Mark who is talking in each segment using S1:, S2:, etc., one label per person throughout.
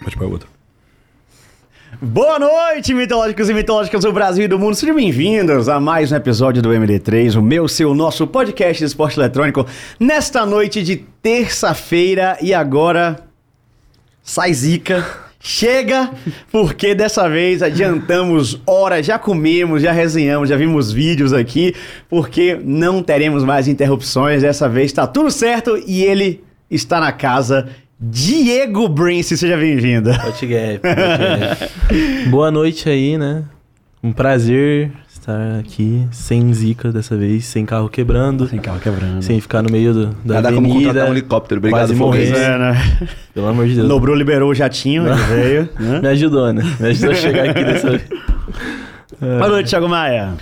S1: podcast para outro.
S2: Boa noite, mitológicos e mitológicas do Brasil e do mundo. Sejam bem-vindos a mais um episódio do MD3, o meu, seu, nosso podcast de esporte eletrônico, nesta noite de terça-feira. E agora, sai zica, chega, porque dessa vez adiantamos horas, já comemos, já resenhamos, já vimos vídeos aqui, porque não teremos mais interrupções. Dessa vez tá tudo certo e ele está na casa. Diego Brince, seja bem-vindo.
S3: Hot Gap. Hot Gap. é. Boa noite aí, né? Um prazer estar aqui, sem zica dessa vez, sem carro quebrando,
S2: Sem carro quebrando.
S3: sem ficar no meio do, da
S1: Já dá como
S3: avenida.
S1: contratar um helicóptero. Obrigado,
S3: quase
S1: Foguês.
S3: morrer.
S2: É, né?
S3: Pelo amor de Deus.
S2: Nobru liberou o jatinho, ele veio. né?
S3: Me ajudou, né? Me ajudou a chegar aqui dessa vez.
S2: Boa noite, Thiago Maia.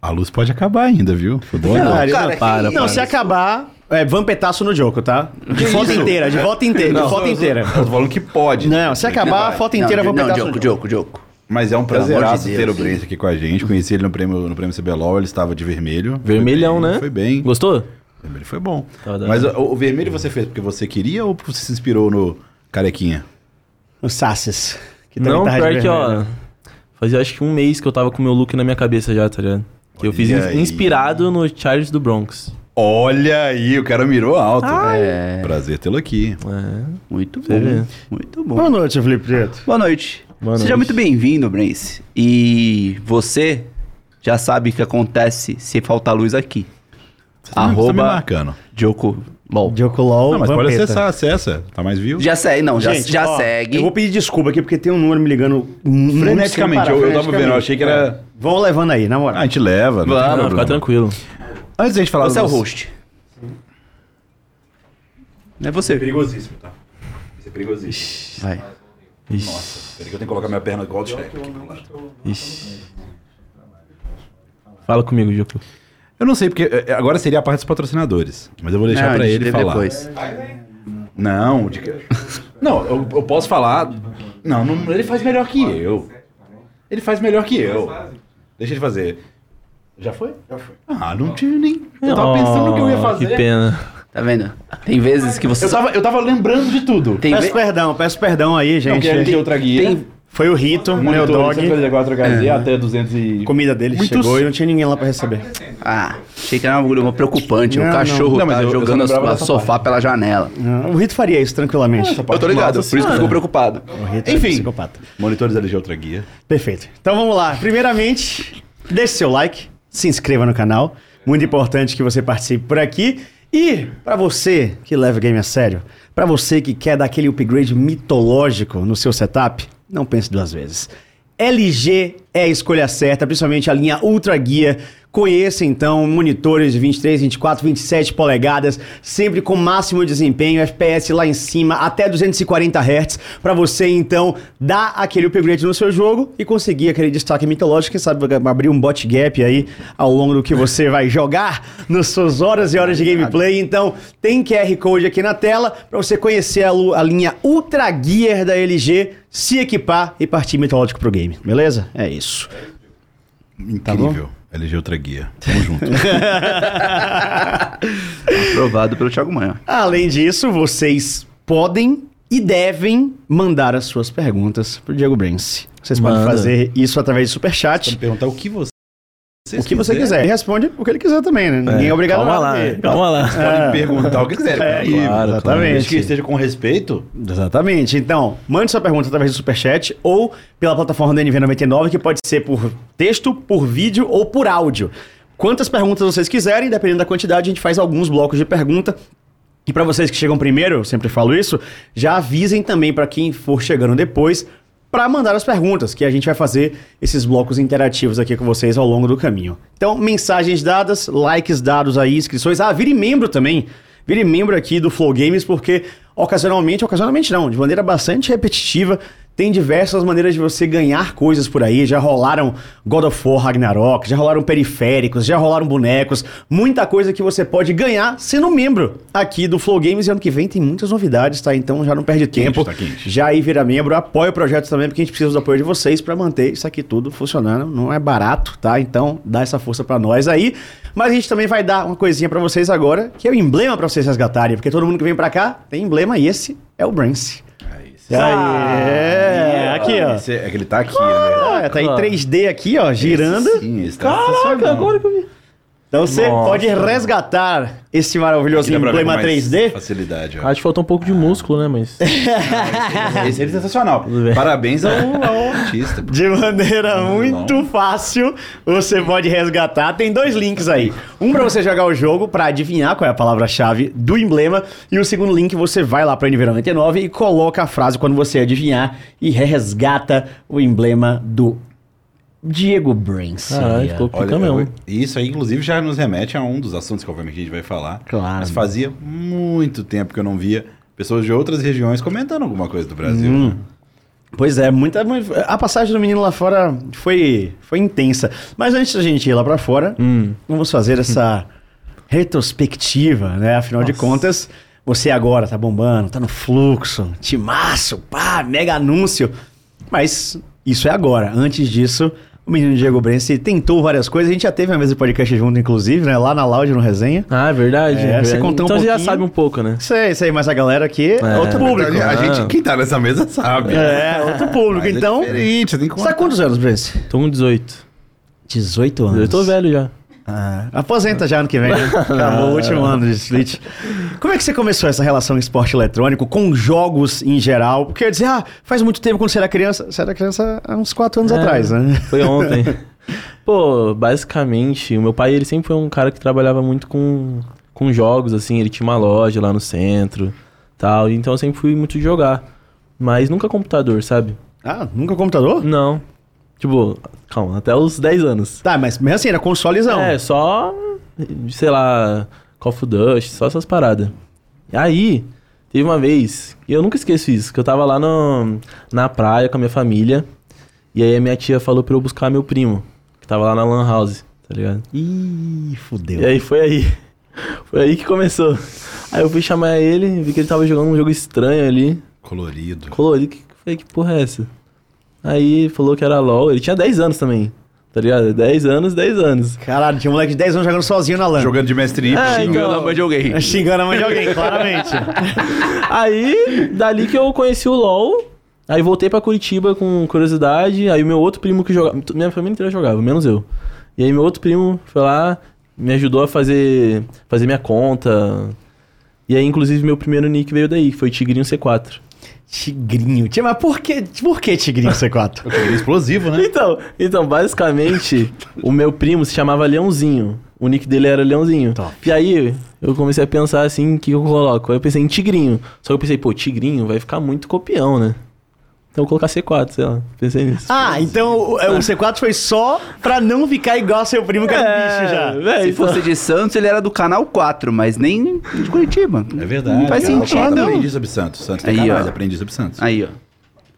S1: A luz pode acabar ainda, viu? Futebol
S2: Não,
S1: não.
S2: cara,
S3: não, para,
S2: não,
S3: para.
S2: se acabar, é vampetaço no jogo, tá? De foto
S1: isso?
S2: inteira, de foto inteira, de
S1: Não,
S2: foto
S1: eu-
S2: inteira.
S1: Eu tô falando que pode.
S2: Não, se acabar, a foto inteira,
S4: não,
S2: vampetaço
S4: Diogo,
S2: no jogo.
S4: Diogo, Diogo.
S1: Mas é um
S4: Pelo amor de
S1: prazeraço
S4: Deus.
S1: ter o Brent aqui com a gente. Conheci ele no prêmio, no prêmio CBLOL, ele estava de vermelho. Foi
S3: Vermelhão,
S1: bem,
S3: né?
S1: Foi bem.
S3: Gostou?
S1: Vermelho foi bom.
S3: Tava da
S1: Mas
S3: hora.
S1: o, o vermelho você fez porque você queria ou porque você se inspirou no Carequinha?
S2: O Sassis. Que também
S3: não,
S2: tava de
S3: pior que, ó.
S2: vermelho.
S3: Fazia acho que um mês que eu tava com meu look na minha cabeça já, tá ligado? Que eu
S1: Olha
S3: fiz in-
S1: aí.
S3: inspirado no Charles do Bronx.
S1: Olha aí, o cara mirou alto. É. Prazer tê-lo aqui.
S3: É.
S4: Muito bom.
S3: Você vê.
S4: Muito bom.
S2: Boa noite, Felipe Preto.
S4: Boa noite.
S3: Boa
S4: Seja
S3: noite.
S4: muito bem-vindo, Brence. E você já sabe o que acontece se faltar luz aqui.
S1: Você tá me- você tá me
S4: Arroba
S1: marcando.
S4: Diogo LOL.
S2: Diogo LOL,
S1: Não, mas pode
S2: vampeta.
S1: acessar, acessa. Tá mais view.
S4: Já segue, não, já,
S2: Gente,
S4: já
S2: ó,
S4: segue.
S2: Eu vou pedir desculpa aqui, porque tem um número me ligando muito
S1: Freneticamente, É.
S2: sem parar,
S1: eu- eu tava vendo, eu achei que era-
S2: Vão levando aí, na
S1: Ah,
S2: moral.
S1: a gente leva. Ah, não tem
S4: Vamos.
S3: Não,
S1: problema.
S3: fica tranquilo.
S1: Antes da gente falar
S4: Você é o
S1: dos-
S4: host. Não é você.
S1: perigosíssimo, tá? Isso é perigosíssimo.
S4: Vai.
S3: Ixi,
S1: Peraí que eu tenho que né? colocar minha perna igual do Shrek aqui pro lado.
S3: ixi. Fala comigo, Diogo.
S1: Eu não sei, porque é, agora seria a parte dos patrocinadores. Mas eu vou deixar
S4: Não,
S1: pra
S4: a gente
S1: ele
S4: vê
S1: falar.
S4: depois.
S1: Não, de... que- não eu, eu posso falar. Não, não- ele faz melhor que eu. Ele faz melhor que eu. Deixa ele fazer. Já foi? Já foi. Ah, não tive nem. Eu tava pensando no que eu ia
S3: Oh,
S1: fazer.
S3: Que pena.
S4: Tá vendo? Tem vezes que você.
S1: Eu tava, eu tava lembrando de tudo.
S4: Tem,
S2: Peço
S4: ve...
S2: perdão, peço perdão aí,
S1: Não,
S2: gente.
S1: que que eu traguei.
S4: tem-
S2: Foi o Rito, meu dog.
S1: até 200 e...
S2: Comida dele
S1: Muito
S2: chegou
S1: s-
S2: e não tinha ninguém lá pra receber.
S4: Ah, achei que era uma, uma preocupante.
S2: Não,
S4: o
S2: não.
S4: cachorro
S1: Não, mas
S4: tá
S1: eu- eu só
S4: jogando
S1: lembrava
S4: o
S1: dessa
S4: sofá pela janela.
S2: o Rito faria isso tranquilamente.
S1: Essa
S4: Eu
S1: parte-
S4: tô
S1: Nossa
S4: ligado, por isso que
S1: Senhora.
S4: ficou preocupado.
S2: o Rito
S1: Enfim.
S2: é psicopata.
S1: Monitores LG Ultra Guia.
S2: Perfeito. Então vamos lá. Primeiramente, deixe seu like, se inscreva no canal. Muito importante que você participe por aqui. E pra você que leva o game a sério, pra você que quer dar aquele upgrade mitológico no seu setup, não pense duas vezes. LG é a escolha certa, principalmente a linha Ultra Guia. Conheça então monitores de 23, 24, 27 polegadas, sempre com máximo desempenho, FPS lá em cima, até 240 Hz, para você então dar aquele upgrade no seu jogo e conseguir aquele destaque mitológico, quem sabe vai abrir um bot gap aí ao longo do que você vai jogar nas suas horas e horas de gameplay. Então, tem QR Code aqui na tela para você conhecer a, lu- a linha Ultra Gear da LG, se equipar e partir mitológico pro game, beleza? É isso.
S1: Incrível. LG Ultra Guia. Tamo junto.
S2: um
S4: Aprovado pelo Thiago Manha.
S2: Além disso, vocês podem e devem mandar as suas perguntas pro Diego Brence. Vocês podem
S3: Manda.
S2: fazer isso através do
S1: Pode
S2: superchat.
S1: perguntar o que você
S2: O que você quiser. E responde o que ele quiser também, né? Ninguém é obrigado
S3: calma
S2: a
S3: lá,
S2: nada.
S3: calma lá.
S1: Pode perguntar o que quiser.
S2: É,
S1: E-
S3: claro,
S2: exatamente.
S1: Desde que esteja com respeito.
S2: Exatamente. Então, mande sua pergunta através do Superchat ou pela plataforma da NV99, que pode ser por texto, por vídeo ou por áudio. Quantas perguntas vocês quiserem, dependendo da quantidade, a gente faz alguns blocos de pergunta. E para vocês que chegam primeiro, eu sempre falo isso, já avisem também para quem for chegando depois para mandar as perguntas, que a gente vai fazer esses blocos interativos aqui com vocês ao longo do caminho. Então, mensagens dadas, likes dados aí, inscrições. Ah, vire membro também. Vire membro aqui do Flow Games, porque ocasionalmente, ocasionalmente não, de maneira bastante repetitiva, tem diversas maneiras de você ganhar coisas por aí. Já rolaram God of War Ragnarok, já rolaram periféricos, já rolaram bonecos, muita coisa que você pode ganhar sendo membro aqui do Flow Games. E ano que vem tem muitas novidades, tá? Então já não perde tempo.
S1: tá quente.
S2: Já aí vira membro, apoia o projeto também, porque a gente precisa do apoio de vocês para manter isso aqui tudo funcionando. Não é barato, tá? Então dá essa força para nós aí. Mas a gente também vai dar uma coisinha para vocês agora, que é o emblema para vocês resgatarem, porque todo mundo que vem para cá tem emblema e esse é o Brance. Aí, é, aqui, ó.
S1: Esse- é que ele tá aqui, né?
S2: Ah, é tá em 3D aqui, ó, girando.
S1: Esse Sim, esse tá
S3: Caraca,
S1: sensacional.
S3: agora que eu vi.
S2: Então você
S3: Nossa.
S2: pode resgatar esse maravilhoso
S1: Aqui dá pra ver
S2: emblema
S1: com mais
S2: 3D.
S1: Facilidade, ó.
S3: Acho que falta um pouco de músculo, né? Mas.
S1: Esse é sensacional.
S3: Tudo bem.
S1: Parabéns ao, ao artista.
S2: De maneira
S1: Não.
S2: muito fácil, você pode resgatar. Tem dois links aí. Um pra você jogar o jogo, pra adivinhar qual é a palavra-chave do emblema. E o segundo link, você vai lá pra NV99 e coloca a frase quando você adivinhar e resgata o emblema do Diego Brains.
S3: Caralho, ficou pica
S1: eu-
S3: mesmo.
S1: isso aí, inclusive, já nos remete a um dos assuntos que, obviamente, a gente vai falar.
S2: Claro.
S1: Mas fazia muito tempo que eu não via pessoas de outras regiões comentando alguma coisa do Brasil. né?
S2: Pois é, muita a passagem do menino lá fora foi, foi intensa. Mas antes da gente ir lá pra fora,
S3: Hum.
S2: vamos fazer essa retrospectiva, né? Afinal de contas, você agora tá bombando, tá no fluxo, timaço, pá, mega anúncio. Mas isso é agora. Antes disso, o menino Diego Brense tentou várias coisas. A gente já teve uma vez de podcast junto, inclusive, né? Lá na Loud, no Resenha.
S3: Ah, é verdade.
S2: É,
S3: é verdade.
S2: você contou um
S3: então já
S2: pouquinho.
S3: sabe um pouco, né?
S2: Sei, sei, mas a galera aqui é,
S3: É.
S2: outro público.
S1: A gente,
S3: Ah.
S1: quem tá nessa mesa sabe.
S2: É, outro público.
S1: Mas é
S2: então,
S1: diferente, tem que
S2: você tá
S1: contar.
S2: com quantos anos, Brense?
S3: Tô com 18.
S2: 18 anos.
S3: Eu tô velho já.
S2: Ah, aposenta já ano que vem. né? Acabou o último ano de Split. Como é que você começou essa relação esporte eletrônico com jogos em geral? Porque eu ia dizer, ah, faz muito tempo quando você era criança. Você era criança há uns 4 anos
S3: É,
S2: atrás, né?
S3: Foi ontem. Pô, basicamente, o meu pai, ele sempre foi um cara que trabalhava muito com, com jogos, assim, ele tinha uma loja lá no centro, tal, então eu sempre fui muito jogar, mas nunca computador, sabe?
S2: Ah, nunca computador?
S3: Não. Tipo, calma, até os 10 anos.
S2: Tá, mas mesmo assim, era consolezão.
S3: É, só, sei lá, Call of Duty, só essas paradas. Aí, teve uma vez, e eu nunca esqueço isso, que eu tava lá no, na praia com a minha família, e aí a minha tia falou pra eu buscar meu primo, que tava lá na Lan House, tá ligado?
S2: Ih,
S3: E
S2: fudeu.
S3: aí foi aí. Foi aí que começou. Aí eu fui chamar ele, vi que ele tava jogando um jogo estranho ali,
S1: Colorido.
S3: colorido, que que foi? Que porra é essa? Aí falou que era LOL, ele tinha 10 anos também, tá ligado? 10 anos, 10 anos.
S2: Caralho, tinha um moleque de 10 anos jogando sozinho na LAN.
S1: Jogando de mestre Y.
S3: É, então.
S4: Eu não joguei.
S2: Xingando a mãe de alguém, claramente.
S3: Aí, dali que eu conheci o LOL. Aí voltei pra Curitiba com curiosidade. Aí o meu outro primo que jogava. Minha família inteira jogava, menos eu. E aí meu outro primo foi lá, me ajudou a fazer, fazer minha conta. E aí, inclusive, meu primeiro nick veio daí, que foi Tigrinho C4.
S2: Tigrinho. Tia, mas por que, por que Tigrinho C4?
S1: Ele é explosivo, né?
S3: Então, então basicamente, o meu primo se chamava Leãozinho. O nick dele era Leãozinho.
S2: Top.
S3: E aí, eu comecei a pensar assim, o que eu coloco? Aí eu pensei em Tigrinho. Só que eu pensei, pô, Tigrinho vai ficar muito copião, né? Então eu vou colocar C4, sei lá. Pensei nisso.
S2: Ah, então o, o C4 foi só pra não ficar igual seu primo que era
S3: É,
S2: bicho É já.
S3: velho,
S4: Se fosse de Santos, ele era do canal 4, mas nem de Curitiba.
S1: É verdade.
S4: Não faz
S1: cara.
S4: sentido.
S2: é
S1: Aprendi sobre Santos. Santos tem
S4: Aí,
S1: canais,
S4: ó.
S1: aprendi sobre Santos.
S4: Aí, ó.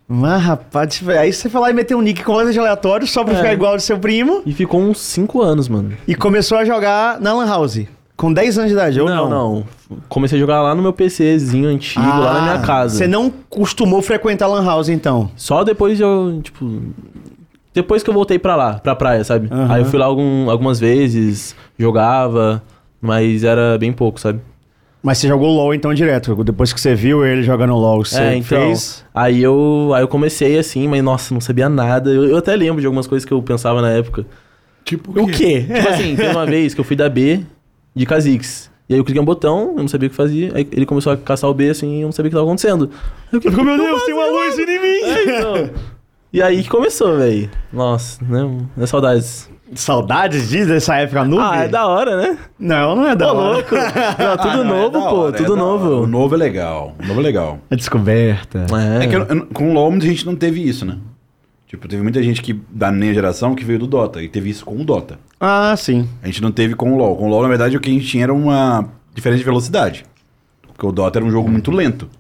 S2: Mas, rapaz, tipo, aí você foi lá e meteu um nick completamente aleatório só pra
S3: É.
S2: ficar igual ao do seu primo
S3: E ficou uns 5 anos, mano.
S2: e começou a jogar na Lan House. Com 10 anos de idade, ou não?
S3: não, Comecei a jogar lá no meu PCzinho antigo, lá na minha casa.
S2: Ah, Você não costumou frequentar Lan House, então?
S3: Só depois eu, tipo. Depois que eu voltei pra lá, pra praia, sabe?
S2: Aham.
S3: Aí eu fui lá algum- algumas vezes, jogava, mas era bem pouco, sabe?
S2: Mas você jogou LOL então direto. Depois que você viu ele jogando LOL, você
S3: é, então.
S2: fez.
S3: Aí eu, aí eu comecei assim, mas nossa, não sabia nada. Eu, eu até lembro de algumas coisas que eu pensava na época.
S1: Tipo,
S2: O quê?
S3: Tipo assim, teve uma vez que eu fui da B de Kha'Zix. E aí eu cliquei um botão, eu não sabia o que fazia. Aí ele começou a caçar o B assim, eu não sabia o que tava acontecendo. Aí eu fiquei,
S2: Ficou, meu Deus, tem uma luz em mim!
S3: É. E aí que começou, velho. Nossa, né? É saudades.
S2: Saudades diz dessa época nuvem?
S3: Ah, é da hora, né?
S2: Não, não é da
S3: Tô
S2: hora.
S3: louco. Não, tudo
S1: Ah, não, é
S3: novo,
S1: da
S3: pô.
S1: hora, é
S3: tudo
S1: da hora. O
S3: novo.
S1: novo é legal. O novo é legal.
S2: É descoberta.
S1: É que eu- eu- com o LoL a gente não teve isso, né? Tipo, teve muita gente que, da minha geração que veio do Dota e teve isso com o Dota.
S2: Ah, sim.
S1: A gente não teve com o LoL. Com o LoL, na verdade, o que a gente tinha era uma diferença de velocidade. Porque o Dota era um jogo muito lento.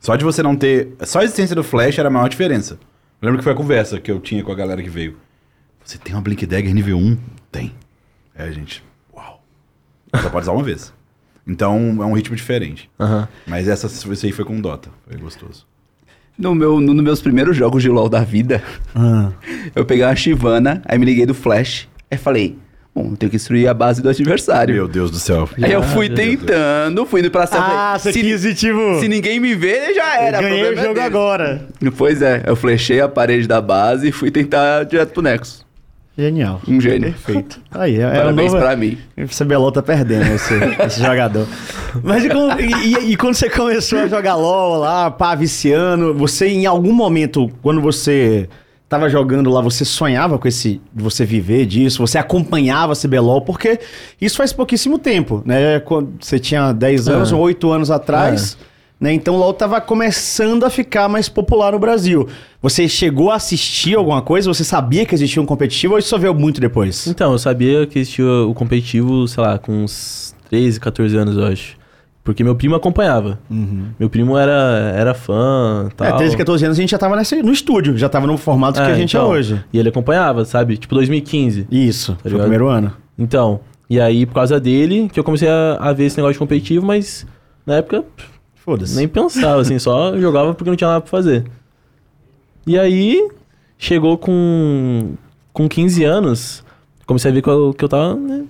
S1: Só de você não ter. Só a existência do Flash era a maior diferença. Eu lembro que foi a conversa que eu tinha com a galera que veio. Você tem uma Blink Dagger nível 1? Tem. É, a gente. Uau. Só pode usar uma vez. Então é um ritmo diferente.
S3: Aham.
S1: Mas essa, isso aí foi com o Dota. Foi gostoso.
S4: No meu, no, nos meus primeiros jogos de LoL da vida,
S2: Ah.
S4: eu peguei uma Chivana, aí me liguei do Flash, aí falei, Bom, tem que destruir a base do adversário.
S1: Meu Deus do céu.
S4: Aí eu fui
S3: Meu Deus.
S4: tentando, fui indo pra cima.
S2: Ah, você
S4: se,
S2: quis ir, tipo.
S4: se ninguém me ver, já era.
S2: Ganhei o
S4: problema é
S2: jogo
S4: deles.
S2: agora.
S4: Pois é, eu flechei a parede da base e fui tentar direto pro Nexus.
S2: Genial.
S4: Um gênio.
S2: Perfeito. Aí, é, é um
S4: Parabéns
S2: novo...
S4: pra mim.
S2: Esse CBLOL tá perdendo, esse, esse jogador. Mas e, como- e- e- e quando você começou a jogar LOL lá, pá, viciando, você em algum momento, quando você tava jogando lá, você sonhava com esse, de você viver disso, você acompanhava CBLOL, porque isso faz pouquíssimo tempo, né? Quando você tinha 10 anos,
S3: É.
S2: ou 8 anos atrás, né? Então o LOL tava começando a ficar mais popular no Brasil. Você chegou a assistir alguma coisa? Você sabia que existia um competitivo ou isso só veio muito depois?
S3: Então, eu sabia que existia o competitivo, sei lá, com uns 13, 14 anos, eu acho. Porque meu primo acompanhava. Meu primo era, era fã tal.
S2: É, 13, 14 anos a gente já tava nessa, no estúdio, já tava no formato que
S3: É,
S2: a gente
S3: então,
S2: é hoje.
S3: E ele acompanhava, sabe? Tipo 2015.
S2: Isso, foi o
S3: ligado?
S2: primeiro ano.
S3: Então, e aí por causa dele que eu comecei a, a ver esse negócio de competitivo, mas na época pff,
S2: Foda-se.
S3: nem pensava, assim, só jogava porque não tinha nada pra fazer. E aí chegou com, com 15 anos, comecei a ver que eu, que eu tava, né,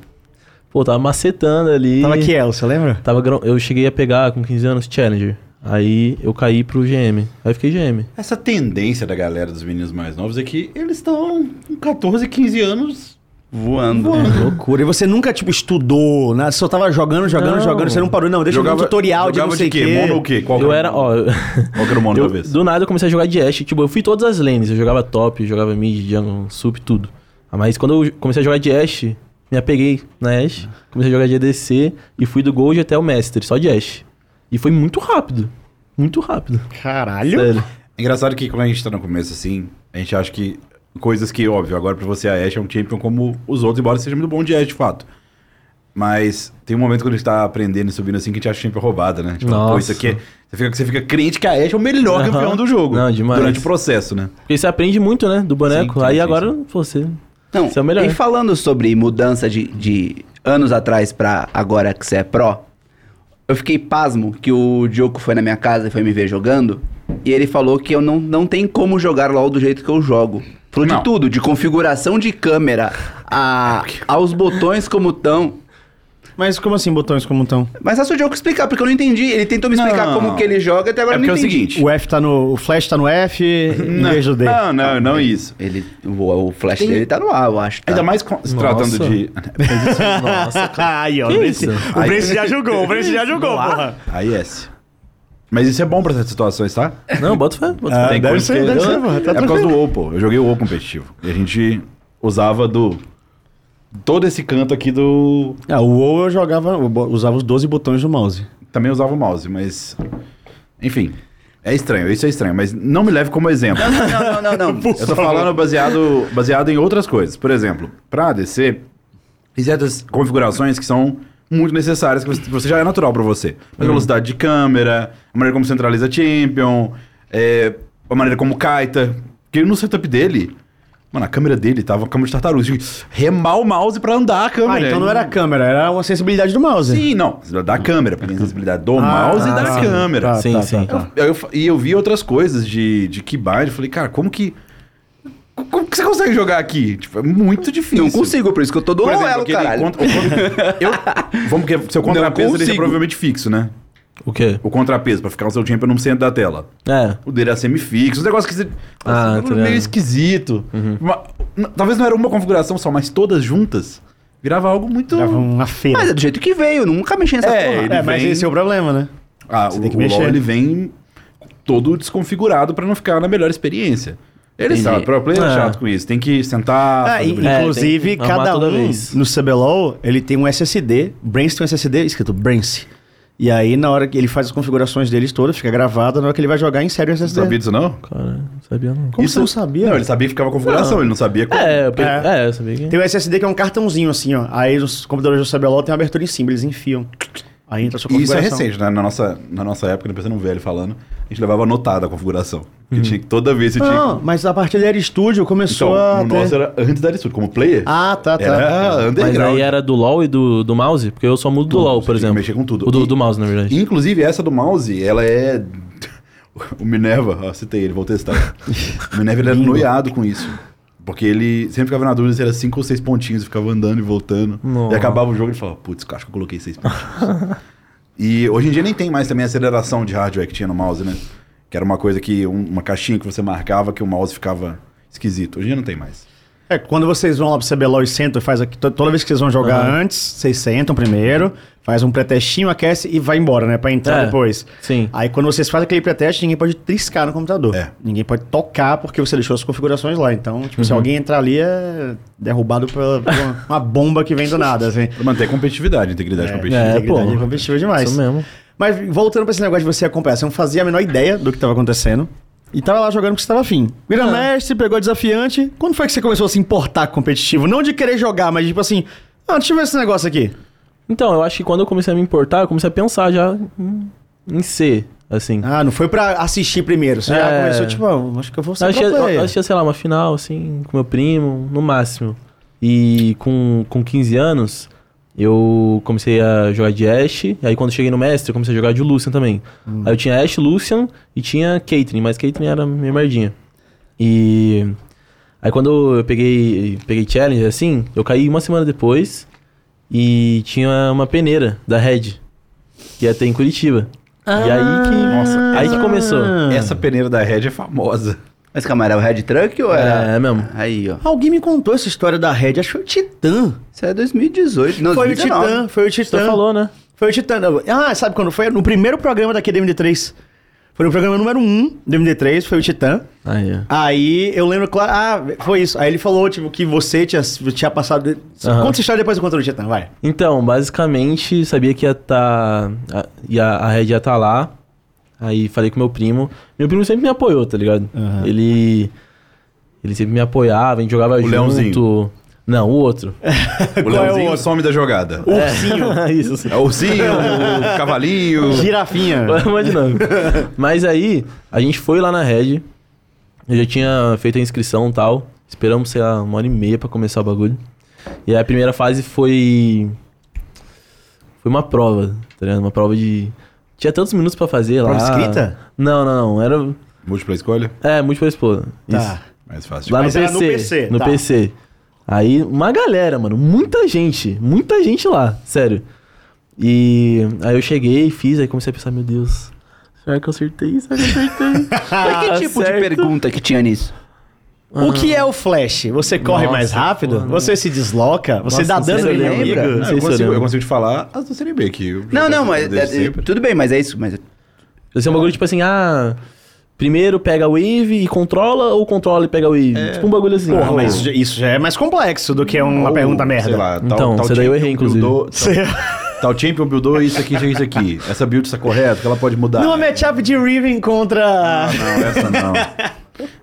S3: pô, tava macetando ali.
S2: Tava que é, você lembra?
S3: Tava, grão- eu cheguei a pegar com 15 anos Challenger. Aí eu caí pro GM. Aí eu fiquei GM.
S1: Essa tendência da galera dos meninos mais novos é que eles estão com 14, 15 anos. É.
S4: Voando.
S3: É
S2: Loucura. E você nunca, tipo, estudou, né? Você só tava jogando, jogando,
S3: Não.
S2: jogando. Você não parou, não. Deixa eu ver um tutorial de não
S1: jogava
S2: sei o
S1: quê? Mono ou
S2: quê.
S1: quê? Qual que é
S3: eu
S1: o-
S3: era, ó.
S1: Qual que era o mono da
S3: eu,
S1: vez?
S3: do nada eu comecei a jogar de Ashe. Tipo, eu fui todas as lanes. Eu jogava top, jogava mid, jungle, sup, tudo. Ah, Mas quando eu comecei a jogar de Ashe, me apeguei na Ashe. Comecei a jogar de ADC e fui do Gold até o Mestre, só de Ashe. E foi muito rápido. Muito rápido.
S2: Caralho.
S3: Sério.
S1: Engraçado que quando a gente tá no começo assim, a gente acha que coisas que, óbvio, agora pra você a Ashe é um champion como os outros, embora seja muito bom de Ashe, de fato. Mas tem um momento quando a gente tá aprendendo e subindo assim que a gente acha champion roubada, né? Tipo, pô, isso
S3: Nossa.
S1: aqui é... Você fica, você fica crente que a Ashe é o melhor
S3: Aham.
S1: campeão do jogo.
S3: Não, demais.
S1: Durante o processo, né?
S3: Porque você aprende muito, né? Do boneco.
S1: Sim, sim,
S3: Aí
S1: sim,
S3: agora você.
S4: Não,
S3: Isso é o melhor.
S2: né?
S4: E falando sobre mudança de, de anos atrás pra agora que você é pró, eu fiquei pasmo que o Diogo foi na minha casa e foi me ver jogando. E ele falou que eu não, não tem como jogar LOL do jeito que eu jogo. Falou
S1: Não.
S4: de tudo, de configuração de câmera, a, aos botões como estão.
S2: Mas como assim, botões como estão?
S4: Mas é só o Diogo explicar, porque eu não entendi. Ele tentou me explicar
S1: Não.
S4: como que ele joga, até agora
S1: É
S4: eu não
S1: porque é o
S4: entendi.
S1: seguinte,
S2: O F tá no. O flash tá no F
S3: Um
S2: e
S1: Não,
S2: o beijo D.
S1: não, não, não isso.
S4: Ele, o, o flash
S1: Tem-
S4: dele tá no ar, eu acho. tá?
S1: Ainda mais com- se
S3: Nossa.
S1: tratando de.
S3: Nossa, cara.
S2: Aí, ó.
S3: Que
S2: o Brence-
S3: isso?
S2: o Brence já jogou, o Brence já jogou, porra.
S1: Aí é S. Mas isso é bom pra essas situações, tá?
S3: Não, bota fé. Bota fé.
S2: Ah, deve
S1: coisa
S2: ser,
S1: que-
S2: deve
S1: eu-
S2: ser, mano, tá
S1: é por causa do WoW, pô. Eu joguei o WoW competitivo. E a gente usava do... Todo esse canto aqui do...
S2: Ah, o WoW eu jogava, eu bo- usava os 12 botões do mouse.
S1: Também usava o mouse, mas... Enfim. É estranho, isso é estranho. Mas não me leve como exemplo.
S4: Não, não, não, não.
S1: Eu tô falando baseado, baseado em outras coisas. Por exemplo, pra ADC, tem certas configurações que são muito necessárias, que você- você já é natural pra você. A
S2: Uhum.
S1: velocidade de câmera, a maneira como centraliza champion, é, a maneira como kaita. Porque no setup dele, mano, a câmera dele tava a câmera de tartaruga. Tinha que Remar o mouse pra andar a câmera.
S2: Ah, então não era a câmera, era uma sensibilidade do mouse.
S1: Sim, não. é Da câmera, porque tem a sensibilidade do
S2: Ah,
S1: mouse e da
S2: tá,
S1: câmera.
S2: tá,
S3: Sim,
S2: tá,
S3: sim.
S2: tá, tá.
S1: Aí eu fa- e eu vi outras coisas de, de Keybind, eu falei, cara, como que. Como que você consegue jogar aqui? Tipo, é muito difícil.
S4: Não consigo, por isso que eu tô do
S1: Por exemplo,
S4: duelo,
S1: aquele
S4: caralho.
S1: contra- o contra- eu, vamos que seu contrapeso ele é
S4: consigo.
S1: provavelmente fixo, né?
S3: O quê?
S1: O contrapeso, pra ficar o seu tempo no centro da tela.
S3: É.
S1: O dele era semifixo, um negócio que você.
S3: Ah,
S1: Nossa, um
S3: tá
S1: meio
S3: ligado.
S1: esquisito. Uma- n- talvez não era uma configuração só, mas todas juntas virava algo muito.
S2: Dava uma feira.
S4: Mas é do jeito que veio, nunca mexi nessa
S1: É,
S4: porra.
S1: ele
S2: é, mas
S1: vem-
S2: esse é o problema, né?
S1: Ah,
S2: Você
S1: o,
S2: tem que
S1: o LoL
S2: mexer.
S1: ele vem todo desconfigurado pra não ficar na melhor experiência. Ele
S4: Entendi.
S1: sabe, pro player é
S3: É.
S1: chato com isso. Tem que sentar.
S2: Ah,
S1: fazer
S2: e-
S1: bonito.
S3: É,
S2: inclusive,
S3: tem que arrumar
S2: cada
S3: toda
S2: um
S3: vez.
S2: no CBLOL, ele tem um SSD, Brance tem um SSD escrito Brance. E aí, na hora que ele faz as configurações deles todas, fica gravado, na hora que ele vai jogar, insere o
S1: Não
S2: SSD.
S1: sabia disso, não?
S3: Cara, não sabia não.
S2: Como
S1: isso
S2: você não sabia?
S1: Não, ele sabia que ficava a configuração, ele não sabia como.
S3: É, eu, pe-
S2: É.
S3: é. eu sabia que.
S2: Tem um SSD que é um cartãozinho assim, ó. Aí os computadores do CBLOL tem uma abertura em cima, eles enfiam. Aí entra a sua
S1: E isso é
S2: configuração.
S1: recente, né? Na nossa, na nossa época, depois você não vê ele falando, a gente levava anotada a configuração.
S2: Uhum.
S1: Porque tinha que toda vez você tinha.
S2: Não, mas a partir da Era Studio começou
S1: Então,
S2: a
S1: o
S2: ter-
S1: nosso era antes da Arisul, como player.
S2: Ah, tá, tá.
S1: Era
S3: Mas
S1: um underground.
S3: aí era do LOL e do, do mouse? Porque eu só mudo do LOL,
S1: você
S3: por
S1: tem que
S3: exemplo.
S1: mexer com tudo.
S3: O do,
S1: E-
S3: do mouse, na verdade.
S1: Inclusive, essa do mouse, ela é. O Minerva, ó, citei ele, vou testar. O Minerva ele era noiado com isso. Porque ele sempre ficava na dúvida se era cinco ou seis pontinhos, e ficava andando e voltando.
S3: Nossa.
S1: E acabava o jogo e ele falava, putz, acho que eu coloquei seis pontinhos. e hoje em dia nem tem mais também a aceleração de hardware que tinha no mouse, né? Que era uma coisa que, um- uma caixinha que você marcava que o mouse ficava esquisito. Hoje em dia não tem mais.
S2: É, quando vocês vão lá pro CBLOL e sentam, faz aqui, to- toda vez que vocês vão jogar
S3: Aham.
S2: antes, vocês sentam primeiro, faz um pretestinho, aquece e vai embora, né? Pra entrar
S3: É.
S2: depois.
S3: Sim.
S2: Aí quando vocês fazem aquele preteste, ninguém pode triscar no computador.
S1: É.
S2: Ninguém pode tocar porque você deixou as configurações lá. Então, tipo,
S3: Uhum.
S2: se alguém entrar ali, é derrubado pela- por uma, uma bomba que vem do nada, assim.
S1: Pra manter a competitividade, a integridade competitiva.
S3: É,
S2: Integridade
S3: pô.
S2: competitiva demais.
S3: Isso é mesmo.
S2: Ah, Mas voltando pra esse negócio de você acompanhar, você não fazia a menor ideia do que tava acontecendo. E tava lá jogando porque você tava afim. Grandmestre, pegou desafiante. Quando foi que você começou a se importar com competitivo? Não de querer jogar, mas tipo assim, ah, deixa eu ver esse negócio aqui.
S3: Então, eu acho que quando eu comecei a me importar, eu comecei a pensar já hum, em ser, assim.
S2: Ah, não foi pra assistir primeiro. Você já
S3: É.
S2: começou, tipo, ah, acho que eu vou ser
S3: Eu
S2: pro
S3: assistia,
S2: player.
S3: eu assistia, sei lá, uma final, assim, com meu primo, no máximo. E com, com 15 anos, eu comecei a jogar de Ashe. E aí, quando cheguei no mestre, eu comecei a jogar de Lucian também. Aí eu tinha Ashe, Lucian e tinha Caitlyn, mas Caitlyn era minha merdinha. E. Aí, quando eu peguei, peguei Challenger, assim, eu caí uma semana depois. E tinha uma peneira da Red, que ia ter em Curitiba. e aí que.
S1: Nossa,
S3: aí que
S1: essa-
S3: começou.
S1: Essa peneira da Red é famosa.
S4: Mas calma, era o Red Truck ou era.
S3: É, é mesmo.
S4: Aí, ó.
S2: Alguém me contou essa história da Red, acho que foi o Titã.
S4: Isso é 2018. Não,
S2: Foi o
S4: 2019.
S2: Titã, foi o Titã.
S3: Você falou, né?
S2: Foi o Titã. não. Ah, sabe quando foi? No primeiro programa daqui do MD3. Foi no programa número 1 do MD3, foi o Titã.
S3: Aí, ó.
S2: Aí eu lembro, claro. Ah, foi isso. Aí ele falou, tipo, que você tinha, tinha passado.
S3: Aham.
S2: Conta essa história depois eu conto no Titã, vai.
S3: Então, basicamente, sabia que ia tá. A, ia- a Red ia estar lá. Aí falei com meu primo. Meu primo sempre me apoiou, tá ligado?
S2: Aham.
S3: Ele. Ele sempre me apoiava, a gente jogava junto.
S1: Leãozinho.
S3: Não, o outro.
S1: O
S2: é o
S1: Leãozinho
S2: outro?
S1: some da jogada.
S3: É, isso, sim.
S1: É o ursinho, o cavalinho.
S2: Girafinha.
S3: Uma dinâmica. Mas aí, a gente foi lá na Red. Eu já tinha feito a inscrição e tal. Esperamos, sei lá, uma hora e meia pra começar o bagulho. E aí a primeira fase foi. Foi uma prova, tá ligado? Uma prova de. Tinha tantos minutos pra fazer lá.
S2: Prova escrita?
S3: Não, não, não. Era.
S1: Múltipla escolha?
S3: É, múltipla esposa. Isso.
S2: Tá.
S1: Mais fácil.
S3: Lá no
S2: Mas era
S3: PC,
S2: no
S3: no
S2: PC,
S3: PC.
S2: tá.
S3: Aí, uma galera, mano. Muita gente. Muita gente lá, sério. E aí eu cheguei, fiz, aí comecei a pensar, meu Deus. Será que eu acertei? Será que eu acertei?
S4: Mas que tipo
S3: certo.
S4: de pergunta que tinha nisso?
S2: O que é o Flash? Você corre
S3: Nossa,
S2: mais rápido?
S3: porra,
S2: você se desloca? Você
S3: Nossa, é
S2: dá
S3: não sei
S2: dano
S3: se
S2: no
S3: eu
S2: inimigo?
S3: lembro.
S1: Não,
S3: Não sei
S1: eu,
S3: se eu
S1: consigo,
S3: lembro.
S1: eu consigo te falar as do Série B que eu
S4: né? Não,
S1: jogo
S4: não, mas.
S1: desde
S4: é- é-
S1: sempre.
S4: tudo bem, mas é isso. Mas é-
S3: Esse é um bagulho tipo assim, ah. Primeiro pega a wave e controla, ou controla e pega a wave? Tipo um bagulho assim.
S2: É. Porra,
S3: Ah,
S2: mas isso já é mais complexo do que uma
S1: Ou,
S2: pergunta
S1: sei
S2: merda.
S1: lá, tal-
S3: Então,
S1: tal
S3: essa daí eu
S1: champion
S3: errei, inclusive.
S1: buildou-
S2: Você-
S1: Tal, tal champion buildou isso aqui, isso aqui, isso aqui. Essa build está correta, que ela pode mudar.
S2: Numa matchup de Riven contra.
S3: Ah.
S1: Não, essa não.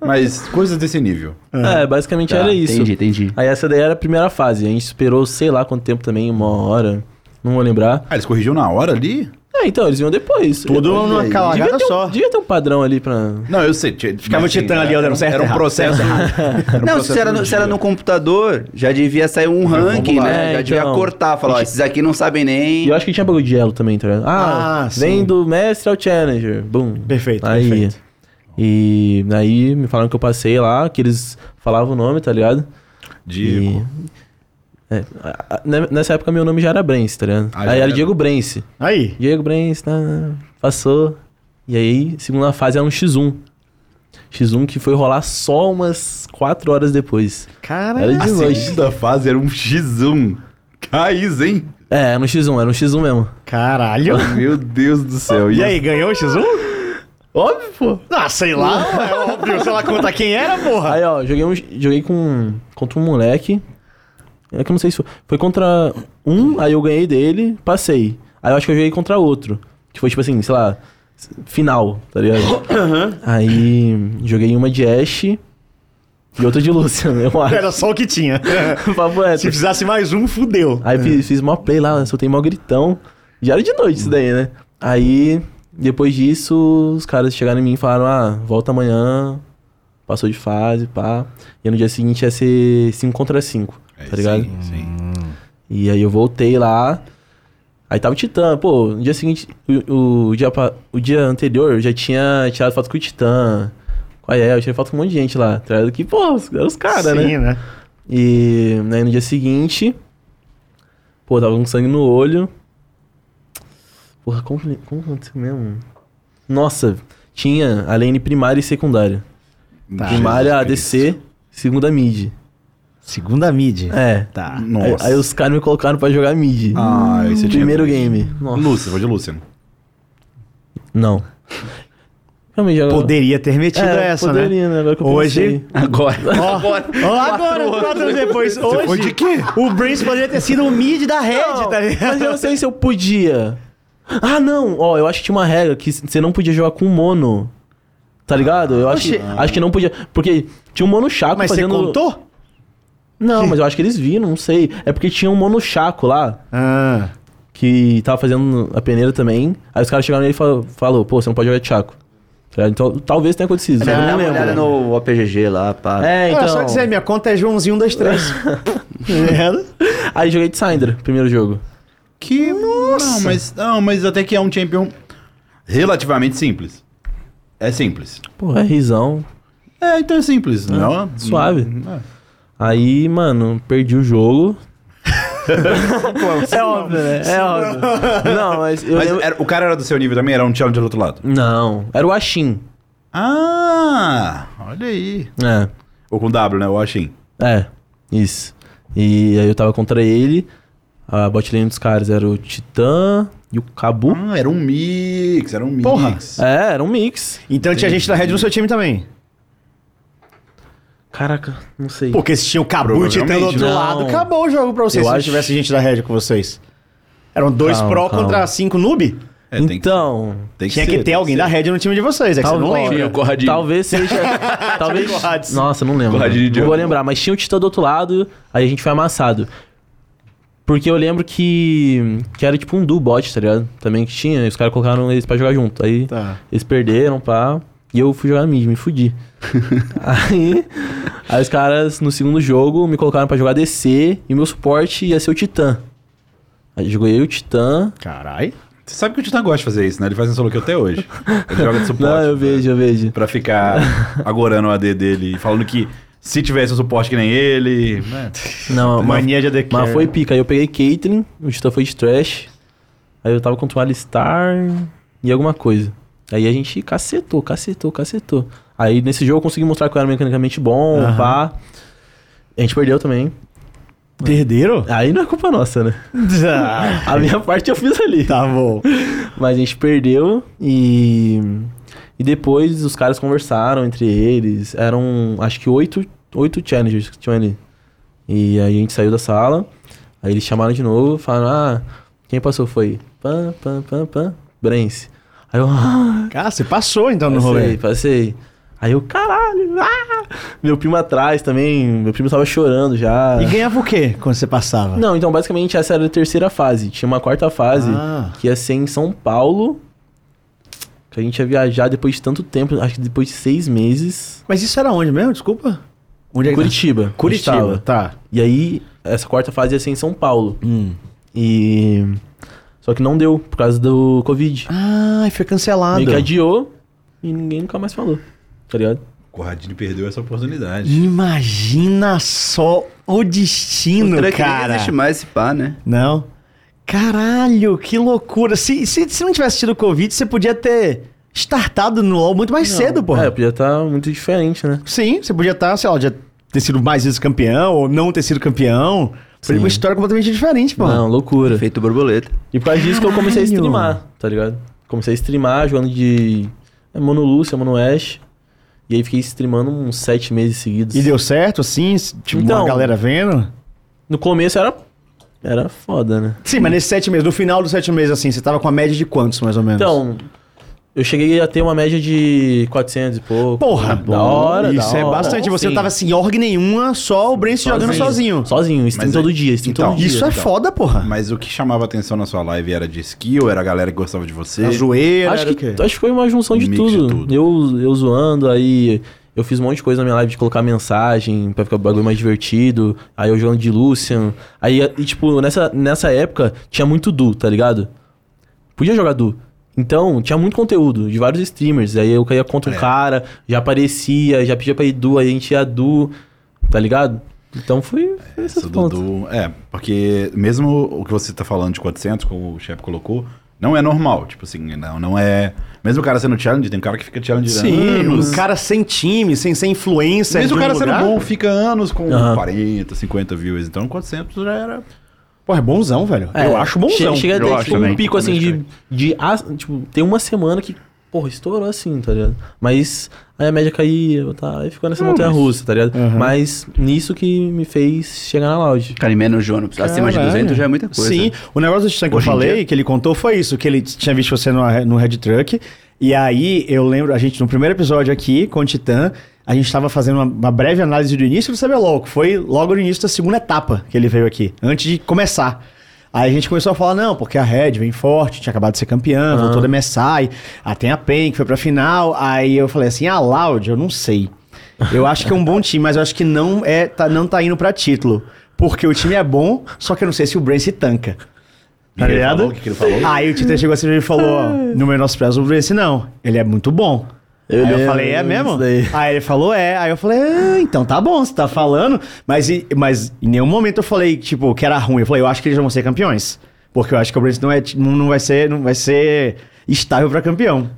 S1: Mas coisas desse nível.
S3: É, basicamente
S4: Tá,
S3: era isso.
S4: Entendi, entendi.
S3: Aí essa daí era a primeira fase. A gente esperou sei lá quanto tempo também, uma hora. Não vou lembrar.
S1: Ah, eles corrigiam na hora ali?
S3: É, então, eles vinham depois.
S2: Tudo
S3: Depois,
S2: numa
S3: aí.
S2: calagada
S3: devia ter um-
S2: só.
S3: Devia ter um padrão ali pra.
S1: Não, eu sei. tinha-
S2: Ficava
S1: mas,
S2: o Titã ali, ó,
S1: era,
S2: dando
S1: um-
S2: certo,
S1: Era um
S2: errado,
S1: processo. era um
S4: não,
S1: processo
S4: se era,
S1: do
S4: no, se era
S1: dia.
S4: no computador, já devia sair um ranking,
S1: vamos lá.
S4: né?
S3: É,
S4: já devia
S3: então.
S4: cortar, falar, ó, esses aqui não sabem nem.
S3: E eu acho que tinha bagulho de elo também, tá ligado? Ah,
S2: Ah,
S3: vem
S2: sim.
S3: do mestre ao challenger. Boom.
S2: Perfeito,
S3: aí,
S2: perfeito.
S3: E aí me falaram que eu passei lá, que eles falavam o nome, tá ligado?
S1: Diego.
S3: E- é, a- a- ne- nessa época meu nome já era Brence, tá ligado?
S1: Ah, já
S3: aí era
S1: era.
S3: Diego Brence.
S2: Aí.
S3: Diego Brence, tá, passou. E aí, segunda fase era um X1. X1 que foi rolar só umas 4 horas depois.
S2: Cara,
S3: Era de
S1: A
S3: noite.
S1: segunda fase era um X1. Caiz, hein?
S3: É, era um X1, era um X1 mesmo.
S2: caralho.
S1: Meu Deus do céu.
S2: E aí, ganhou o X1?
S3: Óbvio, pô.
S2: Ah, sei lá, é óbvio. Sei lá conta quem era, porra.
S3: Aí, ó, joguei, um, joguei com, contra um moleque. É que eu não sei se foi. Foi contra um, aí eu ganhei dele, passei. Aí eu acho que eu joguei contra outro. Que foi tipo assim, sei lá, s- final, tá ligado? Aí joguei uma de Ashe e outra de Lucian, eu acho.
S2: Era só o que tinha.
S3: Papo reto.
S2: Se precisasse mais um, fudeu.
S3: Aí fiz, fiz mó play lá, soltei mó gritão. Já era de noite isso daí, né? Aí, depois disso, os caras chegaram em mim e falaram, ah, volta amanhã, passou de fase, pá. E no dia seguinte ia ser 5 contra 5, tá ligado?
S1: Sim, sim.
S3: E aí eu voltei lá, aí tava o Titã, pô, no dia seguinte, o, o dia, pa- o dia anterior eu já tinha tirado foto com o Titã, com a Yel, eu tirei foto com um monte de gente lá, atrás que, pô, os- eram os caras, né?
S2: Sim, né?
S3: E aí no dia seguinte, pô, tava com sangue no olho. Porra, como, que- como que aconteceu mesmo? Nossa, tinha a lane primária e secundária.
S2: Tá.
S3: primária
S1: Hum, Ah, Jesus
S3: ADC, segunda mid.
S2: Segunda mid.
S3: É.
S2: Tá.
S1: Nossa.
S3: Aí, aí os caras me colocaram pra jogar mid.
S1: Ah, esse
S3: Primeiro
S1: tinha...
S3: game. Nossa.
S1: Lúcio, vou de Lúcio.
S3: Não. Realmente, agora...
S2: Poderia ter metido
S3: É,
S2: essa, né?
S3: poderia, né? Agora que eu
S2: Hoje-
S3: pensei.
S4: Agora.
S2: Ó,
S4: Agora.
S2: ó, agora, quatro anos depois, hoje,
S1: foi de quê?
S2: o Brains poderia ter sido o mid da Red,
S3: Não,
S2: tá ligado?
S3: Mas eu não sei se eu podia. Ah, não! Ó, eu acho que tinha uma regra que você não podia jogar com mono. Tá ligado? Eu acho,
S2: Oxi.
S3: acho que não podia. Porque tinha um mono chaco
S2: Mas
S3: fazendo.
S2: você contou?
S3: Não, mas eu acho que eles viram, não sei. É porque tinha um mono chaco lá
S2: Ah,
S3: que tava fazendo a peneira também. Aí os caras chegaram nele e falaram: falou, pô, você não pode jogar de chaco. Tá ligado? Então talvez tenha acontecido.
S4: Deve
S3: eu
S4: dar
S3: não
S4: uma
S3: lembro.
S4: olhada no OPGG lá, pá.
S3: É,
S2: Olha, só
S3: então.
S2: dizer, minha conta é Joãozinho 123. É.
S3: Aí joguei de Syndra, primeiro jogo.
S1: Que. Não, mas, não, mas até que é um champion relativamente simples. É simples.
S3: Pô, é risão.
S1: É, então é simples. não, é-
S3: suave.
S2: Uhum.
S1: É.
S3: Aí, mano, perdi o jogo. é óbvio, né? É óbvio. Não, mas eu
S1: Mas
S3: lembro...
S1: era- o cara era do seu nível também? Era um challenger do outro lado?
S3: Não, era o Ashin.
S1: Ah, olha aí.
S3: É,
S1: Ou com W, né? O Ashin.
S3: é, isso. E aí eu tava contra ele. A botlane dos caras era o Titã e o Cabu.
S1: Ah, era um mix, era um mix.
S2: Porra.
S3: É, era um mix.
S2: Então tinha gente da Red no seu time também.
S3: Caraca, não sei.
S2: Porque se tinha o Cabu e Titã do outro
S3: Provavelmente.
S2: lado,
S3: Não.
S2: acabou o jogo pra vocês
S3: Eu
S2: se não
S3: acho-
S2: tivesse gente da Red com vocês. Eram dois
S3: Calma,
S2: pro
S3: calma.
S2: contra cinco noob?
S1: É, tem que-
S3: então,
S1: tem
S2: Tinha
S1: ser,
S2: que ter
S1: tem
S2: alguém
S1: ser.
S2: da Red no time de vocês, é que você não
S3: Talvez-
S2: lembra.
S4: Tinha o Corradinho.
S3: Talvez seja. talvez.
S2: Tinha o Corrades.
S3: Nossa, não lembro.
S1: Corradinho de
S3: Não vou
S1: ouro.
S3: lembrar, mas tinha o Titã do outro lado, aí a gente foi amassado. Porque eu lembro que. que era tipo um duo bot, tá ligado? Também que tinha, e os caras colocaram eles pra jogar junto. Aí
S2: Tá.
S3: eles perderam, pá. E eu fui jogar mid, me fudi. aí, aí os caras, no segundo jogo, me colocaram pra jogar DC e meu suporte ia ser o Titã. Aí jogou eu e o Titã.
S2: Caralho.
S1: Você sabe que o Titã gosta de fazer isso, né? Ele faz um solo que até hoje. Ele joga de suporte.
S3: Não, eu vejo, eu vejo.
S1: Pra ficar agorando o AD dele e falando que se tivesse um suporte que nem ele. né?
S3: Não, mas
S2: Mania de ADC.
S3: Mas foi pica. Aí eu peguei Caitlyn, o Titã foi de trash. Aí eu tava contra o Alistar e alguma coisa. Aí a gente cacetou, cacetou, cacetou. Aí nesse jogo eu consegui mostrar que eu era mecanicamente bom,
S2: Aham.
S3: pá. A gente perdeu também.
S2: Perderam?
S3: Aí não é culpa nossa, né?
S2: Tá.
S3: A minha parte eu fiz ali.
S2: Tá bom.
S3: Mas a gente perdeu e. E depois os caras conversaram entre eles. Eram, acho que oito, oito challengers que tinham ali. E aí a gente saiu da sala. Aí eles chamaram de novo, falaram: Ah, quem passou foi. Pam, pam, pam, pam. Brence. Aí eu. Ah,
S2: Cara, você passou então no
S3: passei,
S2: rolê.
S3: passei. Aí eu, caralho, ah! Meu primo atrás também. Meu primo tava chorando já.
S2: E ganhava o quê quando você passava?
S3: Não, então basicamente essa era a terceira fase. Tinha uma quarta fase
S2: Ah.
S3: que ia ser em São Paulo. Que a gente ia viajar depois de tanto tempo, acho que depois de seis meses.
S2: Mas isso era onde mesmo? Desculpa. Onde é que
S3: Curitiba.
S2: tá? Curitiba.
S3: a gente tava.
S2: Tá.
S3: E aí, essa quarta fase ia ser em São Paulo.
S2: Hum.
S3: E. Só que não deu, por causa do Covid.
S2: Ah, foi cancelado.
S3: Meio que adiou e ninguém nunca mais falou. Tá ligado?
S1: O Corradini perdeu essa oportunidade.
S2: Imagina só o destino,
S4: Outra que nem
S2: cara.
S4: existe mais esse pá, né?
S2: Não. Caralho, que loucura. Se, se, se não tivesse tido Covid, você podia ter startado no LoL muito mais cedo, pô.
S3: É, podia estar muito diferente, né?
S2: Sim, você podia estar, sei lá, já ter sido mais vezes campeão ou não ter sido campeão. Seria uma
S3: Sim.
S2: história completamente diferente, pô.
S3: Não, loucura.
S4: Feito borboleta.
S3: E por causa disso que eu comecei a
S2: Caralho.
S3: streamar, tá ligado? Comecei a streamar jogando de é, Mono Lúcia, Mono Ash. E aí fiquei streamando uns sete meses seguidos.
S2: E deu certo, assim? Tipo, uma
S3: Então.
S2: galera vendo?
S3: No começo era. Era foda, né?
S2: Sim, mas nesses sete meses, no final dos sete meses, assim, você tava com a média de quantos, mais ou menos?
S3: Então, eu cheguei a ter uma média de 400 e pouco.
S2: Porra,
S3: da hora.
S2: Isso
S3: da
S2: é
S3: hora.
S2: bastante. Você
S3: Sim.
S2: não tava sem org nenhuma, só o Brent jogando sozinho.
S3: Sozinho, stream
S1: Mas
S3: todo
S1: é-
S3: dia, stream
S1: então,
S3: todo dia.
S2: Isso é
S1: Então.
S2: foda, porra.
S1: Mas o que chamava atenção na sua live era de skill, era a galera que gostava de você.
S2: A zoeira,
S3: acho,
S2: era o
S3: que,
S2: quê?
S3: acho que foi uma junção de
S1: Mix de
S3: tudo.
S1: tudo.
S3: Eu, eu zoando, aí eu fiz um monte de coisa na minha live de colocar mensagem pra ficar o bagulho mais divertido. Aí eu jogando de Lucian. Aí, e, tipo, nessa, nessa época tinha muito Du, tá ligado? Podia jogar Du. Então, tinha muito conteúdo de vários streamers. Aí eu caía contra
S1: É.
S3: o cara, já aparecia, já pedia pra Edu, aí a gente ia Du, tá ligado? Então foi, foi essas
S1: Essa
S3: contas.
S1: Dudu. É, porque mesmo o que você tá falando de 400, como o chefe colocou, não é normal. Tipo assim, não, não é. Mesmo o cara sendo challenge, tem um cara que fica challenge
S2: Sim,
S1: anos.
S2: um cara sem time, sem ser influencer.
S1: Mesmo o
S2: de um
S1: cara sendo
S2: lugar.
S1: bom, fica anos com
S3: Aham.
S1: 40, 50 views. Então 400 já era.
S2: Porra, é bonzão, velho.
S3: É,
S2: eu acho bonzão.
S3: che- Chega a
S1: Eu
S3: ter,
S1: acho
S3: tipo,
S1: também.
S3: um pico assim de.
S1: Também
S3: de ah, tipo, tem uma semana que, porra, estourou assim, tá ligado? Mas aí a média caía, tá, aí ficou nessa montanha russa, tá ligado?
S2: Aham.
S3: Mas nisso que me fez chegar na lounge.
S4: Cara, em menos Jono, acima de um
S2: Caralho.
S4: 200 já é muita coisa.
S2: Sim, o negócio do Stan que eu
S4: Hoje em
S2: falei, que ele contou, foi isso, que ele tinha visto você no, no Red Truck. E aí, eu lembro, a gente, no primeiro episódio aqui, com o Titã, a gente estava fazendo uma, uma breve análise do início do CBLOL, que foi logo no início da segunda etapa que ele veio aqui, antes de começar. Aí a gente começou a falar, não, porque a Red vem forte, tinha acabado de ser campeã, voltou da MSI, ah, tem a PEN que foi pra final. Aí eu falei assim, a Loud, eu não sei. Eu acho que é um bom time, mas eu acho que não é, tá, não tá indo pra título. Porque o time é bom, só que eu não sei se o Brain se tanca. Tá
S1: Ele
S2: ligado?
S1: falou o que que ele falou?
S2: Aí o Tita chegou assim e falou: ó, no menosprezo o Brain não, ele é muito bom.
S3: Eu
S2: aí eu
S3: lembro
S2: falei, é
S3: disso
S2: mesmo?
S3: daí.
S2: Aí ele falou, é. Aí eu falei, ah, então tá bom, você tá falando. Mas, e- mas em nenhum momento eu falei, tipo, que era ruim. Eu falei, eu acho que eles vão ser campeões. Porque eu acho que o Brain não, é, ti- não não vai ser, não vai ser estável pra campeão.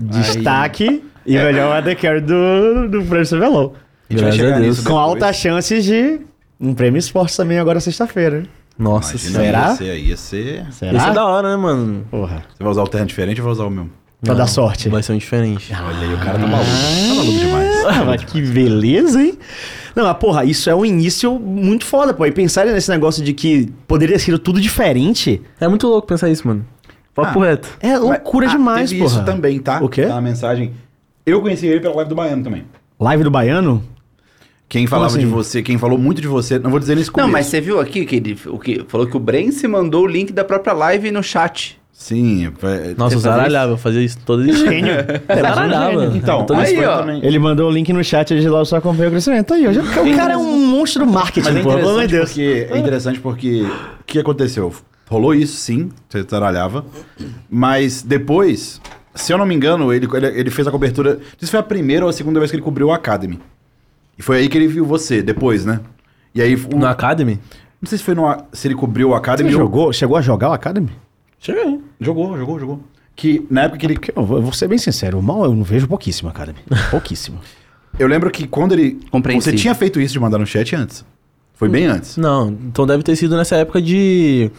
S2: Destaque e melhor AD Carry do, do Prêmio CBLOL.
S1: A gente vai
S3: Graças
S1: chegar
S3: a Deus.
S1: nisso
S2: Com
S1: depois.
S2: altas chances de um prêmio esporte também agora sexta-feira. hein?
S3: Nossa
S1: Imagina,
S3: senhora.
S2: será?
S1: ia ser, ia ser.
S2: Será?
S3: Isso é da hora, né, mano?
S2: Porra.
S1: Você vai usar o terno diferente ou vai usar o mesmo?
S2: Pra
S3: Não,
S2: dar sorte.
S3: Vai ser um diferente.
S1: Olha aí, o cara tá maluco. Tá maluco
S2: Ah,
S1: demais.
S2: mas que beleza, hein? Não, mas porra, isso é um início muito foda, pô. E pensar nesse negócio de que poderia ter sido tudo diferente
S3: É muito louco pensar isso, mano. Papo
S1: Ah.
S3: reto.
S2: é loucura
S1: Ah,
S2: demais,
S1: teve
S2: porra.
S1: isso também, tá?
S2: O quê?
S1: Tá uma mensagem. Eu conheci ele pela live do Baiano também.
S2: Live do Baiano?
S1: Quem falava
S2: assim?
S1: de você, quem falou muito de você, não vou dizer nesse
S4: Não,
S1: começo.
S4: mas você viu aqui que ele o que, falou que o Brence mandou o link da própria live no chat.
S1: Sim, é-
S3: Nossa, eu
S4: Você fazia
S3: zaralhava, eu fazia isso todo dia.
S2: Gênio.
S3: Zaralhava.
S1: Então,
S3: Todo
S1: aí,
S4: isso foi
S1: ó.
S4: também.
S2: Ele mandou o link no chat, ele lá só acompanhou o crescimento. Aí, hoje o cara é um monstro do marketing,
S1: Mas é
S2: pô. Tipo, Pelo amor
S1: interessante,
S2: de Deus.
S1: porque, é interessante porque o que aconteceu? Rolou isso, sim, você trabalhava. Mas depois, se eu não me engano, ele, ele, ele fez a cobertura. Não sei se foi a primeira ou a segunda vez que ele cobriu o Academy. E foi aí que ele viu você, depois, né? E aí. o-
S3: No Academy?
S1: Não sei se foi no, a- se ele cobriu o
S2: Você
S1: Academy. ou-
S2: jogou, chegou a jogar o Academy?
S3: Chega aí.
S1: Jogou, jogou, jogou. Que na época que ele.
S2: Porque eu vou eu vou ser bem sincero, o mal eu não vejo pouquíssimo Academy. Pouquíssimo.
S1: Eu lembro que quando ele.
S4: Compreensível.
S1: Você tinha feito isso de mandar no chat antes? Foi bem antes.
S3: Não, então deve ter sido nessa época de.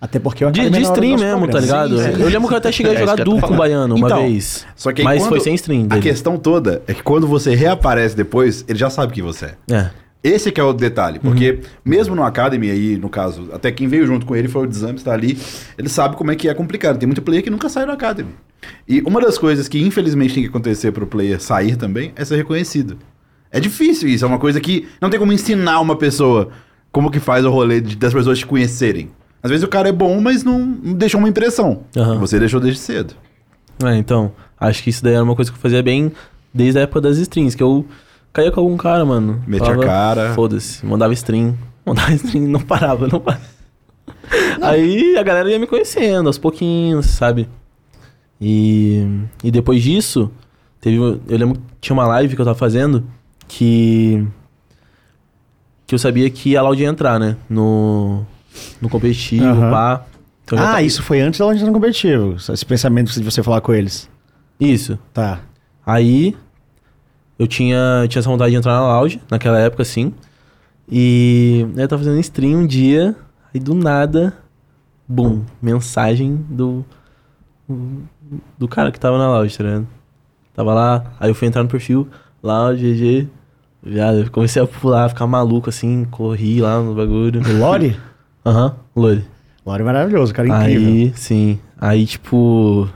S2: Até porque o
S3: De,
S2: Academy
S3: de
S2: é na hora
S3: stream
S2: dos
S3: mesmo, tá
S2: programas.
S3: ligado?
S1: Sim, sim.
S3: Eu lembro que eu até cheguei a
S4: É
S3: jogar
S4: isso que eu tô
S3: duo com o
S4: falando.
S3: baiano uma
S1: Então,
S3: vez.
S1: Só que aí
S3: mas
S1: quando-
S3: foi sem stream.
S1: A
S3: Dele.
S1: questão toda é que quando você reaparece depois, ele já sabe quem você é.
S3: É.
S1: Esse que é o detalhe, porque mesmo no Academy aí, no caso, até quem veio junto com ele foi o Desamps, tá ali, ele sabe como é que é complicado. Tem muito player que nunca sai do Academy. E uma das coisas que infelizmente tem que acontecer pro player sair também é ser reconhecido. É difícil isso, é uma coisa que não tem como ensinar uma pessoa como que faz o rolê de- das pessoas te conhecerem. Às vezes o cara é bom, mas não, não deixou uma impressão.
S3: Aham.
S1: E Você deixou desde cedo.
S3: É, então, acho que isso daí era uma coisa que eu fazia bem desde a época das streams, que eu caía com algum cara, mano.
S1: Metia a cara.
S3: Foda-se, mandava stream. Mandava stream, não parava, não parava. Aí a galera ia me conhecendo aos pouquinhos, sabe? E, e depois disso, teve. um, Eu lembro que tinha uma live que eu tava fazendo que. Que eu sabia que a Loud ia entrar, né? No. No competitivo,
S2: Aham.
S3: pá. Então eu já
S2: Ah,
S3: tava-
S2: isso foi antes da loja no competitivo. Esse pensamento de você falar com eles.
S3: Isso.
S2: Tá.
S3: Aí eu tinha, tinha essa vontade de entrar na lounge, naquela época, assim. E aí eu tava fazendo stream um dia, aí do nada, bum, mensagem do. do cara que tava na lounge, tá ligado? Tava lá, aí eu fui entrar no perfil, lounge, GG. Viado, eu comecei a pular, ficar maluco assim, corri lá no bagulho.
S2: O Lore?
S3: Aham, Lore.
S2: Lore é maravilhoso, cara é incrível.
S3: Aí, sim. Aí, tipo.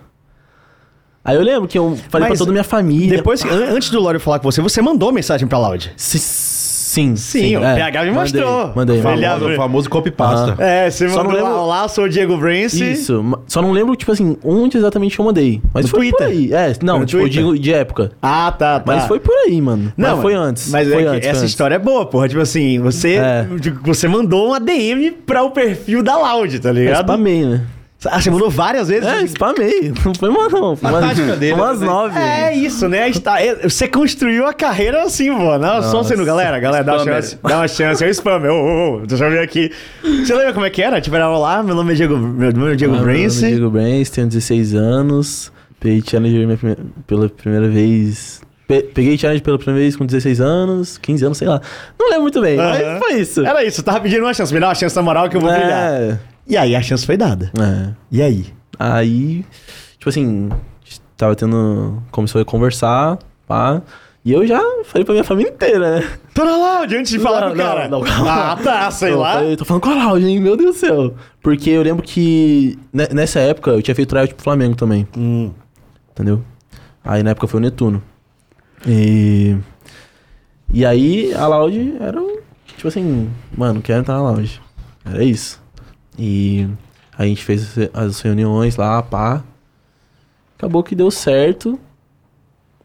S3: Aí eu lembro que eu falei pra
S2: Mas
S3: toda a minha
S2: E
S3: família.
S2: depois, an- antes do Lore falar com você, você mandou mensagem pra Loud.
S3: Si- Sim, sim.
S2: Sim, o PH me mostrou. ah,
S3: Mandei, mandei.
S2: Ele
S1: Famoso-
S2: abre-
S1: o famoso copy-pasta.
S2: É, você
S3: Só
S2: mandou
S3: não
S2: lá,
S3: lembro-
S2: olá, sou o Diego Brance.
S3: Isso, ma- só não lembro, tipo assim, onde exatamente eu mandei. Mas
S2: No
S3: foi
S2: Twitter?
S3: por aí. É,
S2: Foi
S3: não,
S2: no
S3: tipo, eu
S2: Twitter?
S3: digo de época.
S2: Ah, tá, tá.
S3: Mas foi por aí, mano. Não, foi antes.
S2: Mas
S3: foi
S2: é que
S3: antes, foi
S2: essa
S3: antes.
S2: história é boa, porra. Tipo assim, você,
S3: É.
S2: tipo, você mandou uma DM pra o perfil da Loud, tá
S3: Eu
S2: ligado?
S3: spamei, né?
S2: Ah, você mudou várias vezes?
S3: É, spamei. Não foi uma, não. Foi
S2: A
S3: umas,
S2: tática dele,
S3: umas
S2: né?
S3: nove.
S2: É isso, né? Está, é, você construiu a carreira assim, pô. Não, só sendo, galera, galera, dá uma
S4: Spammer.
S2: chance. Dá uma chance. É o spam. Ô, ô, ô, deixa eu ver aqui. Você lembra como é que era? Tipo, era olá, meu nome é Diego, meu nome é Diego
S3: Ah, meu nome é
S2: Brance.
S3: Diego Brains, tenho 16 anos. Peguei challenge minha prime- pela primeira vez. Pe- Peguei challenge pela primeira vez com 16 anos, 15 anos, sei lá. Não lembro muito bem,
S2: Aham.
S3: mas foi isso.
S2: Era isso, eu tava pedindo uma chance. Me dá uma chance na moral que eu vou brilhar.
S3: é,
S2: E aí a chance foi dada.
S3: é.
S2: E aí?
S3: Aí, tipo assim, tava tendo. Começou a conversar, pá. E eu já falei pra minha família inteira, né?
S2: Tô na loud antes de falar
S3: Não,
S2: com o cara.
S3: não, não, calma.
S2: ah, tá, sei
S3: Eu
S2: lá.
S3: falei, tô falando com a Laude, hein? Meu Deus do céu. Porque eu lembro que ne- nessa época eu tinha feito tryout pro Flamengo também.
S2: Hum.
S3: Entendeu? Aí na época foi o Netuno. E. E aí a Loud era. um- Tipo assim, mano, quero entrar na Loud. Era isso. E a gente fez as- as reuniões lá, pá. Acabou que deu certo.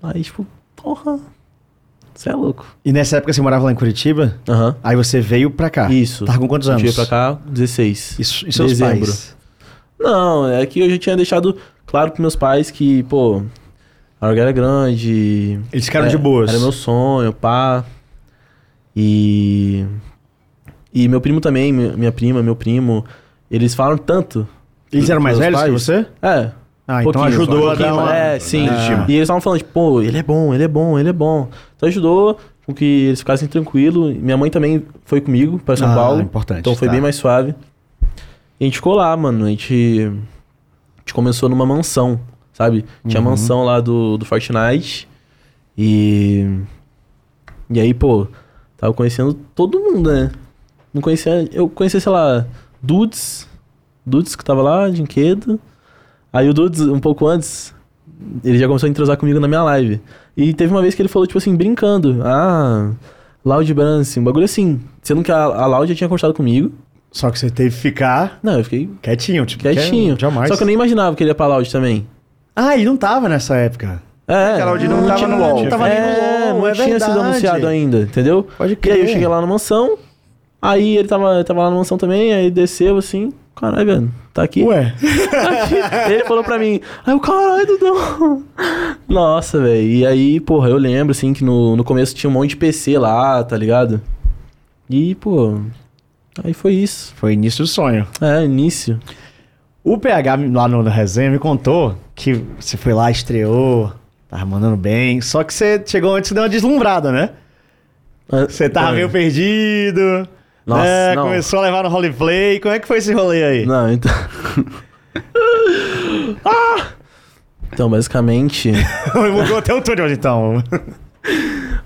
S3: Aí, tipo, porra. Você é louco.
S2: E nessa época você morava lá em Curitiba?
S3: Aham.
S2: Aí você veio pra cá.
S3: Isso.
S2: Tava com quantos
S3: Eu
S2: anos?
S3: cheguei pra cá, 16.
S2: Isso, e seus
S3: Dezembro.
S2: pais?
S3: Não, é que eu já tinha deixado claro pros meus pais que, pô, a Orga era grande.
S2: Eles ficaram
S3: é,
S2: de boas.
S3: Era meu sonho, pá. E. E meu primo também, mi- minha prima, meu primo, eles falam tanto.
S2: Eles eram mais
S3: meus
S2: velhos que
S3: pais.
S2: você?
S3: É.
S2: Ah, então
S3: pouquinho,
S2: ajudou a dar
S3: pouquinho,
S2: uma...
S3: É, sim.
S2: Ah.
S3: E eles estavam falando, tipo, pô, ele é bom, ele é bom, ele é bom. Então ajudou com que eles ficassem tranquilos. Minha mãe também foi comigo pra São
S2: Ah,
S3: Paulo.
S2: importante,
S3: Então foi
S2: tá.
S3: bem mais suave. E a gente ficou lá, mano. A gente, a gente começou numa mansão, sabe? Tinha a mansão lá do, do Fortnite. E. E aí, pô, tava conhecendo todo mundo, né? Não conhecia. Eu conhecia, sei lá, Dudes. Dudes que tava lá, Dinquedo. Aí o Dudes, um pouco antes, ele já começou a entrosar comigo na minha live. E teve uma vez que ele falou, tipo assim, brincando. Ah, Loud Brance, um bagulho assim. Sendo que a, a Loud já tinha conversado comigo.
S2: Só que você teve que ficar
S3: Não, eu fiquei
S2: quietinho, tipo...
S3: quietinho.
S2: quieto, Jamais.
S3: Só que eu nem imaginava que ele ia pra Loud também.
S2: Ah, ele não tava nessa época.
S3: É.
S4: a Loud não tava
S1: tinha-
S4: no LoL.
S2: não tava nem no
S3: é,
S2: LOL,
S3: não
S2: é
S3: tinha sido
S2: verdade.
S3: anunciado ainda, entendeu?
S2: Pode
S3: E aí eu
S2: crer.
S3: cheguei lá na mansão, aí ele tava, tava lá na mansão também, aí desceu assim, caralho, velho, tá aqui.
S2: Ué.
S3: Tá aqui. ele falou pra mim, aí o caralho, Dudão. Nossa, velho, e aí, porra, eu lembro assim que no, no começo tinha um monte de PC lá, tá ligado? E, pô, aí foi isso.
S2: Foi início do sonho.
S3: É, início.
S2: O PH lá no, na resenha me contou que você foi lá, estreou, tava mandando bem, só que você chegou antes e deu uma deslumbrada, né? Você tava
S3: É.
S2: meio perdido.
S3: Nossa,
S2: né?
S3: não.
S2: Começou a levar no roleplay. Como é que foi esse rolê aí?
S3: Não, então. Ah! Então, basicamente.
S2: Mudou até o túnel, então.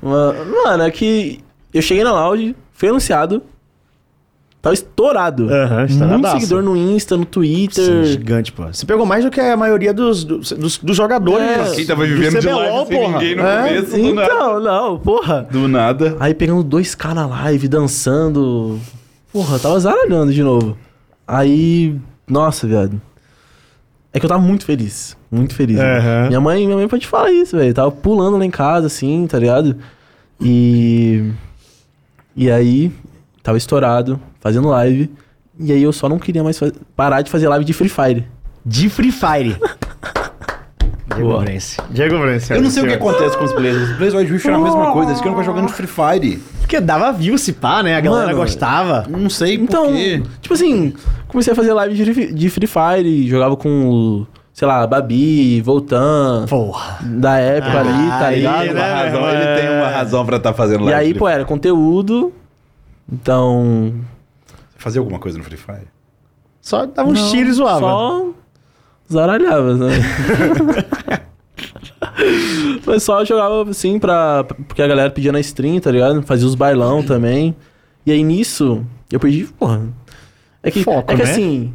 S3: ma- Mano, é que eu cheguei na Loud, fui anunciado. Tava estourado.
S2: Aham,
S3: Muito
S2: estouradaço.
S3: seguidor no Insta, no
S2: Você é
S3: Twitter.
S2: gigante, pô. Você pegou mais do que a maioria dos, dos, dos- dos jogadores.
S3: É,
S2: pô.
S1: Quem tava
S2: Do
S1: vivendo de
S2: CBLOL,
S1: live sem
S2: porra.
S1: ninguém no
S2: É?
S1: começo, do nada.
S3: então, não, porra.
S1: Do nada.
S3: Aí pegando 2K na live, dançando. Porra, eu tava zaralhando de novo. Aí. Nossa, viado. É que eu tava muito feliz. Muito feliz. né?
S2: Aham.
S3: Minha mãe, minha mãe pode falar isso, velho. Tava pulando lá em casa, assim, tá ligado? E. E aí, tava estourado, fazendo live. E aí eu só não queria mais faz- parar de fazer live de Free Fire.
S2: De Free Fire. Diego
S3: Boa.
S2: Brence. Diego Brence.
S1: Eu não sei o que
S2: senhor.
S1: acontece com os players. Os players Wild Rift é a mesma coisa. Eles querem ficar jogando Free Fire.
S2: Porque dava view se pá, né? A galera
S3: Mano,
S2: gostava.
S1: Não sei
S3: Então,
S1: por quê.
S3: tipo assim, comecei a fazer live de Free- de Free Fire, jogava com, sei lá, Babi, Voltan,
S2: Porra.
S3: da época
S2: Ah,
S3: ali, tá
S2: aí,
S3: ligado?
S1: Tem uma
S2: né?
S1: razão,
S2: é.
S1: Ele tem uma razão pra estar fazendo
S3: E
S1: live.
S3: aí,
S1: Free
S3: pô, era conteúdo. Então.
S1: Fire. Fazer alguma coisa no Free Fire?
S2: Só dava uns tiros e zoava.
S3: Só zaralhava, né? o pessoal jogava assim pra. Porque a galera pedia na stream, tá ligado? Fazia os bailão também. E aí nisso, eu perdi, porra. É que,
S2: Foco,
S3: é que
S2: né?
S3: assim.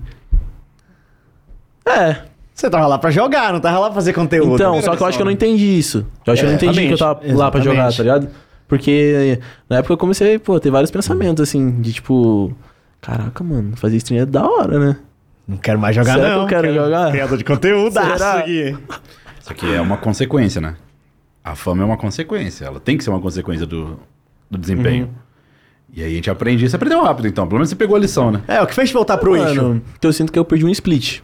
S3: É,
S2: Você tava lá pra jogar, não tava lá pra fazer conteúdo.
S3: Então, só que eu acho que eu
S1: né?
S3: não entendi isso. Eu acho que eu
S1: É,
S3: não entendi que eu tava lá pra
S2: exatamente.
S3: jogar, tá ligado? Porque na época eu comecei, pô, ter vários pensamentos, assim, de tipo... Caraca, mano, fazer stream é da hora, né?
S2: Não quero mais jogar,
S3: Será que
S2: não.
S3: eu quero jogar?
S2: Criador de conteúdo.
S3: Será?
S2: aqui.
S1: Isso aqui é uma consequência, né? A fama é uma consequência. Ela tem que ser uma consequência do, do desempenho.
S3: Uhum.
S1: E aí a gente aprende. Você aprendeu rápido, então. Pelo menos você pegou a lição, né?
S2: É, o que fez voltar pro
S3: mano,
S2: eixo?
S3: que eu sinto que eu perdi um split.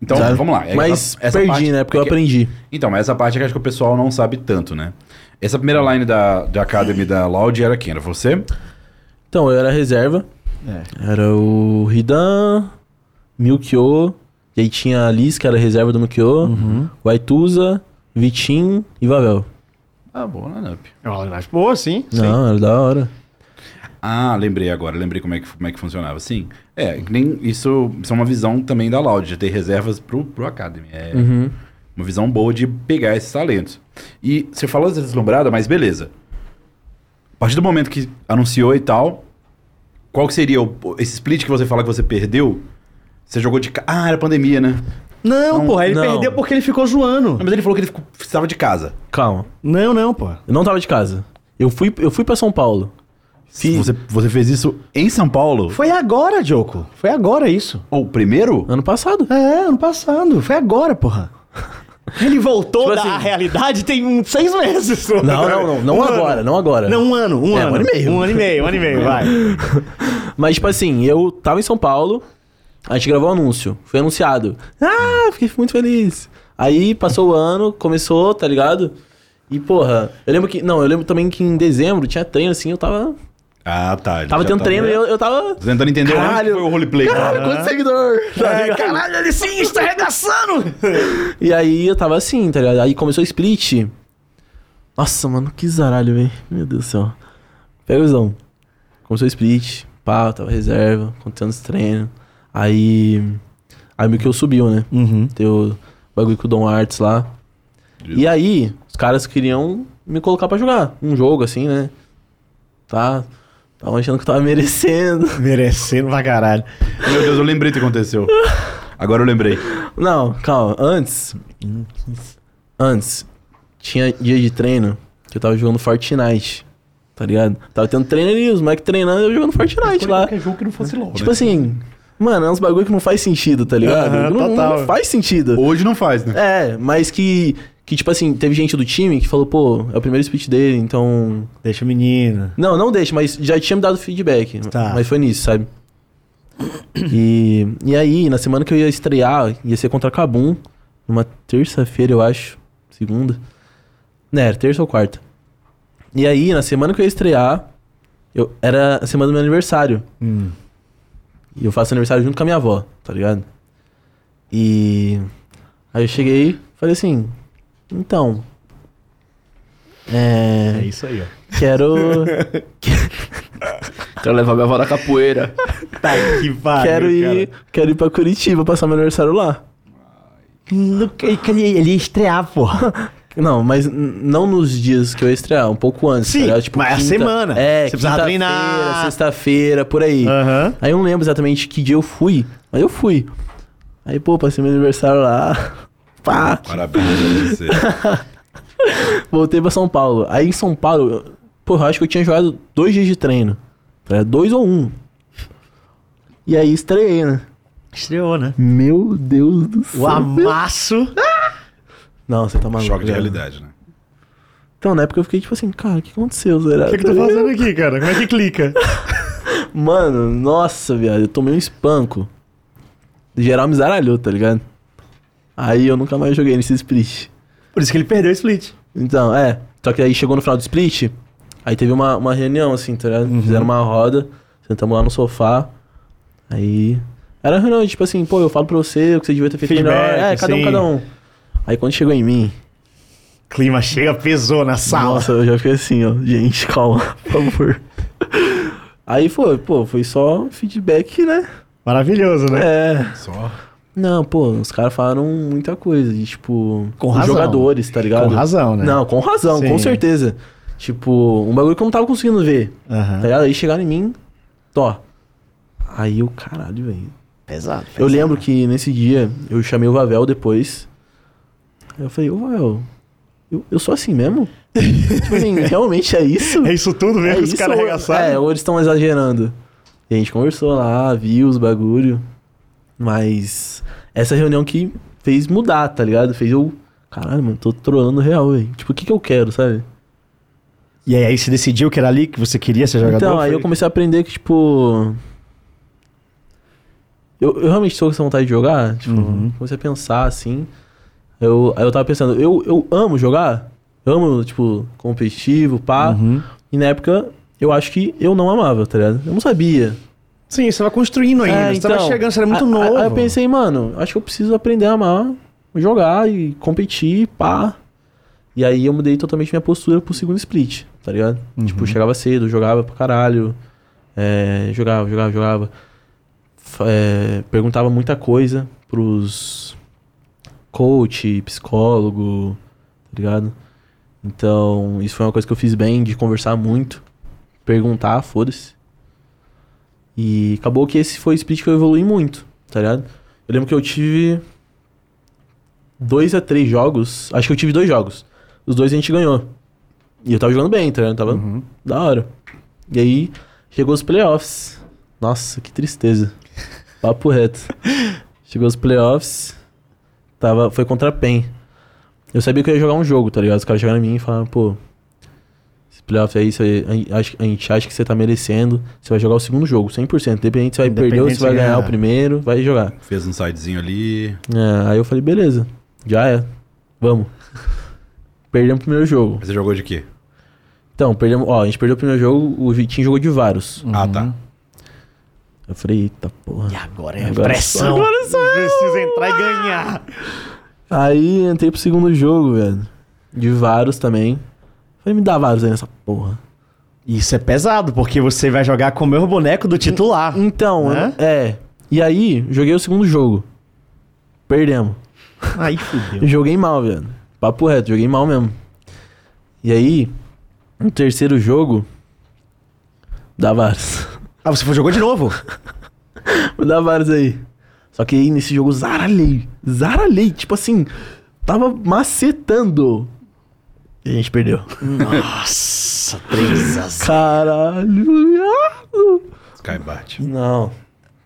S1: Então,
S3: sabe?
S1: vamos lá. É
S3: Mas
S1: essa- essa
S3: perdi,
S1: parte-
S3: né? Porque eu
S1: é que-
S3: aprendi.
S1: Então, mas essa parte é que eu acho que o pessoal não sabe tanto, né? Essa primeira line da, da Academy da Loud era quem? Era você?
S3: Então, eu era reserva.
S1: É.
S3: Era o Hidan, Milkyo, e aí tinha a Liz, que era reserva do Milkyo,
S1: Uhum.
S3: o Aituza, Vitim e Vavel.
S1: Ah, boa line-up.
S2: Mas, pô, sim.
S3: Não, era da hora.
S1: Ah, lembrei agora, lembrei como é que, como é que funcionava. Sim. É, que nem isso, isso é uma visão também da Loud, de ter reservas pro, pro Academy. É
S3: Uhum.
S1: uma visão boa de pegar esses talentos. E você falou dessa deslumbrada, mas beleza. A partir do momento que anunciou e tal, qual que seria o, esse split que você fala que você perdeu? Você jogou de casa. Ah, era pandemia, né?
S2: Não,
S1: Não,
S2: porra, ele
S3: não.
S2: perdeu porque ele ficou
S1: Não,
S2: zoando.
S1: Mas ele falou que ele ficou- estava de casa.
S3: Calma,
S2: Não, não, porra.
S3: eu não tava de casa. Eu fui, eu fui pra São Paulo. Fiz-
S1: Você, você fez isso em São Paulo?
S2: Foi agora, Joko. Foi agora isso.
S1: Ou primeiro?
S3: Ano passado.
S2: É, ano passado. Foi agora, porra. Ele voltou
S3: Tipo
S2: da
S3: assim-
S2: realidade tem uns seis meses. porra.
S3: Não, não, não. Não
S2: Um
S3: agora,
S2: ano.
S3: não agora.
S2: Não, um ano, um
S3: É,
S2: ano.
S3: um ano e meio.
S2: Um ano e meio, um ano e meio, vai.
S3: Mas, tipo assim, eu tava em São Paulo, a gente gravou o anúncio, foi anunciado. Ah, fiquei muito feliz. Aí passou o ano, começou, tá ligado? E, porra, eu lembro que. Não, eu lembro também que em dezembro tinha treino, assim, eu tava.
S1: Ah, tá. ele
S3: Tava
S1: já
S3: tendo treino e eu, eu tava.
S1: Tô Tentando entender onde que
S3: Caralho.
S1: foi o roleplay.
S3: Caralho, quanto seguidor! tá ligado?
S2: É, caralho, ele sim está arregaçando!
S3: E aí eu tava assim, tá ligado? Aí começou o split. Nossa, mano, que zaralho, velho. Meu Deus do céu. Pega o visão. Começou o split, pá, eu tava reserva, contando os treinos. Aí. Aí meio que eu subiu, né?
S2: Uhum.
S3: Tem o bagulho com o Dom Arts lá. E aí, os caras queriam me colocar pra jogar um jogo assim, né? Tá? Tava achando que eu tava merecendo.
S2: Merecendo pra caralho.
S1: Meu Deus, eu lembrei o que aconteceu. Agora eu lembrei.
S3: Não, calma. Antes. Antes. Tinha dia de treino que eu tava jogando Fortnite. Tá ligado? Tava tendo treino ali, os moleques treinando eu jogando Fortnite
S2: é
S3: lá.
S1: jogo que não fosse
S2: né?
S1: LOL,
S3: Tipo assim, mano, é uns bagulho que não faz sentido, tá ligado?
S2: Aham,
S3: não,
S2: total.
S3: não faz sentido.
S1: Hoje não faz, né?
S3: É, mas que. Que, tipo assim, teve gente do time que falou, pô, é o primeiro split dele, então.
S2: Deixa o menino.
S3: Não, não deixa, mas já tinha me dado feedback.
S2: Tá.
S3: Mas foi nisso, sabe? E, e aí, na semana que eu ia estrear, ia ser contra a Kabum, numa terça-feira, eu acho. Segunda. Né, era terça ou quarta. E aí, na semana que eu ia estrear, eu, era a semana do meu aniversário.
S2: Hum.
S3: E eu faço aniversário junto com a minha avó, tá ligado? E. Aí eu cheguei falei assim: então.
S2: É
S3: É.
S2: isso aí, ó.
S3: Quero.
S4: Quero levar minha avó da capoeira.
S2: Tá que pariu,
S3: quero ir, quero ir pra Curitiba passar meu aniversário lá.
S2: Cara. Ele, ele ia estrear, porra.
S3: Não, mas n- não nos dias que eu ia estrear, um pouco antes.
S2: Sim,
S3: ligado?
S2: mas é a semana.
S3: É,
S2: Você precisava
S3: quinta-feira,
S2: treinar.
S3: Sexta-feira, por aí.
S2: Aham.
S3: Aí eu não lembro exatamente que dia eu fui, mas eu fui. Aí, pô, passei meu aniversário lá. Pá,
S1: Parabéns pra você.
S3: voltei pra São Paulo. Aí em São Paulo, eu- pô, eu acho que eu tinha jogado dois dias de treino. Era dois ou um. E aí estreiei, né?
S2: Estreou, né?
S3: Meu Deus do céu.
S2: O amasso.
S3: Não, você tá maluco.
S1: Choque de
S3: velho.
S1: realidade, né?
S3: Então, na época eu fiquei tipo assim, cara, o que aconteceu, Zerado?
S2: O que, que eu tô fazendo aqui, cara? Como é que clica?
S3: Mano, nossa, viado, eu tomei um espanco. Geral me zaralhou, tá ligado? Aí eu nunca mais joguei nesse split.
S2: Por isso que ele perdeu o split.
S3: Então, é. Só que aí chegou no final do split, aí teve uma, uma reunião, assim, tá
S2: Uhum.
S3: ligado? Fizeram uma roda, sentamos lá no sofá. Aí. Era uma reunião, tipo assim, pô, eu falo pra você o que você devia ter feito
S2: Feedback,
S3: melhor. É, cada um,
S2: sim.
S3: cada um. Aí quando chegou em mim,
S2: Clima chega, pesou na sala.
S3: Nossa, eu já fiquei assim, ó. Gente, calma, por favor. Aí foi, pô, foi só feedback, né?
S2: Maravilhoso, né?
S3: É.
S1: Só.
S3: Não, pô, os caras falaram muita coisa, de, tipo.
S2: Com
S3: os
S2: razão.
S3: jogadores, tá ligado?
S2: Com razão, né?
S3: Não, com razão,
S2: Sim.
S3: com certeza. Tipo, um bagulho que eu não tava conseguindo ver,
S2: Aham.
S3: tá ligado? Aí chegaram em mim, ó. Aí eu, caralho, velho.
S2: Pesado,
S3: Eu lembro que nesse dia eu chamei o Vavel depois. Aí eu falei, ô Vavel, eu, eu sou assim mesmo? tipo assim, realmente é isso?
S2: É isso tudo mesmo que os
S3: isso
S2: caras
S3: ou-
S2: arregaçaram?
S3: É, ou eles estão exagerando. E a gente conversou lá, viu os bagulho. Mas essa reunião que fez mudar, tá ligado? Fez eu. Caralho, mano, tô trolando real, velho. Tipo, o que que eu quero, sabe?
S2: E aí, aí você decidiu que era ali que você queria ser jogador?
S3: então, aí
S2: Foi?
S3: eu comecei a aprender que, tipo. Eu, eu realmente estou com essa vontade de jogar. Tipo,
S2: Uhum.
S3: comecei a pensar assim. Eu, aí eu tava pensando, eu, eu amo jogar. Amo, tipo, competitivo, pá.
S2: Uhum.
S3: E na época, eu acho que eu não amava, tá ligado? Eu não sabia.
S2: Sim, você tava construindo ainda.
S3: É,
S2: você tava
S3: então,
S2: chegando, você era muito
S3: a- a-
S2: novo.
S3: Aí eu pensei, mano, acho que eu preciso aprender a amar, jogar e competir, pá. E aí eu mudei totalmente minha postura pro segundo split, tá ligado? Tipo, chegava cedo, jogava pra caralho. é, jogava, jogava, jogava. Fa- é, perguntava muita coisa pros coach, psicólogo, tá ligado? Então, isso foi uma coisa que eu fiz bem, de conversar muito, perguntar, foda-se. E acabou que esse foi o split que eu evolui muito, tá ligado? Eu lembro que eu tive dois a três jogos. Acho que eu tive dois jogos. Os dois a gente ganhou. E eu tava jogando bem, tá ligado? Tava
S2: Uhum.
S3: da hora. E aí, chegou os playoffs. Nossa, que tristeza. Papo reto. Chegou os playoffs. Tava, foi contra a PEN. Eu sabia que eu ia jogar um jogo, tá ligado? Os caras chegaram em mim e falaram, pô, esse playoff aí, você, a, a- a gente acha que você tá merecendo. Você vai jogar o segundo jogo, 100%. Independente se vai perder ou
S2: Independente
S3: se vai
S2: se
S3: ganhar
S2: ganhar.
S3: o primeiro, vai jogar.
S1: Fez um sidezinho ali.
S3: É, aí eu falei, beleza, já é. Vamos. Perdemos o primeiro jogo.
S1: Você jogou de quê?
S3: Então, perdemos. Ó, a gente perdeu o primeiro jogo, o Vitinho jogou de Varus.
S1: Ah, tá.
S3: Uhum. Eu falei, eita porra.
S2: E agora é
S3: Agora
S2: pressão. Agora é um. sou Precisa entrar e ganhar.
S3: Aí entrei pro segundo jogo, velho. De Varus também. Falei, me dá Varus aí nessa porra.
S2: Isso é pesado, porque você vai jogar com o meu boneco do titular.
S3: Então,
S2: Né?
S3: é. E aí, joguei o segundo jogo. Perdemos.
S2: Aí fudeu.
S3: Eu joguei mal, velho. Papo reto, joguei mal mesmo. E aí, no terceiro jogo, dá Varus.
S2: Ah, você jogou de novo?
S3: Vou dar vários aí. Só que aí nesse jogo, zaralei. Zaralei. Tipo assim, tava macetando. E a gente perdeu.
S2: Nossa, 3 a 0.
S3: Caralho. viado.
S1: Sky bate.
S3: Não.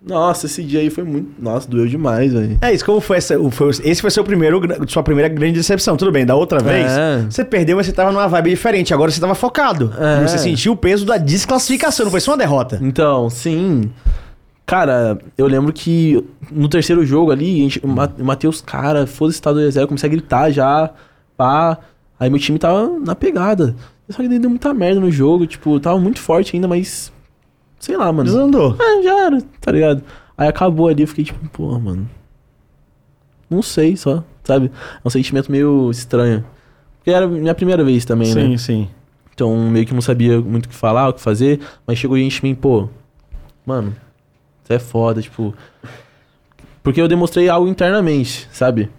S3: Nossa, esse dia aí foi muito. Nossa, doeu demais, velho.
S2: É isso, como foi, essa, o- foi- esse foi seu primeiro, gra- sua primeira grande decepção. Tudo bem, da outra vez,
S3: É.
S2: você perdeu, mas você tava numa vibe diferente. Agora você tava focado.
S3: É.
S2: E Você sentiu o peso da desclassificação, não foi só uma derrota.
S3: Então, sim. Cara, eu lembro que no terceiro jogo ali, a gente, eu ma- eu matei os caras, foda-se estado do zero, comecei a gritar já, pá. Aí meu time tava na pegada. Só que daí deu muita merda no jogo, tipo, tava muito forte ainda, mas. Sei lá, mano.
S2: Desandou.
S3: Ah, já era, tá ligado? Aí acabou ali, eu fiquei tipo, porra, mano. Não sei só, sabe? É um sentimento meio estranho. Porque era minha primeira vez também, né?
S2: sim.
S3: Então meio que não sabia muito o que falar, o que fazer. Mas chegou gente em mim, pô, mano, você é foda, tipo. Porque eu demonstrei algo internamente, sabe?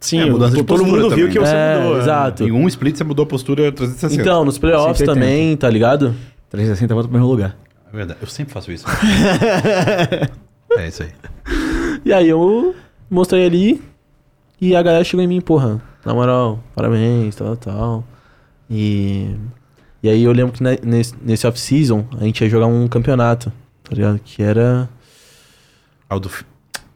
S2: Sim,
S1: É, mudança
S2: to-
S1: de
S2: todo
S1: postura
S2: mundo viu
S1: também,
S2: que
S1: né?
S2: você
S3: É,
S2: mudou. né?
S3: exato.
S1: Em um split você mudou a postura 360.
S3: Então,
S2: assim,
S3: nos playoffs
S2: 180.
S3: também, tá ligado?
S2: 360 volta pro primeiro lugar.
S1: É verdade. Eu sempre faço isso. é isso aí.
S3: E aí eu mostrei ali e a galera chegou em mim, porra, na moral, parabéns, tal, tal. E, e aí eu lembro que ne- nesse, nesse off-season a gente ia jogar um campeonato, tá ligado? Que era.
S1: É o do, fi-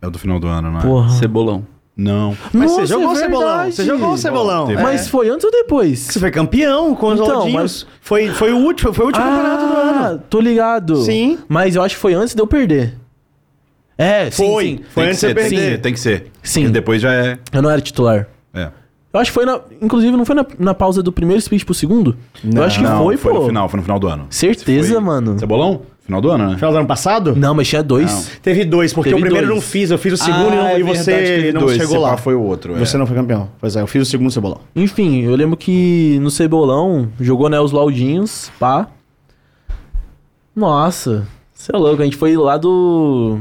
S1: é o do final do ano, não é?
S3: Porra.
S4: Cebolão.
S1: Não.
S2: Mas você
S3: Nossa,
S2: jogou
S3: é
S2: o cebolão.
S3: verdade.
S2: Você jogou o cebolão. É.
S1: Teve-
S3: Mas foi antes ou depois?
S2: Você foi campeão com os
S3: Então,
S2: Aldinhos. Foi, foi o último, foi o último campeonato do
S3: Ah,
S2: ano.
S3: tô ligado.
S2: Sim.
S3: Mas eu acho que foi antes de eu perder. É, sim,
S2: Foi.
S3: sim.
S2: Foi
S1: Tem que
S2: antes de
S1: ser, tem que
S2: perder.
S1: ser, tem que ser.
S3: Sim.
S1: Porque depois já é.
S3: Eu não era titular.
S1: é.
S3: Eu acho que foi na. Inclusive, não foi na, na pausa do primeiro speech pro segundo? eu acho que
S1: Não,
S3: foi, pô.
S1: no final, foi no final do ano.
S3: Certeza,
S1: Foi- é
S3: mano.
S1: Cebolão? Final do ano, né?
S2: Final do ano passado?
S3: Não, mas tinha dois.
S2: Teve dois, porque
S3: Teve
S2: o primeiro eu
S3: dois.
S2: não fiz, eu fiz o segundo e não-
S1: Ah, é
S2: um e você
S1: verdade, teve
S2: não
S1: dois.
S2: chegou
S1: Esse
S2: lá.
S1: pá foi o outro, é.
S2: Você não foi campeão. Pois é, eu fiz o segundo cebolão.
S3: Enfim, eu lembro que no Cebolão jogou né, os Laudinhos, pá. Nossa, você é louco, a gente foi lá do.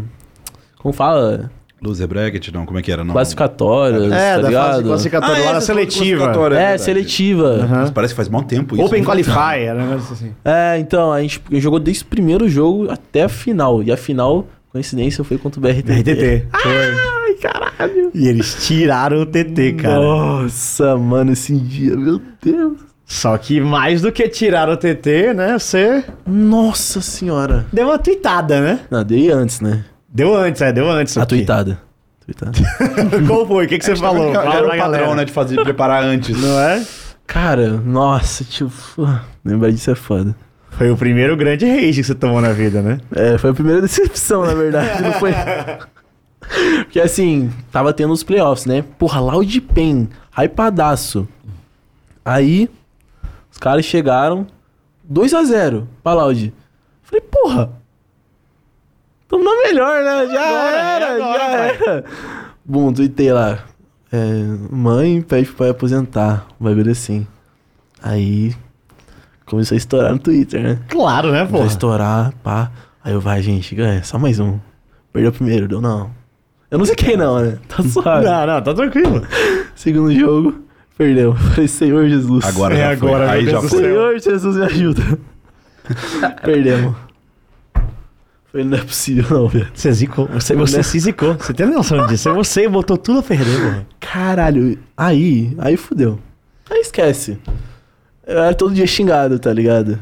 S3: Como fala?
S1: Lose Bracket, não, como é que era? Não.
S3: Classificatórias, tá
S2: É, fase
S3: ligado?
S2: classificatória
S1: Ah,
S2: lá na
S1: essa foi
S2: seletiva.
S1: classificatória.
S3: É,
S1: verdade.
S3: seletiva.
S1: Mas Parece que faz mal tempo isso.
S2: Open
S1: né?
S2: Qualifier, um negócio assim.
S3: É, então, a gente jogou desde o primeiro jogo até a final. E a final, coincidência, foi contra o BRTT.
S2: RTT.
S3: Ai, caralho.
S2: E eles tiraram o TT, cara.
S3: Nossa, mano, esse dia, meu Deus.
S2: Só que mais do que tirar o TT, né? Você
S3: Nossa senhora.
S2: deu uma tweetada, né?
S3: Não, dei antes, né?
S2: Deu antes, é, deu antes.
S3: A
S2: aqui.
S3: tweetada. Tweetada.
S2: Qual foi? O que, que você falou?
S1: Era,
S2: Fala
S1: É, era
S2: pra
S1: o padrão,
S2: galera.
S1: né, de fazer, de preparar antes.
S2: Não é?
S3: Cara, nossa, tipo, lembrar disso é foda.
S2: Foi o primeiro grande rage que você tomou na vida, né?
S3: É, foi a primeira decepção, na verdade, não foi? Porque assim, tava tendo os playoffs, né? Porra, Loud Pen, hypadaço. Aí, os caras chegaram 2x0 pra Loud. Falei, porra, tamo na melhor, né? Já
S2: Agora, é
S3: era,
S2: agora,
S3: já
S2: pai.
S3: era. Bom, tuitei lá. é, mãe pede pro pai aposentar, vai ver assim. Aí, começou a estourar no Twitter, né?
S2: Claro, né, pô?
S3: Vai estourar, pá. Aí eu, vai, gente, ganha. Só mais um. Perdeu o primeiro, deu não. Eu não sei quem não, né? Tá suave.
S2: Não, não, tá tranquilo.
S3: Segundo jogo, perdeu. Falei, Senhor Jesus.
S1: Agora
S2: É
S1: já
S2: agora,
S1: foi.
S2: meu
S1: Aí
S2: Deus
S1: já
S2: do
S1: foi.
S2: céu.
S3: Senhor Jesus, me ajuda. Perdemos. Falei, não é possível não, velho.
S2: Você zicou, você, você se zicou. Você tem noção disso? É Você botou tudo a perder, mano.
S3: Caralho. Aí, aí fudeu. Aí esquece. Eu era todo dia xingado, tá ligado?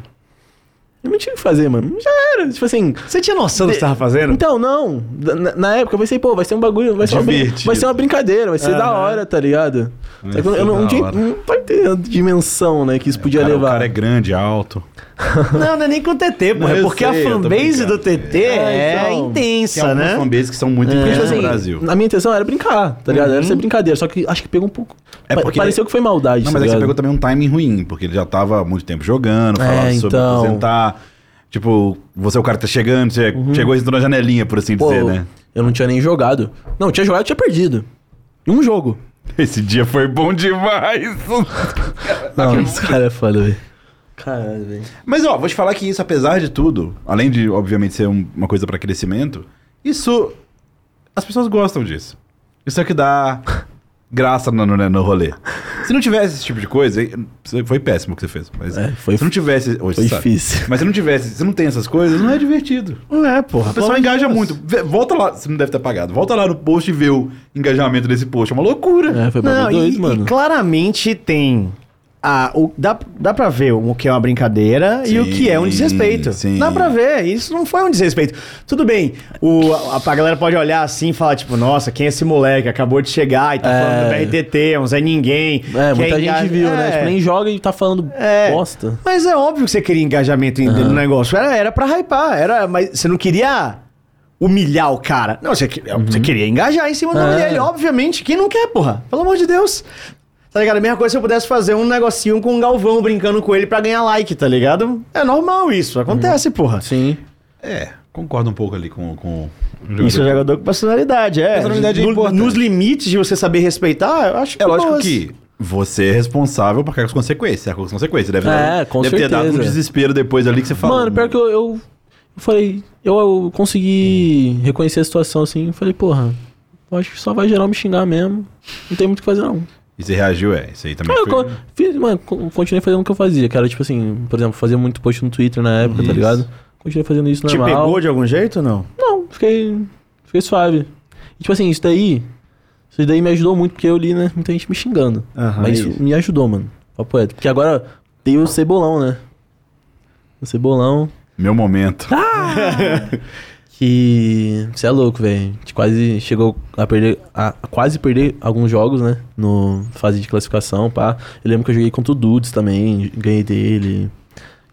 S3: Eu não tinha o que fazer, mano. Já era. Tipo assim,
S2: Você tinha noção do que você tava fazendo?
S3: Então, não. Na, na época eu pensei, pô, vai ser um bagulho, vai ser, uma, brin-
S1: Divertido.
S3: vai ser uma brincadeira, vai ser da
S2: Aham.
S3: hora, tá ligado?
S1: Vai
S3: Só que eu,
S1: ser
S3: eu não,
S1: da
S3: tinha,
S1: hora.
S3: não pode ter a dimensão, né, que isso podia
S1: cara,
S3: levar.
S1: O cara é grande, alto.
S2: Não, não é nem com o TT, pô.
S1: Não,
S2: É
S1: eu
S2: porque
S1: sei,
S2: a
S1: eu tô
S2: fanbase do
S1: brincando. Ah,
S2: TT
S3: É,
S2: é,
S3: então,
S1: Tem
S2: intensa,
S1: algumas
S2: né?
S1: fanbases que são muito
S3: É,
S1: importantes
S3: assim,
S1: no Brasil. Uhum.
S3: A minha intenção era brincar, tá ligado? Era ser brincadeira, só que acho que pegou um pouco.
S1: É
S3: pa-
S1: porque-
S3: Pareceu que foi maldade.
S1: Não,
S3: tá
S1: mas aí você
S3: ligado?
S1: pegou também um timing ruim, porque ele já tava há muito tempo jogando,
S3: É,
S1: falava sobre
S3: então.
S1: aposentar. Tipo, você é o cara que tá chegando, você
S2: Uhum.
S1: chegou e entrou na janelinha, por assim
S3: Pô,
S1: dizer, né?
S3: Eu não tinha nem jogado. Não, eu tinha jogado, eu tinha perdido. Em Um jogo.
S1: Esse dia foi bom demais.
S3: Não, esse cara é foda, velho. Caralho, velho.
S1: Mas ó, vou te falar que isso, apesar de tudo, além de, obviamente, ser um- uma coisa pra crescimento, isso. As pessoas gostam disso. Isso é o que dá graça no, no, no rolê. Se não tivesse esse tipo de coisa, e- foi péssimo o que você fez. Mas
S3: É, foi-
S1: se não tivesse. Hoje,
S3: foi
S1: você sabe.
S3: difícil.
S1: Mas se não tivesse, se não tem essas coisas, não é divertido.
S2: Não é, porra.
S1: O pessoal engaja muito. Vê- Volta lá, você não deve ter pagado. Volta lá no post e vê o engajamento desse post. É uma loucura.
S3: É, foi
S2: Não,
S3: bagulho
S2: e,
S3: doido,
S2: e
S3: mano.
S2: claramente tem. A, o, dá, dá pra ver o que é uma brincadeira e
S1: Sim,
S2: o que é um desrespeito.
S1: sim.
S2: Dá pra ver, isso não foi um desrespeito. Tudo bem, o, a, a galera pode olhar assim e falar, tipo, nossa, quem é esse moleque? Acabou de chegar e tá
S3: É.
S2: falando do BRTT, é um Zé Ninguém.
S3: É,
S2: que
S3: muita
S2: enga-
S3: gente viu, né?
S2: É.
S3: Tipo, nem joga e tá falando
S2: É.
S3: bosta.
S2: Mas é óbvio que você queria engajamento em- no negócio. Era, era pra hypar, era, mas você não queria humilhar o cara. Não, você, que- você queria engajar em cima do nome
S3: Uhum. É.
S2: dele, obviamente. Quem não quer, porra? Pelo amor de Deus. Tá ligado? A mesma coisa se eu pudesse fazer um negocinho com o Galvão brincando com ele pra ganhar like, tá ligado? É normal isso,
S3: Uhum.
S2: acontece, porra.
S3: Sim.
S1: É, concordo um pouco ali com. com o jogador.
S2: Isso é jogador com personalidade, é.
S1: Personalidade é importante.
S2: Nos limites de você saber respeitar, eu acho
S1: É lógico
S2: boas.
S1: que você é responsável por as consequências. As consequências deve,
S3: É, com
S1: deve ter dado um
S3: certeza.
S1: desespero depois ali que você falou.
S3: Mano, pior que eu, eu, eu falei, eu, eu
S2: Hum.
S3: consegui reconhecer a situação assim, eu falei, porra, eu acho que só vai geral me xingar mesmo. Não tem muito o que fazer, não.
S1: E você reagiu, é. Isso aí também.
S3: Mano, eu
S1: foi...
S3: co- fiz, mano, co- continuei fazendo o que eu fazia, que era tipo assim, por exemplo, fazia muito post no Twitter na época, tá ligado? Continuei fazendo isso
S2: Te
S3: normal.
S2: pegou de algum jeito ou não?
S3: Não, fiquei. Fiquei suave. E, tipo assim, isso daí. Isso daí me ajudou muito, porque eu li, né? Muita gente me xingando.
S2: Aham,
S3: Mas
S2: isso.
S3: isso me ajudou, mano. Papo reto. Porque agora tem o cebolão, né? O cebolão.
S1: Meu momento.
S3: Tá Que. Você é louco, velho. A gente quase chegou a perder. A, a quase perder alguns jogos, né? No fase de classificação, pá. Eu lembro que eu joguei contra o Dudes também, ganhei dele.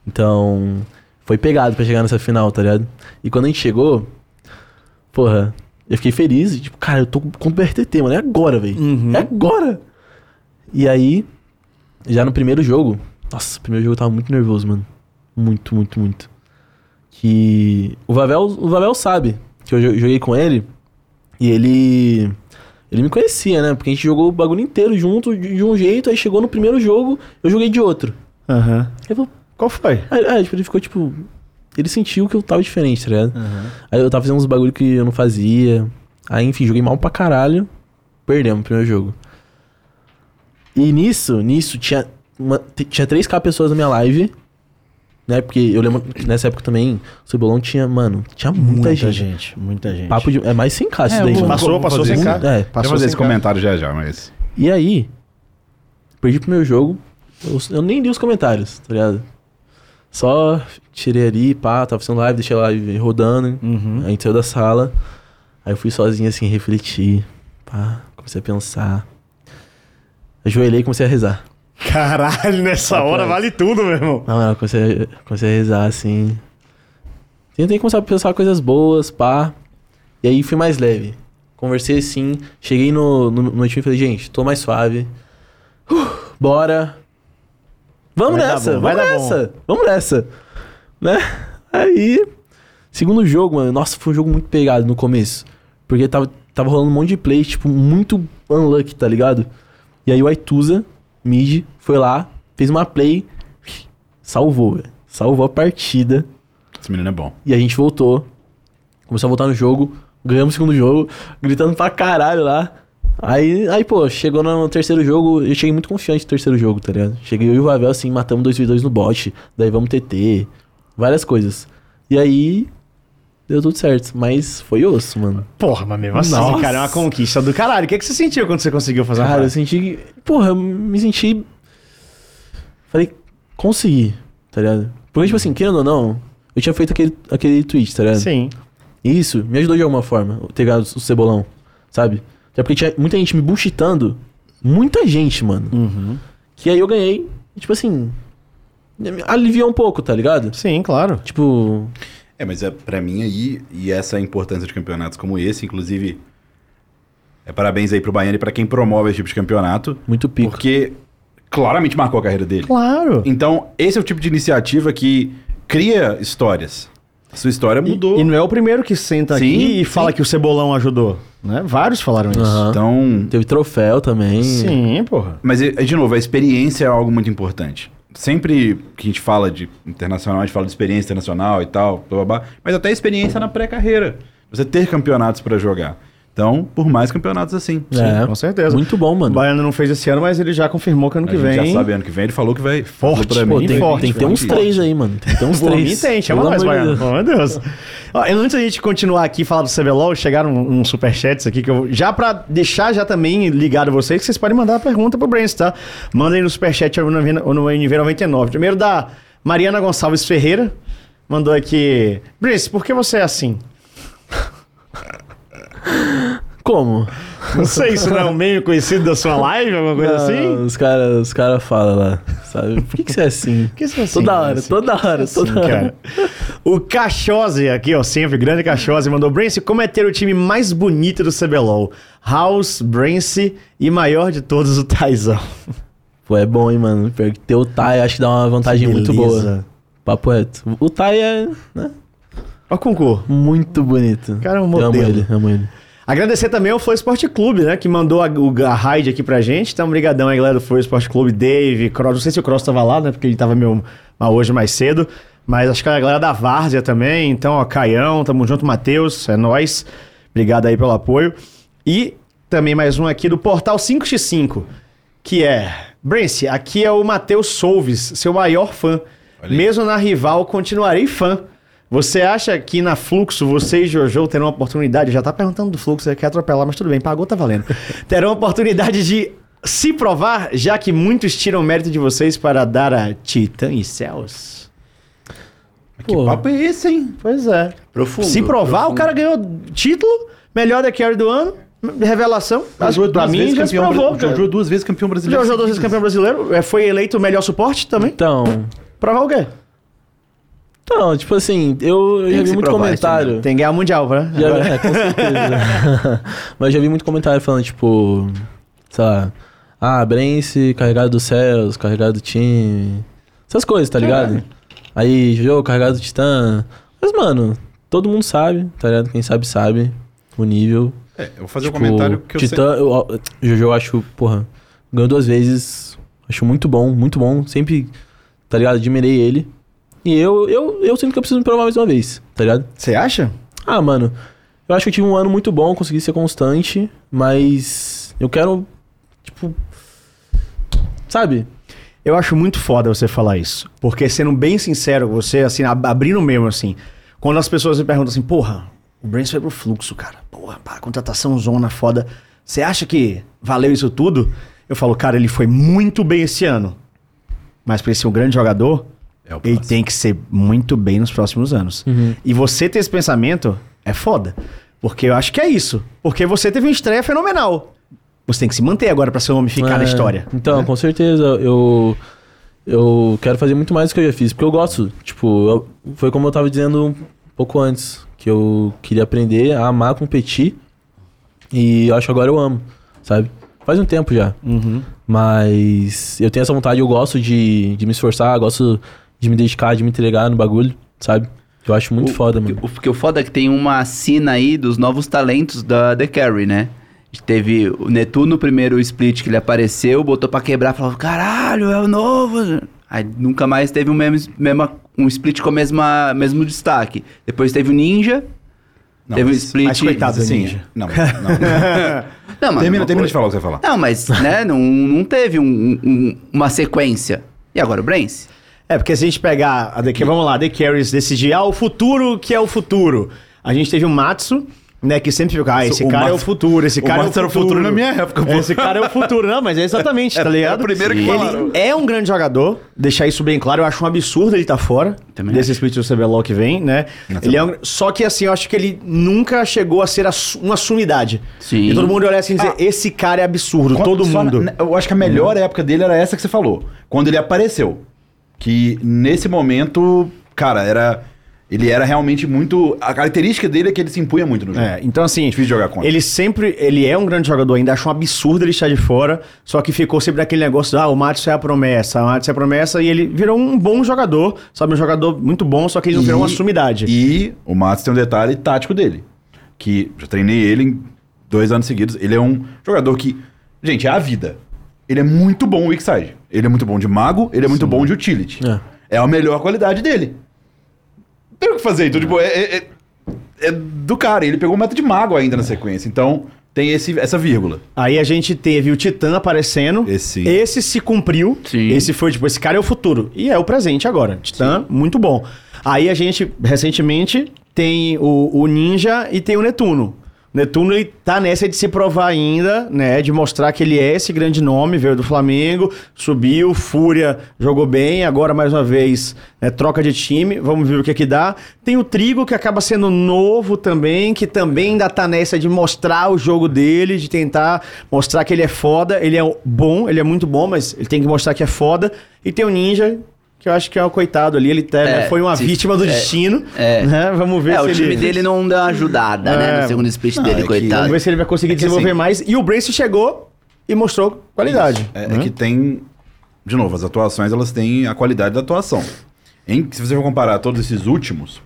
S3: Então. Foi pegado pra chegar nessa final, tá ligado? E quando a gente chegou. Porra, eu fiquei feliz. e, Tipo, cara, eu tô com o BRTT, mano. É agora, velho. É agora. E aí. Já no primeiro jogo. Nossa, o primeiro jogo eu tava muito nervoso, mano. Muito, muito, muito que o Vavel, o Vavel sabe que eu jo- joguei com ele e ele ele me conhecia, né? Porque a gente jogou o bagulho inteiro junto de de um jeito, aí chegou no primeiro jogo, eu joguei de outro.
S2: Aham.
S3: Aí, eu falei-
S2: Qual foi?
S3: aí, aí, tipo, ele ficou tipo ele sentiu que eu tava diferente, tá
S2: É.
S3: ligado? Aí eu tava fazendo uns bagulho que eu não fazia. Aí, enfim, joguei mal pra caralho. Perdemos o primeiro jogo. E nisso, nisso, tinha, uma, t- tinha 3k pessoas na minha live. Né? Porque eu lembro que nessa época também, o Cebolão tinha, mano, tinha muita, gente.
S2: muita gente.
S3: Papo de. É mais 100k isso daí,
S1: eu vou-
S3: mano.
S2: Passou,
S1: Vamos
S2: passou
S1: fazer
S2: sem
S1: isso.
S2: cá.
S3: É,
S1: Deixa eu
S2: Passou
S1: fazer
S2: sem
S1: esse
S2: cá.
S1: comentário já já, mas.
S3: E aí, perdi o primeiro jogo. Eu, eu nem li os comentários, tá ligado? Só tirei ali, pá, tava fazendo live, deixei a live rodando.
S2: Uhum.
S3: Aí Aí saiu da sala. Aí eu fui sozinho assim, refletir. Pá, comecei a pensar. Ajoelhei e comecei a rezar.
S2: Caralho, nessa hora vale tudo, meu irmão.
S3: Não, é, eu comecei, a- comecei a rezar assim. Tentei começar a pensar coisas boas, pá. E aí fui mais leve. Conversei sim. Cheguei no, no, no meu time e falei, gente, tô mais suave. Uh, bora. Vamos
S2: Vai dar
S3: nessa,
S2: bom, vai
S3: vamos
S2: dar
S3: nessa, vamos nessa. Né? Aí, segundo jogo, mano. Nossa, foi um jogo muito pegado no começo. Porque tava, tava rolando um monte de play, tipo, muito unlucky, tá ligado? E aí o Aituza, mid, foi lá, fez uma play, salvou, velho. Salvou a partida.
S1: Esse menino é bom.
S3: E a gente voltou. Começou a voltar no jogo. Ganhamos o segundo jogo. Gritando pra caralho lá. Aí, aí, pô, chegou no terceiro jogo. Eu cheguei muito confiante no terceiro jogo, tá ligado? Cheguei eu e o Vavel assim, matamos 2v2 no bot. Daí vamos TT. Várias coisas. E aí. Deu tudo certo. Mas foi osso, mano.
S2: Porra, mas mesmo assim,
S3: Nossa.
S2: cara, é uma conquista do caralho. O que, é que você sentiu quando você conseguiu fazer
S3: Cara,
S2: uma
S3: eu
S2: parada?
S3: senti. que- Porra, eu me senti. Falei, consegui, tá ligado? Porque, tipo assim, querendo ou não, eu tinha feito aquele, aquele tweet, tá ligado?
S2: Sim.
S3: E Isso me ajudou de alguma forma, ter ganhado o cebolão, sabe? Até porque tinha muita gente me bullshitando. Muita gente, mano.
S2: Uhum.
S3: Que aí eu ganhei, e, tipo assim. me Aliviou um pouco, tá ligado?
S2: Sim, claro.
S3: Tipo.
S1: É, mas é, pra mim aí, e essa é a importância de campeonatos como esse, inclusive, é parabéns aí pro Baiano e pra quem promove esse tipo de campeonato,
S3: Muito pico.
S1: porque claramente marcou a carreira dele.
S2: Claro.
S1: Então, esse é o tipo de iniciativa que cria histórias. A sua história mudou.
S2: E, e não é o primeiro que senta
S1: Sim,
S2: aqui
S1: sim.
S2: e fala que o Cebolão ajudou. Né? Vários falaram isso.
S3: Aham.
S1: Então,
S3: Teve troféu também.
S2: Sim, porra.
S1: Mas, e- de novo, a experiência é algo muito importante. Sempre que a gente fala de internacional, a gente fala de experiência internacional e tal, blá, blá, blá, mas até experiência na pré-carreira. Você ter campeonatos pra jogar. Então, por mais campeonatos assim.
S3: É,
S2: com certeza.
S3: Muito bom,
S2: O
S3: mano.
S2: Baiano não fez esse ano, mas ele já confirmou que ano
S1: A
S2: que
S1: gente
S2: vem.
S1: já sabe, ano que vem ele falou que vai.
S2: Forte,
S1: falou pra
S3: Pô,
S1: mim,
S3: tem,
S1: vai-
S2: forte,
S3: tem que ter uns
S1: forte.
S3: três aí, mano. Tem que ter uns
S2: Por
S3: três.
S2: mim tem, chama
S3: Pelo
S2: nós,
S3: amor de
S2: Baiano.
S3: Deus.
S2: Pelo amor de Deus. Ó, e antes da gente continuar aqui e falar do CBLOL, chegaram um, uns superchats aqui que eu. Já pra deixar já também ligado vocês, que vocês podem mandar a pergunta pro Brent, tá? Manda aí no superchat ou no NV99. Primeiro da Mariana Gonçalves Ferreira. Mandou aqui. Brent, por que você é assim?
S3: Como?
S2: Não sei, isso não é um meio conhecido da sua live, alguma coisa
S3: Não,
S2: assim?
S3: Ah, Os caras os cara falam lá, sabe? Por que, que você é assim?
S2: Por que você é assim?
S3: Toda
S2: cara,
S3: hora,
S2: assim?
S3: toda hora,
S2: Assim,
S3: toda hora.
S2: cara. O Cachose aqui, ó, sempre, grande Cachose, mandou Brance, como é ter o time mais bonito do CBLOL? House, Brance e maior de todos, o Taizão.
S3: Pô, é bom, hein, mano. Pior que ter o Tai, acho que dá uma vantagem muito boa.
S2: Beleza.
S3: Papo reto. O Tai é né,
S2: Ó o concurso.
S3: muito bonito.
S2: Cara, é um
S3: Eu amo
S2: modelo.
S3: ele, amo ele.
S2: Agradecer também ao Foi Esporte Clube, né? Que mandou a, o, a raid aqui pra gente. Então, brigadão aí, galera do Foi Esporte Clube. Dave, Cross. Não sei se o Cross tava lá, né? Porque ele tava meio mal hoje mais cedo. Mas acho que a galera da Várzea também. Então, ó, Caião, tamo junto, Matheus. É nóis. Obrigado aí pelo apoio. E também mais um aqui do Portal 5x5, que é... Brence, aqui é o Matheus Solves, seu maior fã.
S1: Olha aí.
S2: Mesmo na rival, continuarei fã. Você acha que na Fluxo você e Jojo terão a oportunidade? Já tá perguntando do Fluxo, eu quero atropelar, mas tudo bem, pagou, tá valendo. terão a oportunidade de se provar, já que muitos tiram mérito de vocês para dar a Titã e Céus?
S1: Que
S3: Pô.
S1: papo é esse, hein?
S2: Pois é.
S4: Profundo.
S2: se provar,
S4: profundo.
S2: o cara ganhou título, melhor da carry do ano, revelação. Mas pra mim, já se provou. cara.
S1: Jojo duas vezes campeão brasileiro.
S2: Jojo, duas vezes campeão brasileiro, é, foi eleito o melhor suporte também.
S3: Então,
S2: Provar o quê?
S3: então, tipo assim, eu, eu
S4: que
S3: já vi
S4: se
S3: muito
S4: provar,
S3: comentário.
S2: Tem que ganhar mundial, né?
S3: Já,
S2: Agora-
S3: é, com certeza. Mas já vi muito comentário falando, tipo, sei lá, ah, Brence, carregado dos céus, carregado do time. Essas coisas, tá ligado? Aí, Jojo, carregado do Titã. Mas, mano, todo mundo sabe, tá ligado? Quem sabe, sabe o nível.
S1: É, eu vou fazer
S3: Tipo,
S1: um comentário que eu sei.
S3: Titã, eu, eu- Jojo, eu acho, porra, ganhou duas vezes. Acho muito bom, muito bom. Sempre, tá ligado? Admirei ele. E eu, eu, eu sinto que eu preciso me provar mais uma vez, tá ligado?
S2: Você acha?
S3: Ah, mano, eu acho que eu tive um ano muito bom, consegui ser constante, mas eu quero, tipo, sabe?
S2: Eu acho muito foda você falar isso. Porque sendo bem sincero, você, assim, ab- abrindo mesmo, assim, quando as pessoas me perguntam assim, porra, o Brent foi pro fluxo, cara. Porra, pá, contratação zona foda. Você acha que valeu isso tudo? Eu falo, cara, ele foi muito bem esse ano. Mas pra ele ser um grande jogador,
S1: É o
S2: ele
S1: próximo. Uhum.
S2: tem que ser muito bem nos próximos anos. E você ter esse pensamento é foda. Porque eu acho que é isso. Porque você teve uma estreia fenomenal. Você tem que se manter agora pra seu nome ficar na
S3: É,
S2: história. né?
S3: Então, com certeza, eu eu quero fazer muito mais do que eu já fiz, porque eu gosto, tipo, eu- foi como eu tava dizendo um pouco antes, que eu queria aprender a amar competir E eu acho que agora eu amo, sabe? Faz um tempo já. Mas eu tenho essa vontade, eu gosto de, de me esforçar, gosto de me dedicar, de me entregar no bagulho, sabe? Eu acho muito
S4: O-
S3: foda,
S4: que-
S3: mano.
S4: O, que o foda é que tem uma cena aí dos novos talentos da The Carry, né? A gente Teve o Netuno, o primeiro split que ele apareceu, botou pra quebrar, falou, caralho, é o novo. Aí nunca mais teve um, mesmo, mesma, um split com o mesma, mesmo destaque. Depois teve o Ninja.
S1: Não,
S4: teve um
S1: mas-
S4: split.
S2: mas coitado.
S1: Mas, assim,
S2: Ninja.
S1: Não, não.
S4: Não, mas
S1: termina
S4: uma
S1: termina
S4: coisa-
S1: de falar o que você vai falar.
S4: Não, mas, né, não, não teve um- um- uma sequência. E agora o Brains?
S2: É, porque se a gente pegar a The Carries, vamos lá, The Carries decidir, ah, o futuro que é o futuro. A gente teve o Matsu, né, que sempre fica, ah, esse
S1: O
S2: cara é o
S1: Matsu-
S2: futuro, esse
S1: o
S2: cara é o
S1: Matsu era
S2: futuro.
S1: o futuro na minha época, pô.
S2: Esse cara é o futuro, não, mas é exatamente, tá ligado?
S1: o primeiro que
S2: Ele
S1: falaram.
S2: é um grande jogador, deixar isso bem claro, eu acho um absurdo ele estar fora
S4: Também
S2: desse split do CBLOL que vem, né? Ele é um- só que assim, eu acho que ele nunca chegou a ser a su- uma sumidade.
S4: Sim.
S2: E todo mundo olha assim e diz, esse cara é absurdo, todo
S1: Ah. Só
S2: mundo. Uhum.
S1: na- eu acho que a melhor época dele era essa que você falou. Quando ele apareceu. Que nesse momento, cara, era. Ele era realmente muito. A característica dele é que ele se impunha muito no jogo.
S2: É, então assim,
S1: Difícil de jogar contra.
S2: Ele sempre, ele é um grande jogador ainda, acho um absurdo ele estar de fora, só que ficou sempre naquele negócio, ah, o Matos é a promessa, o Matos é a promessa, e ele virou um bom jogador, sabe, um jogador muito bom, só que ele não virou uma sumidade.
S1: E o Matos tem um detalhe tático dele. Que já treinei ele em dois anos seguidos. Ele é um jogador que. Gente, é a vida. Ele é muito bom weak side. Ele é muito bom de mago, ele é muito bom de utility. É. a melhor qualidade dele. Não Tem o que fazer. Então, tipo, é, é- é- é do cara. Ele pegou o meta de mago ainda na sequência. Então, tem esse, essa vírgula.
S2: Aí a gente teve o Titã aparecendo.
S1: Esse-
S2: se cumpriu.
S4: Sim.
S2: Esse foi tipo, esse cara é o futuro. E é o presente agora. Titã, muito bom. Aí a gente, recentemente, tem o, o Ninja e tem o Netuno. O Netuno, ele tá nessa de se provar ainda, né? De mostrar que ele é esse grande nome, veio do Flamengo, subiu, Fúria, jogou bem, agora mais uma vez, né, troca de time, vamos ver o que é que dá. Tem o Trigo, que acaba sendo novo também, que também ainda tá nessa de mostrar o jogo dele, de tentar mostrar que ele é foda, ele é bom, ele é muito bom, mas ele tem que mostrar que é foda. E tem o Ninja, que eu acho que é o coitado ali, ele tá- né, foi uma
S4: se-
S2: vítima do
S4: é,
S2: destino,
S4: é.
S2: né? Vamos ver
S4: é,
S2: se
S4: o
S2: ele...
S4: time dele não deu uma ajudada,
S2: É.
S4: né? No segundo split
S1: Não,
S4: dele,
S1: é que-
S4: coitado.
S2: Vamos ver se ele vai conseguir
S1: É que
S2: desenvolver
S1: assim-
S2: mais. E o Brace chegou e mostrou qualidade.
S1: É, é
S2: né?
S1: que tem. De novo, as atuações elas têm a qualidade da atuação. Em- se você for comparar todos esses últimos,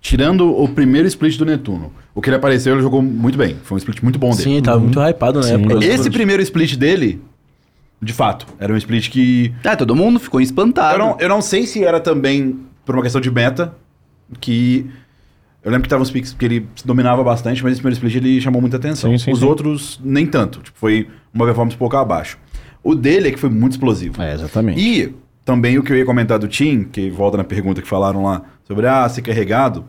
S1: tirando o primeiro split do Netuno, o que ele apareceu, ele jogou muito bem. Foi um split muito bom dele.
S3: Sim, tá. tava muito hypado na época.
S1: é Esse primeiro split dele, de fato, era um split que.
S4: Ah, todo mundo ficou espantado.
S1: Eu não, eu não sei se era também por uma questão de meta, que. Eu lembro que tava uns picks que ele dominava bastante, mas esse primeiro split ele chamou muita atenção.
S2: Sim, sim,
S1: Os
S2: sim.
S1: outros, nem tanto. Tipo, foi uma performance pouco abaixo. O dele é que foi muito explosivo.
S2: É, exatamente.
S1: E também o que eu ia comentar do Tim, que volta na pergunta que falaram lá sobre ah, ser carregado,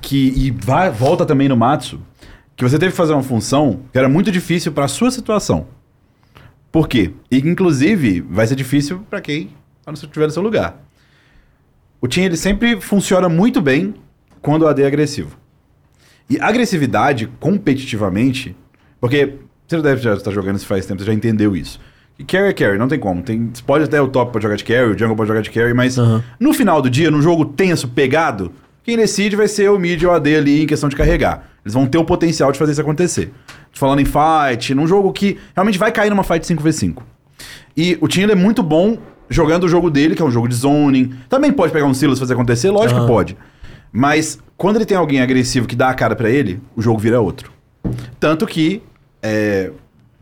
S1: que e vai, volta também no Matsu, que você teve que fazer uma função que era muito difícil para sua situação. Por quê? E que, inclusive vai ser difícil para quem tá no seu- tiver no seu lugar. O Tim ele sempre funciona muito bem quando o AD é agressivo. E agressividade competitivamente, porque você já deve já estar jogando isso faz tempo, você já entendeu isso. E carry é carry, não tem como. Tem, você pode até o top pra jogar de carry, o jungle pode jogar de carry, mas
S3: Aham.
S1: no final do dia, num jogo tenso, pegado, quem decide vai ser o mid ou AD ali em questão de carregar. Eles vão ter o potencial de fazer isso acontecer. Tô falando em fight, num jogo que realmente vai cair numa fight 5v5. E o Tim ele é muito bom jogando o jogo dele, que é um jogo de zoning. Também pode pegar um Silas e fazer acontecer, lógico que
S3: Aham.
S1: pode. Mas quando ele tem alguém agressivo que dá a cara pra ele, o jogo vira outro. Tanto que é,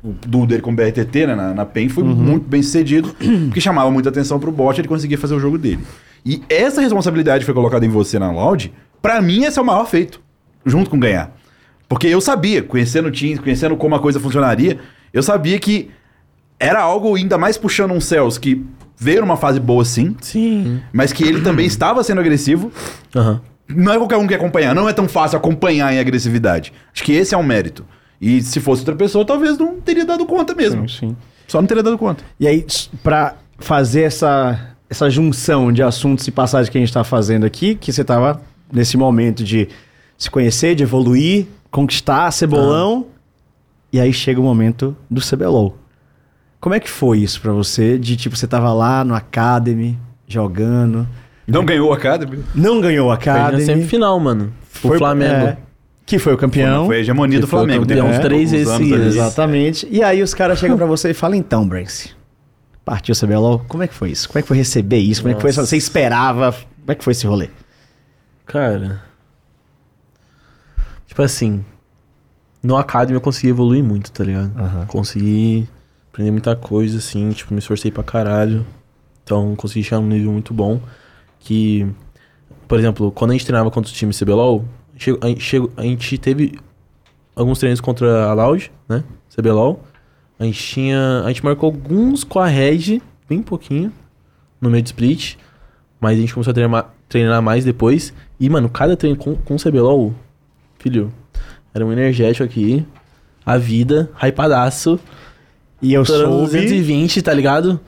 S1: o duo dele com o BRTT né, na, na PEN foi muito bem sucedido, porque chamava muita atenção pro bot ele conseguia fazer o jogo dele. E essa responsabilidade que foi colocada em você na Loud, pra mim esse é o maior feito, junto com ganhar. Porque eu sabia, conhecendo o time, conhecendo como a coisa funcionaria, eu sabia que era algo ainda mais puxando um Cells que veio numa fase boa sim,
S3: Sim.
S1: mas que ele também estava sendo agressivo,
S3: Aham.
S1: não é qualquer um que acompanha. Não é tão fácil acompanhar em agressividade. Acho que esse é um mérito. E se fosse outra pessoa, talvez não teria dado conta
S4: É.
S1: mesmo. Só não teria dado conta.
S2: E aí, s- pra fazer essa, essa junção de assuntos e passagens que a gente tá fazendo aqui, que você tava nesse momento de se conhecer, de evoluir, conquistar, ser
S3: Ah.
S2: bolão, e aí chega o momento do CBLOL. Como é que foi isso pra você? De tipo, você tava lá no Academy, jogando,
S1: Não ganhou a Academy.
S2: não ganhou o
S3: Perdeu
S2: Academy.
S3: sempre final, mano. O
S2: Ah, Foi-
S3: Flamengo.
S2: é. Que foi o campeão.
S1: Foi a hegemonia
S3: que
S1: do
S3: foi o
S1: Flamengo.
S3: campeão
S1: teve
S3: uns
S1: poucos
S3: três vezes
S1: anos
S3: seguidas.
S1: ali.
S2: Exatamente. E aí os caras chegam pra você e falam, então, Brance, partiu o CBLOL, como é que foi isso? Como é que foi receber isso? Como é que foi isso? Você esperava? Como é que foi esse rolê?
S3: Cara. Tipo assim. No Academy eu consegui evoluir muito, tá ligado?
S2: Aham.
S3: Consegui aprender muita coisa, assim. Tipo, me esforcei pra caralho. Então, consegui chegar num nível muito bom. Que. Por exemplo, quando a gente treinava contra o time CBLOL, chego- a gente, chego- a gente teve alguns treinos contra a Loud, né? CBLOL. A gente tinha. A gente marcou alguns com a Reg, bem pouquinho, no meio de split. Mas a gente começou a treinar, treinar mais depois. E, mano, cada treino com, com o CBLOL, filho, era um energético aqui. A vida, hypadaço.
S2: E eu
S3: estourando
S2: soube,
S3: 220, tá ligado?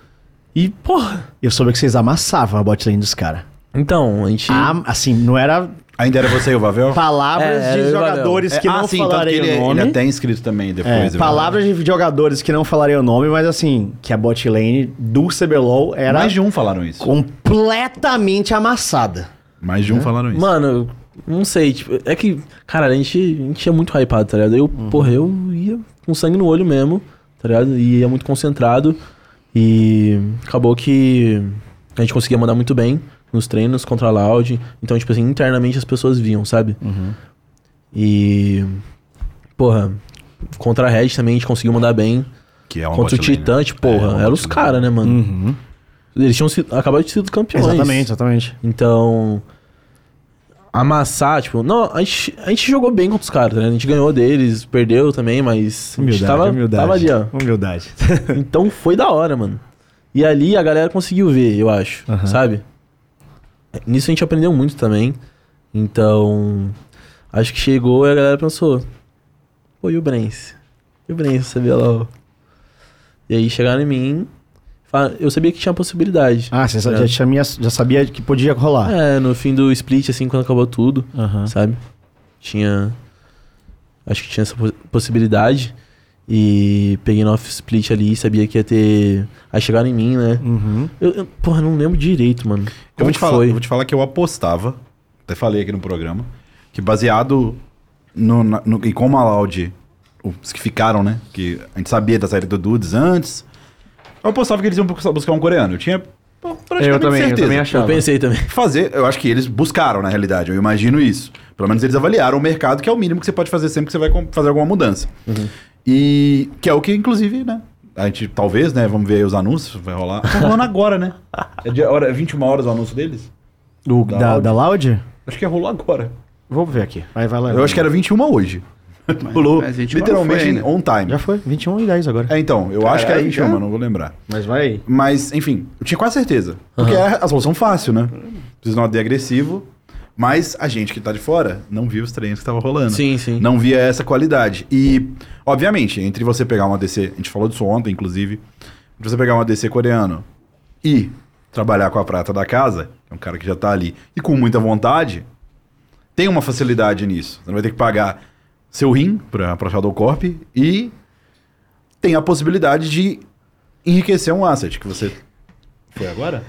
S3: E, porra.
S2: eu soube que vocês amassavam a botlane dos caras.
S3: Então, a gente.
S2: Ah, assim, não era
S1: Ainda era você e o Vavel?
S2: palavras
S3: É, era
S2: de
S3: eu e o Gabriel.
S2: jogadores
S1: É,
S2: que não
S1: tanto
S2: falarei
S1: que ele,
S2: o
S1: ele
S2: nome.
S1: até né? é inscrito também depois.
S2: É,
S1: eu vi.
S2: palavras de jogadores que não falarei o nome, mas assim, que a botlane do CBLOL era
S1: Mais de um falaram isso.
S2: completamente amassada.
S1: Mais
S2: É.
S1: de um falaram isso.
S3: Mano, eu não sei, tipo, é que, cara, a gente, a gente é muito hypado, tá ligado? Eu,
S2: Uhum.
S3: porra, eu ia com sangue no olho mesmo, tá ligado? E ia muito concentrado. E acabou que a gente conseguia mandar muito bem nos treinos contra a Loud. Então, tipo assim, internamente as pessoas viam, sabe?
S2: Uhum.
S3: E. Porra, contra a Red também a gente conseguiu mandar bem.
S1: que é uma
S3: contra o
S1: botlane, né?
S3: Titante,
S2: tipo,
S3: porra,
S1: É, uma
S3: eram os
S1: botlane.
S3: caras, né, mano? Eles tinham sido, acabado de ser campeões.
S2: Hum. Exatamente, exatamente.
S3: Então, amassar, tipo, não, a gente, a gente jogou bem contra os caras, né? A gente ganhou deles, perdeu também, mas a gente tava, tava ali, ó.
S2: Humildade.
S3: Então foi da hora, mano. E ali a galera conseguiu ver, eu acho,
S2: Aham.
S3: sabe? Nisso a gente aprendeu muito também. Então, acho que chegou e a galera pensou: pô, e o Brence? E o Brence, sabia lá? E aí chegaram em mim, fala- eu sabia que tinha possibilidade.
S2: Ah, você já,
S3: É.
S2: tinha- já sabia que podia rolar.
S3: É, no fim do split, assim, quando acabou tudo,
S2: Aham.
S3: sabe? Tinha. Acho que tinha essa pos- possibilidade. E peguei no off-split ali, sabia que ia ter. Aí chegaram em mim, né?
S2: Uhum.
S3: Eu, eu- porra, não lembro direito, mano.
S1: Eu
S3: Como
S1: vou, te falar,
S3: foi?
S1: eu vou te falar que eu apostava, até falei aqui no programa, que baseado no, na- no- e como a Loud, os que ficaram, né? Que a gente sabia da saída do Dudes antes, eu apostava que eles iam buscar buscar um coreano. Eu tinha pô, praticamente
S5: Eu também, eu
S1: certeza.
S5: também achava.
S3: Eu pensei também.
S1: Fazer, eu acho que eles buscaram, na realidade, eu imagino isso. Pelo menos eles avaliaram o mercado, que é o mínimo que você pode fazer sempre que você vai com- fazer alguma mudança.
S5: Uhum.
S1: E que é o que, inclusive, né? A gente, talvez, né? Vamos ver aí os anúncios, vai rolar. Tá rolando agora, né? É de hora, 21 horas o anúncio deles?
S2: Do,
S1: Da
S2: da,
S1: Loud?
S2: da Loud?
S1: Acho que rolou agora.
S5: Vamos ver aqui.
S2: Vai, vai lá.
S1: Eu acho que era 21 hoje. Rolou
S4: mas 21
S1: literalmente um-
S4: foi, né?
S1: on time.
S2: Já foi, 21 e 10 agora.
S1: É, então, eu acho que era
S4: Caralho,
S1: 21,
S4: já?
S1: mano, não vou lembrar.
S2: Mas vai aí.
S1: Mas, enfim, eu tinha quase certeza. Porque é a solução fácil, né? Precisa de um AD agressivo. Mas a gente que tá de fora não viu os treinos que tava rolando.
S3: Sim, sim.
S1: Não via essa qualidade. E, obviamente, entre você pegar uma DC, a gente falou disso ontem, inclusive, entre você pegar um uma DC coreano e trabalhar com a prata da casa, que é um cara que já tá ali, e com muita vontade, tem uma facilidade nisso. Você não vai ter que pagar seu rim pra, pra Shadow Corp e tem a possibilidade de enriquecer um asset que você. Foi agora?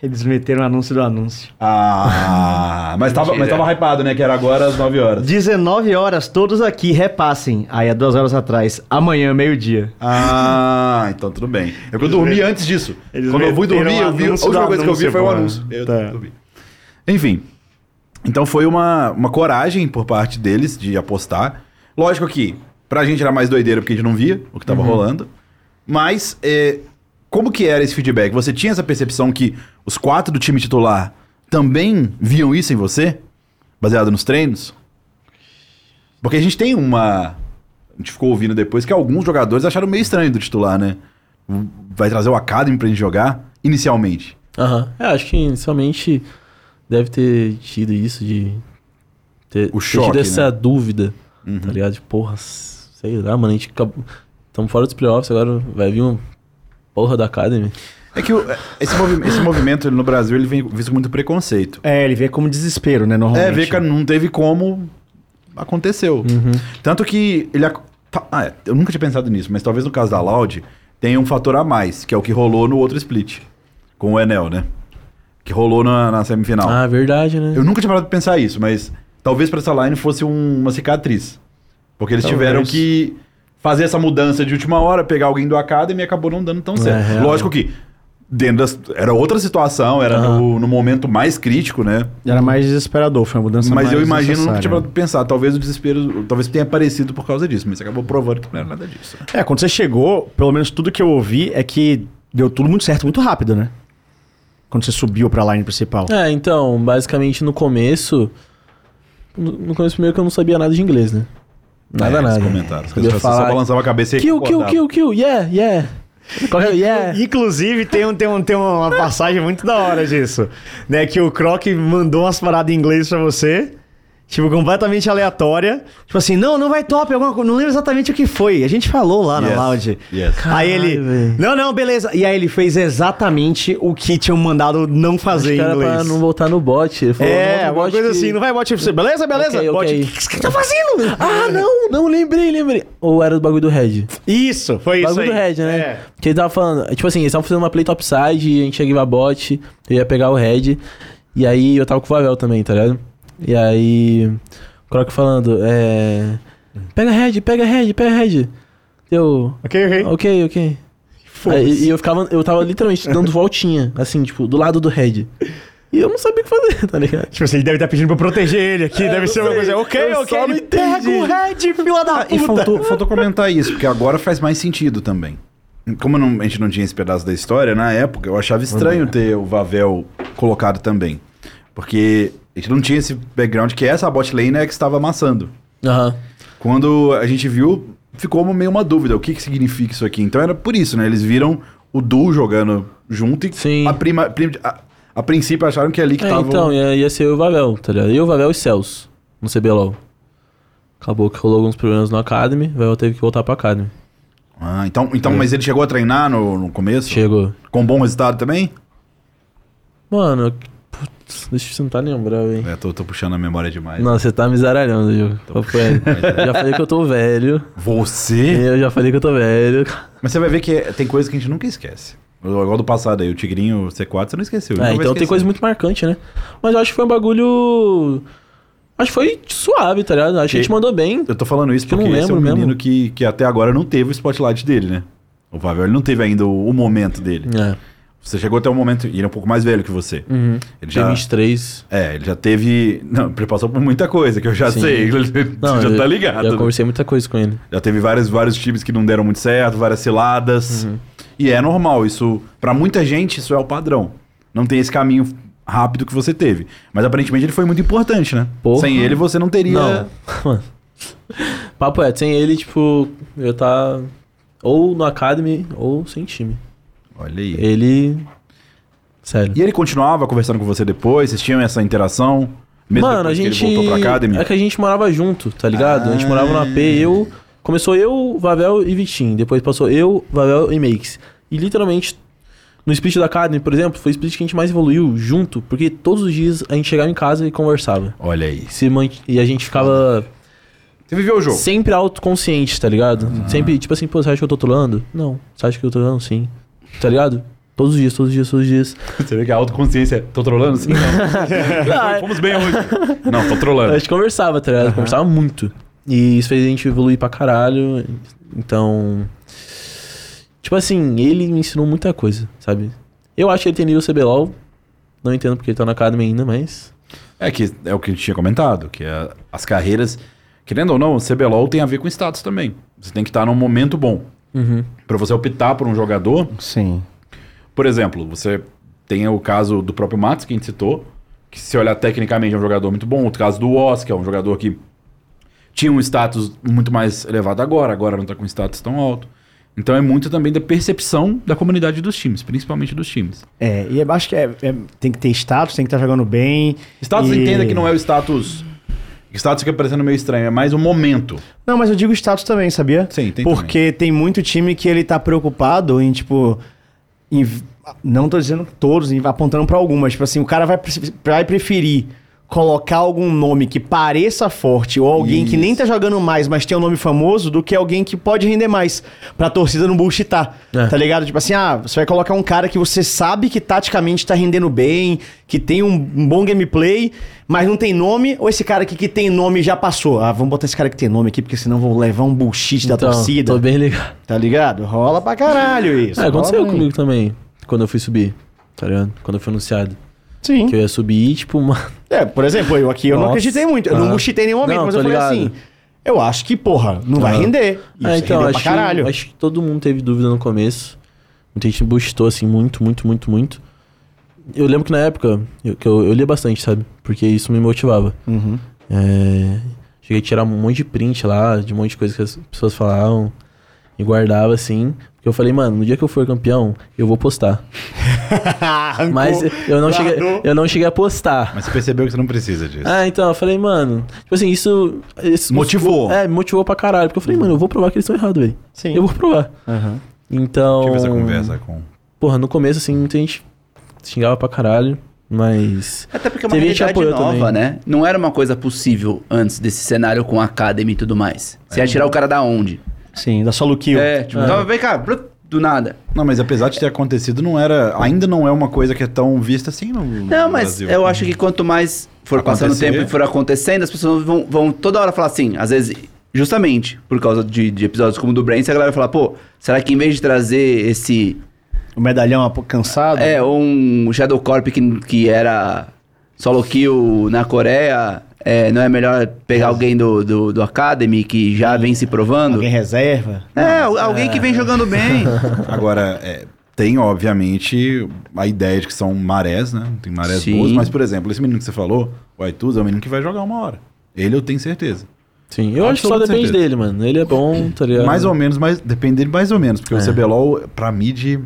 S5: Eles meteram o anúncio do anúncio.
S1: Ah, mas tava, mas tava hypado, né? Que era agora às 9 horas.
S5: 19 horas, todos aqui, repassem. Aí, há duas horas atrás, amanhã, meio-dia.
S1: Ah, então tudo bem. É porque eu dormi antes disso.
S5: Eles
S1: Quando eu fui
S5: meteram
S1: dormir, eu vi, a
S5: anúncio
S1: última
S5: do
S1: coisa que eu vi
S5: anúncio,
S1: foi o
S5: pô.
S1: anúncio. Eu
S5: Tá.
S1: dormi. Enfim. Então foi uma, uma coragem por parte deles de apostar. Lógico que pra gente era mais doideira porque a gente não via o que
S5: Uhum.
S1: tava rolando. Mas é, como que era esse feedback? Você tinha essa percepção que os quatro do time titular também viam isso em você? Baseado nos treinos? Porque a gente tem uma. A gente ficou ouvindo depois que alguns jogadores acharam meio estranho do titular, né? Vai trazer o Academy pra gente jogar inicialmente.
S3: Aham. É, acho que inicialmente deve ter tido isso de. Ter,
S1: O
S3: ter
S1: choque,
S3: tido
S1: né? Uhum.
S3: essa dúvida, tá ligado? De, porra, s- sei lá, mano, a gente acabou. Estamos fora dos playoffs, agora vai vir um porra da Academy.
S1: É que o- esse, movi- esse movimento no Brasil ele vem visto com muito preconceito.
S2: É, ele vê como desespero, né? Normalmente.
S1: É, ver que não teve como aconteceu. Tanto que ele. ac- tá- ah, é, eu nunca tinha pensado nisso, mas talvez no caso da Loud tenha um fator a mais, que é o que rolou no outro split. Com o Enel, né? Que rolou na, na semifinal.
S3: Ah, verdade, né?
S1: Eu nunca tinha parado pra pensar isso, mas talvez pra essa line fosse um- uma cicatriz. Porque eles
S3: Talvez.
S1: tiveram que fazer essa mudança de última hora, pegar alguém do Academy e acabou não dando tão certo.
S3: real.
S1: Lógico que dentro das, era outra situação, era
S3: Aham.
S1: no, no momento mais crítico, né?
S2: Era mais desesperador, foi uma
S3: é
S2: mudança
S1: mas
S2: mais
S1: eu imagino, tipo, nunca
S2: necessária.
S1: tinha
S3: né?
S1: parado pra pensar, talvez o desespero, talvez tenha aparecido por causa disso, mas acabou provando que não era nada disso. né?
S2: É, quando você chegou, pelo menos tudo que eu ouvi é que deu tudo muito certo, muito rápido, né? Quando você subiu pra line principal.
S3: É, então, basicamente no começo. No no começo, primeiro que eu não sabia nada de inglês, né? Nada,
S1: É, eles
S3: nada.
S1: comentaram. As
S3: Sabia
S1: pessoas só
S3: falar.
S1: balançavam a cabeça e
S3: Kill, kill,
S1: acordavam.
S3: kill, kill, yeah, yeah. Qualquer, yeah.
S2: Inclusive, tem, um, tem, um, tem uma passagem muito da hora disso. Né? Que o Croc mandou umas paradas em inglês pra você. Tipo, completamente aleatória. Tipo assim, não, não vai top, alguma coisa. Não lembro exatamente o que foi. A gente falou lá na
S1: Yes,
S2: Loud.
S1: yes.
S2: Aí ele.
S3: Caralho, véi.
S2: Não, não, beleza. E aí ele fez exatamente o que tinham mandado não fazer em
S3: Cara, pra
S2: inglês.
S3: não voltar no bot. Ele falou, não volta
S2: É, uma
S3: no bot
S2: coisa
S3: que-
S2: assim, não vai bot pra você. Beleza, beleza?
S3: Ok,
S2: bot.
S3: ok.
S2: O que que você tá fazendo?
S3: Ah, não, não, lembrei, lembrei. Ou era do bagulho do Red.
S2: Isso, foi isso.
S3: bagulho do
S2: aí.
S3: Red, né?
S2: É.
S3: Porque ele tava falando, tipo assim, eles estavam fazendo uma play topside, a gente ia givar bot, eu ia pegar o Red, e aí eu tava com o Vavel também, tá ligado? E aí, o Croc falando, é. Pega Red, pega Red, pega Red. Eu.
S2: Ok, ok.
S3: Ok, ok. Aí, e eu ficava, eu tava literalmente dando voltinha, assim, tipo, do lado do Red. E eu não sabia o que fazer, tá ligado?
S2: Tipo assim, ele deve estar pedindo pra proteger ele aqui, deve
S3: não
S2: ser uma
S3: sei.
S2: coisa. Ok,
S3: Eu
S2: ok,
S3: só não
S2: ele pega
S3: entendi.
S2: o Red, fila da puta.
S1: E
S3: tá?
S1: faltou, faltou comentar isso, porque agora faz mais sentido também. Como não- a gente não tinha esse pedaço da história, na época eu achava estranho ter o Vavel colocado também. Porque a gente não tinha esse background que essa bot lane é a que estava amassando.
S3: Aham.
S1: Quando a gente viu, ficou meio uma dúvida, o que, que significa isso aqui? Então era por isso, né? Eles viram o Du jogando junto e
S3: Sim.
S1: A, prima, prim- a, a princípio acharam que é ali que
S3: É,
S1: tava... o-
S3: então, ia, ia ser eu e o Vavel, tá ligado? Eu, o Vavel e Celso no CBLOL. Acabou que rolou alguns problemas no Academy, o Vavel teve que voltar pra Academy.
S1: Ah, então, então mas ele chegou a treinar no, no começo?
S3: É. Chegou.
S1: Com um bom resultado também?
S3: Mano, putz, deixa eu tentar lembrar, velho.
S1: É, tô, tô puxando a memória demais.
S3: Não, você tá me zaralhando, Diogo. Papo reto.
S1: é.
S3: já falei que eu tô velho.
S1: Você?
S3: Eu já falei que eu tô velho.
S1: Mas você vai ver que é- tem coisa que a gente nunca esquece. Igual do passado aí, o Tigrinho, o C4, você não esqueceu.
S3: É, então tem coisa muito marcante, né? Mas eu acho que foi um bagulho. Acho que foi suave, tá ligado? Acho que a gente
S1: Que-
S3: mandou bem.
S1: Eu tô falando isso
S3: que eu
S1: porque
S3: não
S1: esse é um
S3: lembro
S1: menino
S3: mesmo.
S1: que, que até agora não teve o spotlight dele, né? O Pavel ele não teve ainda o, o momento dele.
S3: É.
S1: Você chegou até o momento, e ele é um pouco mais velho que você. Ele
S3: Uhum. Tem
S1: já,
S3: 23.
S1: é, ele já teve... Não, ele passou por muita coisa, que eu já
S3: Sim.
S1: sei. Ele
S3: Não,
S1: já
S3: eu-
S1: tá ligado.
S3: Já
S1: né?
S3: conversei muita coisa com ele.
S1: Já teve vários, vários times que não deram muito certo, várias ciladas.
S3: Uhum.
S1: E é normal, isso. Pra muita gente, isso é o padrão. Não tem esse caminho rápido que você teve. Mas aparentemente ele foi muito importante, né?
S3: Porra.
S1: Sem ele você não teria.
S3: Não. Mano. Papo é, sem ele, tipo, eu ia tá ou no Academy ou sem time.
S1: Olha aí.
S3: Ele. Sério.
S1: E ele continuava conversando com você depois? Vocês tinham essa interação? Mesmo
S3: Mano, a
S1: depois que
S3: gente.
S1: ele voltou pra Academy? Ah.
S3: É que a gente morava junto, tá ligado? A gente morava no AP, eu. Começou eu, Vavel e Vitinho. Depois passou eu, Vavel e Makes. E literalmente, no split da Academy, por exemplo, foi o split que a gente mais evoluiu junto, porque todos os dias a gente chegava em casa e conversava.
S1: Olha aí.
S3: Se mant... E a gente ficava
S1: Você viveu o jogo?
S3: sempre autoconsciente, tá ligado?
S2: Uhum.
S3: Sempre, tipo assim, pô, você acha que eu tô trolando? Não. Você acha que eu tô trolando? Sim. Tá ligado? Todos os dias, todos os dias, todos os dias.
S1: Você vê que a autoconsciência. Tô trolando? Sim,
S2: Ah,
S1: não. Fomos bem hoje.
S2: é.
S1: Não, tô
S2: Uhum.
S3: A
S1: trolando.
S3: gente conversava, tá ligado? Conversava muito. E isso fez a gente evoluir pra caralho. Então. Tipo assim, ele me ensinou muita coisa, sabe? Eu acho que ele tem nível CBLOL. Não entendo porque ele tá na Academy ainda, mas.
S1: É que é o que a gente tinha comentado, que a- as carreiras, querendo ou não, o CBLOL tem a ver com status também. Você tem que estar num momento bom.
S3: Uhum.
S1: Pra você optar por um jogador,
S2: Sim.
S1: por exemplo, você tem o caso do próprio Matos, que a gente citou, que se olhar tecnicamente é um jogador muito bom. O caso do Oz, que é um jogador que tinha um status muito mais elevado agora, agora não tá com status tão alto. Então é muito também da percepção da comunidade dos times, principalmente dos times.
S2: É, e eu acho que é, é- tem que ter status, tem que estar jogando bem.
S1: Status,
S2: e-
S1: entenda que não é o status. Status fica parecendo meio estranho, é mais um momento.
S2: Não, mas eu digo status também, sabia?
S1: Sim, tem
S2: Porque tem muito time que ele tá preocupado em, tipo. em- não tô dizendo todos, em- apontando pra algumas. Tipo assim, o cara vai, pre- vai preferir colocar algum nome que pareça forte ou alguém que nem tá jogando mais, mas tem um nome famoso, do que alguém que pode render mais. Pra torcida não bullshitar.
S3: É.
S2: Tá ligado? Tipo assim, ah, você vai colocar um cara que você sabe que taticamente tá rendendo bem, que tem um, um bom gameplay, mas não tem nome, ou esse cara aqui que tem nome já passou. Ah, vamos botar esse cara que tem nome aqui, porque senão vou levar um bullshit da
S3: Então,
S2: torcida.
S3: Tô bem ligado.
S2: Tá ligado? Rola pra caralho isso.
S3: É, aconteceu
S2: Rola aí.
S3: comigo também, quando eu fui subir, tá ligado? Quando eu fui anunciado.
S2: Sim.
S3: Que eu ia subir, tipo, mano.
S2: É, por exemplo, eu aqui eu não
S3: Nossa.
S2: acreditei muito. Eu não
S3: Ah.
S2: buchitei em nenhum momento,
S3: Não,
S2: mas
S3: tô
S2: eu falei
S3: ligado.
S2: assim. Eu acho que, porra, não vai
S3: Ah.
S2: render. Isso
S3: Ah, então,
S2: rendeu pra
S3: acho,
S2: caralho.
S3: acho que todo mundo teve dúvida no começo. Muita gente boostou, assim, muito, muito, muito, muito. Eu lembro que na época, eu, que eu, eu lia bastante, sabe? Porque isso me motivava.
S2: Uhum.
S3: É, cheguei a tirar um monte de print lá, de um monte de coisa que as pessoas falavam. E guardava, assim. Porque eu falei, mano, no dia que eu for campeão, eu vou postar.
S2: Arrancou,
S3: Mas eu não, cheguei,
S2: guardou.
S3: eu não cheguei a postar.
S1: Mas você percebeu que você não precisa disso.
S3: Ah, então, eu falei, mano. Tipo assim, isso. isso
S1: Motivou.
S3: É, me motivou pra caralho. Porque eu falei, mano, eu vou provar que eles estão errados, velho.
S2: Sim.
S3: Eu vou provar.
S2: Aham.
S3: Então.
S1: Tive essa conversa com.
S3: Porra, no começo, assim, muita gente xingava pra caralho, mas.
S4: Até porque é uma
S3: Teve gente que
S4: realidade
S3: apoiou
S4: nova,
S3: também.
S4: né? Não era uma coisa possível antes desse cenário com a Academy e tudo mais. Você ia tirar o cara da onde?
S2: Sim, da só Luquinho.
S4: É, tipo,
S3: É.
S4: tava, vem cá, blu, do nada.
S1: Não, mas apesar de ter acontecido, não era. Ainda não é uma coisa que é tão vista assim no. no
S4: Não, mas
S1: Brasil.
S4: eu acho que quanto mais for passando o
S1: Acontecer.
S4: tempo e for acontecendo, as pessoas vão, vão toda hora falar assim, às vezes, justamente por causa de, de episódios como o do Brent, a galera vai falar, pô, será que em vez de trazer esse.
S2: O medalhão apo- cansado.
S4: É, um Shadow Corp que, que era solo kill na Coreia, é, não é melhor pegar alguém do, do, do Academy que já vem se provando?
S2: Alguém reserva.
S4: É, al- alguém que vem jogando bem.
S1: Agora, é, tem, obviamente, a ideia de que são marés, né? Tem marés
S4: Sim.
S1: boas, mas, por exemplo, esse menino que você falou, o Aituz, é um menino que vai jogar uma hora. Ele eu tenho certeza.
S3: Sim, eu acho que só
S1: Absoluta
S3: depende
S1: certeza.
S3: dele, mano. Ele é bom, tá ligado?
S1: Mais ou menos, mas depende dele mais ou menos, porque
S3: É.
S1: o CBLOL, pra mid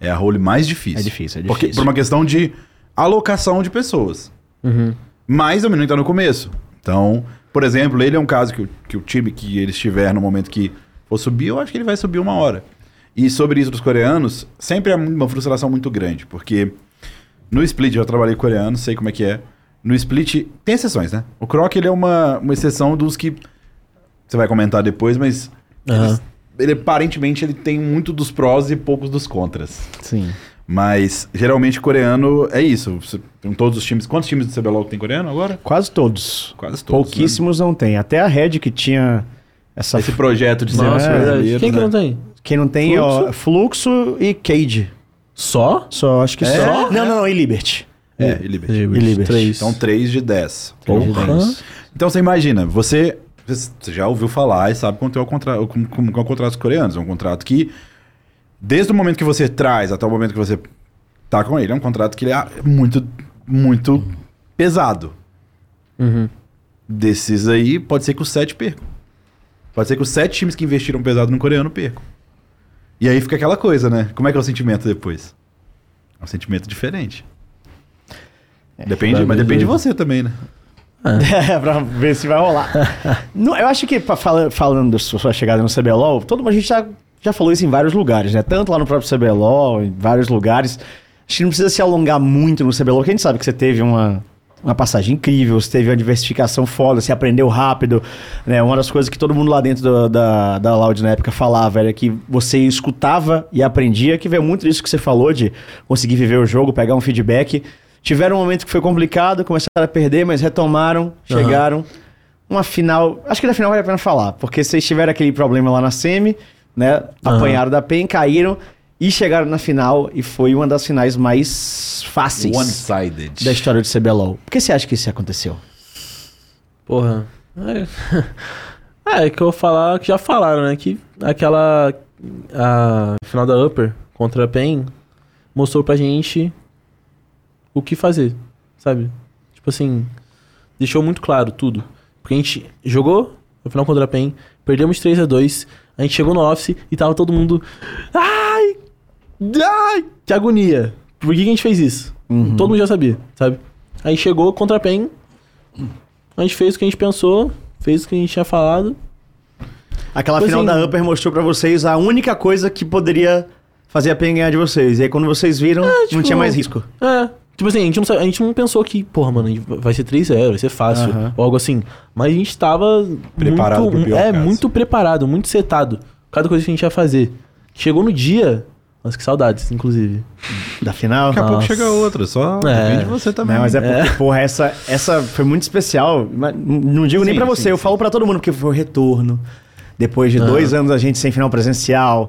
S1: é a role mais difícil.
S2: É difícil, é
S1: Porque,
S2: difícil.
S1: por uma questão de alocação de pessoas.
S3: Uhum.
S1: Mas o menino tá no começo. Então, por exemplo, ele é um caso que, o- que o time que ele estiver no momento que for subir, eu acho que ele vai subir uma hora. E sobre isso dos coreanos, sempre é uma frustração muito grande, porque no split eu trabalhei com coreano, sei como é que é. No split, tem exceções, né? O Croc ele é uma, uma exceção dos que você vai comentar depois, mas
S3: Aham.
S1: eles- ele aparentemente ele tem muito dos prós e poucos dos contras.
S3: Sim.
S1: Mas geralmente coreano é isso. Você- Tem todos os times. Quantos times do CBLOL tem coreano agora?
S2: Quase todos.
S1: Quase
S3: né?
S1: todos.
S2: Pouquíssimos não tem. Até a Red que tinha essa.
S1: né? Esse projeto de
S3: Nossa,
S1: ser
S3: verdade.
S1: brasileiro.
S3: Quem que
S1: né?
S3: não tem?
S2: Quem não tem,
S3: Fluxo?
S2: ó. Fluxo e Cade.
S3: Só?
S2: Só, acho que
S1: É?
S2: só. Não, não, não, e Liberty.
S1: É, ele
S3: E
S1: mesmo.
S2: Liberty.
S3: Três.
S1: Então 3 de 10.
S3: Porra.
S1: Então você imagina, você, você já ouviu falar e sabe quanto é o contrato, como, como é o contrato dos coreanos. É um contrato que, desde o momento que você traz até o momento que você tá com ele, é um contrato que ele é muito, muito pesado.
S3: Uhum.
S1: Desses aí, pode ser que os sete percam. Pode ser que os sete times que investiram pesado no coreano percam. E aí fica aquela coisa, né? Como é que é o sentimento depois? É um sentimento diferente. depende, mas
S3: bagulho
S1: depende de
S3: doido.
S1: você também, né?
S2: É, pra ver se vai rolar. Não, eu acho que pra fala- falando da sua sua chegada no CBLOL, todo mundo a gente já, já falou isso em vários lugares, né? Tanto lá no próprio CBLOL, em vários lugares. Acho que não precisa se alongar muito no CBLOL, porque a gente sabe que você teve uma, uma passagem incrível, você teve uma diversificação foda, você aprendeu rápido. Né? Uma das coisas que todo mundo lá dentro da, da, da Loud na época falava era que você escutava e aprendia, que veio muito disso que você falou, de conseguir viver o jogo, pegar um feedback. Tiveram um momento que foi complicado, começaram a perder, mas retomaram, chegaram. Uma final. Acho que da final vale a pena falar, porque vocês tiveram aquele problema lá na Semi, né?
S3: Aham.
S2: Apanharam da PEN, caíram e chegaram na final e foi uma das finais mais fáceis
S1: One-sided.
S2: da história do CBLOL. Por que você acha que isso aconteceu?
S3: Porra. É. é, é que eu vou falar que já falaram, né? Que aquela. A final da Upper contra a PEN mostrou pra gente o que fazer, sabe? Tipo assim, deixou muito claro tudo. Porque a gente jogou no final contra a PEN, perdemos 3 a 2 a gente chegou no office e tava todo mundo. Ai! Ai! Que agonia! Por que, que a gente fez isso? Todo mundo já sabia, sabe? Aí chegou contra a PEN, a gente fez o que a gente pensou, fez o que a gente tinha falado.
S2: Aquela
S3: Pois
S2: final
S3: é.
S2: da Upper mostrou pra vocês a única coisa que poderia fazer a PEN ganhar de vocês. E aí quando vocês viram, não
S3: tipo,
S2: tinha mais risco.
S3: É, Tipo assim, a gente não, sa- a gente não pensou que, porra, mano, a gente vai ser 3-0, vai ser fácil,
S2: Aham.
S3: ou algo assim. Mas a gente tava.
S1: Preparado
S3: muito,
S1: pro pior
S3: É,
S1: caso.
S3: muito preparado, muito setado. Cada coisa que a gente ia fazer. Chegou no dia. Nossa, que saudades, inclusive.
S2: Da final?
S3: Acabou.
S2: Não,
S3: Nossa.
S6: pouco chega outra, só
S3: É.
S6: depende de você também.
S2: mas é porque, porra, essa, essa foi muito especial. mas n- Não digo nem
S1: Sim,
S2: pra você,
S1: sim,
S2: eu falo pra todo mundo, porque foi o retorno. Depois de dois anos a gente sem final presencial,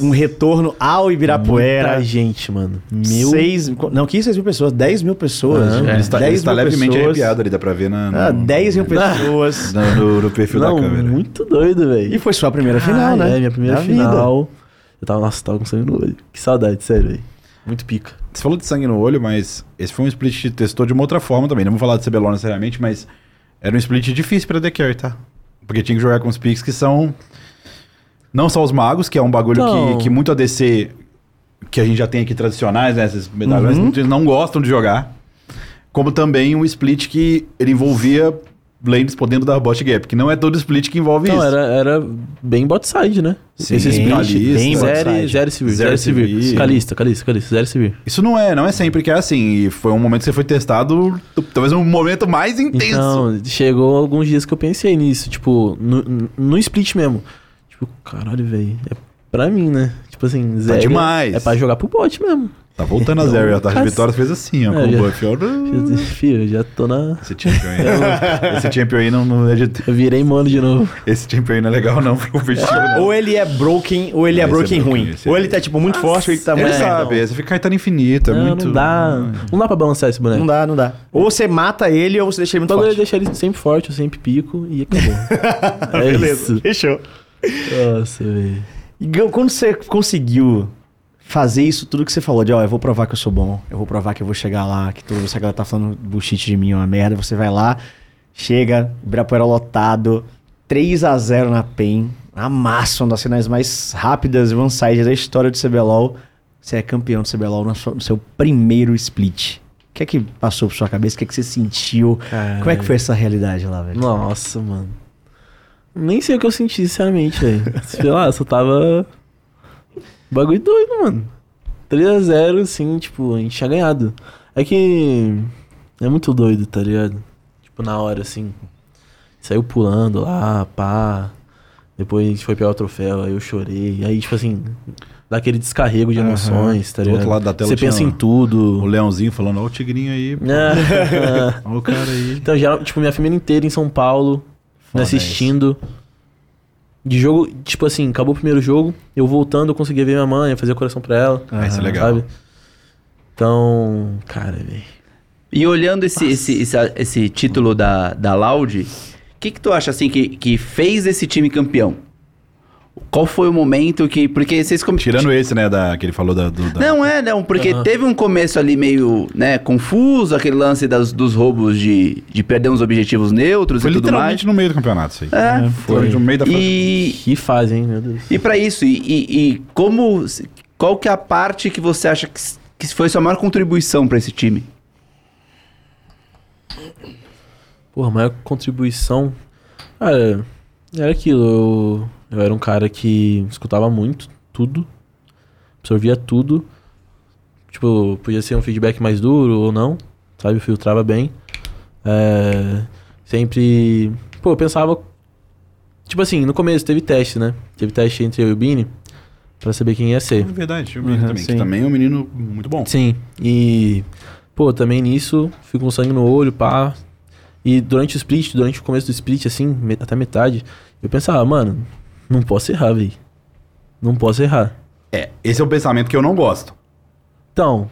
S2: um retorno ao Ibirapuera.
S3: Muita gente, mano. Meu.
S2: Seis, não, que 6 mil pessoas, 10 mil pessoas.
S3: Aham.
S2: gente,
S1: É, Ele está, ele
S2: 10
S1: está
S2: mil
S1: levemente
S2: pessoas.
S1: arrepiado ali, dá pra ver na, na-
S2: Ah, 10 mil pessoas.
S1: na- no, no perfil
S3: Não,
S1: da câmera.
S3: muito doido, velho.
S2: E foi sua primeira final,
S3: Caralho,
S2: né?
S3: É, minha primeira
S2: Da vida.
S3: final. Eu tava, nossa, tava com sangue no olho. Que saudade, sério, velho. Muito pica.
S1: Você falou de sangue no olho, mas esse foi um split que testou de uma outra forma também. Não vou falar de CBLOL necessariamente, mas era um split difícil pra The Care, tá? Porque tinha que jogar com os picks que são. Não só os magos, que é um bagulho
S3: Então.
S1: que, que muito ADC que a gente já tem aqui tradicionais, né? Esses medalhões,
S3: Uhum.
S1: eles não gostam de jogar. Como também um split que ele envolvia lanes podendo dar bot gap, que não é todo split que envolve
S3: Então,
S1: isso.
S3: era, era bem bot side, né?
S1: Sim,
S3: Esse split.
S1: Calista,
S3: bem
S1: bot
S3: zero,
S2: side.
S3: zero civil,
S1: Zero
S3: zero civil.
S1: civil.
S3: Calista, Calista, Calista, zero civil.
S1: Isso não é, não é sempre que é assim. E foi um momento que você foi testado, talvez um momento mais intenso.
S3: Então, chegou alguns dias que eu pensei nisso, tipo, no, no split mesmo. Tipo, caralho, velho, é pra mim, né? Tipo assim, zero.
S1: Tá demais.
S3: É pra jogar pro bot mesmo.
S1: Tá voltando a
S3: Então,
S1: zero, tá? As
S3: cacete.
S1: vitórias fez assim, ó,
S3: É,
S1: com o
S3: já- assim.
S1: buff. ó.
S3: Filho, eu já tô na.
S1: Esse champion aí. esse champion aí não, não é de...
S3: Eu virei mano de novo.
S1: Esse champion aí não é legal, não, pro objetivo, não.
S2: Ou ele é broken, ou ele é
S1: Esse é
S2: broken
S1: broken,
S2: ruim.
S1: esse é
S2: Ou ele tá, tipo, muito forte, ou ele tá
S1: Ele
S2: muito.
S1: sabe, você fica caetano infinito, é
S3: não,
S1: muito.
S3: não dá. Não dá pra balançar esse boneco.
S2: Não dá, não dá. Ou você mata ele, ou você deixa ele
S3: O
S2: muito
S3: bagulho é
S2: forte.
S3: deixar ele sempre forte, eu sempre pico e acabou. é isso.
S2: Fechou.
S3: Nossa, velho.
S2: E Gão, quando você conseguiu fazer isso tudo que você falou, de ó, eu vou provar que eu sou bom, eu vou provar que eu vou chegar lá, que tudo, se a galera tá falando bullshit de mim é uma merda, você vai lá, chega, Ibirapuera lotado, 3 a 0 na PEN, amassa uma das cenas mais rápidas e one-sided da história do CBLOL, você é campeão do CBLOL na sua- no seu primeiro split. O que é que passou por sua cabeça? O que é que você sentiu? Como é que foi essa realidade lá, velho?
S3: Nossa, mano. Nem sei o que eu senti, sinceramente, velho. Sei lá, eu só tava. Bagulho doido, mano. 3x0, assim, tipo, a gente tinha ganhado. É que. É muito doido, tá ligado? Tipo, na hora, assim. Saiu pulando lá, pá. Depois foi pegar o troféu, aí eu chorei. Aí, tipo assim, dá aquele descarrego de emoções, tá
S1: Do
S3: ligado?
S1: outro lado da tela
S3: Você
S1: tinha
S3: pensa em
S1: O
S3: tudo.
S1: leãozinho falando, ó, o tigrinho aí. pô,
S3: É.
S1: Ó, o cara aí.
S3: Então, geral, tipo, minha família inteira em São Paulo, me assistindo. De jogo, tipo assim, acabou o primeiro jogo, eu voltando, eu conseguia ver minha mãe, fazer coração pra ela.
S1: Ah, isso é legal.
S3: Então, cara, velho.
S4: E olhando esse, esse, esse, esse título da, da Loud, o que, que tu acha assim que, que fez esse time campeão? Qual foi o momento que. Porque vocês come-
S1: Tirando esse, né, da, que ele falou da. Do, da-
S4: Não é, não, porque
S3: Aham.
S4: teve um começo ali meio, né, confuso, aquele lance das, dos roubos de, de perder uns objetivos neutros
S1: Foi
S4: e tudo mais.
S1: literalmente no meio do campeonato, isso aí. Né?
S4: É.
S1: Foi no meio da
S4: E,
S3: Que fase, hein, meu Deus.
S4: E pra isso, e, e- e como qual que é a parte que você acha que, s- que foi sua maior contribuição pra esse time?
S3: Porra, a maior contribuição. Cara, era aquilo. Eu, eu era um cara que escutava muito, tudo. Absorvia tudo. Tipo, podia ser um feedback mais duro ou não, sabe? Eu filtrava bem. É, sempre. Pô, eu pensava. Tipo assim, no começo teve teste, né? Teve teste entre eu e o Bini pra saber quem ia ser.
S1: É verdade, o menino
S2: Uhum,
S1: também.
S2: sim.
S1: Que também é um menino muito bom.
S3: Sim, e. Pô, também nisso, fui com sangue no olho, pá. E durante o split, durante o começo do split, assim, me- até metade, eu pensava, mano, não posso errar, velho. Não posso errar.
S1: Esse é o pensamento que eu não gosto.
S3: Então,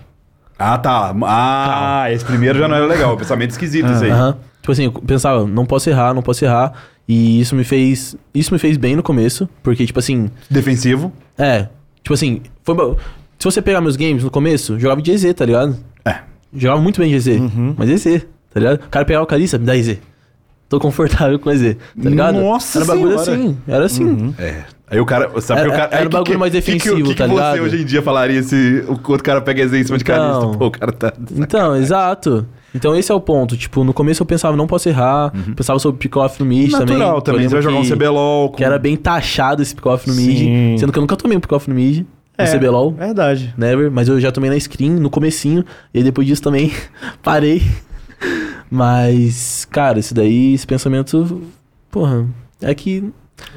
S1: Ah, tá. Ah, esse primeiro já não era legal. Pensamento esquisito, isso aí.
S3: aham. tipo assim, eu pensava, não posso errar, não posso errar. E isso me fez. Isso me fez bem no começo, porque, tipo assim,
S1: Defensivo.
S3: é. Tipo assim, foi. ba- Se você pegar meus games no começo, eu jogava de EZ, tá ligado?
S1: É.
S3: Jogava muito bem de EZ,
S1: Uhum.
S3: mas EZ, tá ligado? O cara pegava o Calista, me dá EZ. Tô confortável com EZ, tá ligado?
S1: Nossa
S3: Era bagulho
S1: Senhora.
S3: assim, era assim.
S1: É. Aí o cara. Sabe
S3: Era-
S1: que o cara.
S3: era
S1: aí
S3: um bagulho mais defensivo,
S1: que, que,
S3: tá
S1: que
S3: ligado?
S1: você hoje em dia falaria se o outro cara pega esse em cima de
S3: Então.
S1: carista? Pô, o cara tá.
S3: Então, exato. Então esse é o ponto. Tipo, no começo eu pensava, não posso errar. Pensava sobre pick-off no mid também.
S1: Uhum. Natural
S3: Eu
S1: também. Você
S3: lembro
S1: vai jogar um
S3: que-
S1: CBLOL. Com...
S3: Que era bem taxado esse pick-off no
S2: Sim.
S3: mid. Sendo que eu nunca tomei um pick-off no mid.
S1: É.
S3: no CBLOL.
S7: Verdade.
S3: Never, mas eu já tomei na screen no comecinho, e aí depois disso também parei. Mas, cara, isso daí, esse pensamento, porra, é que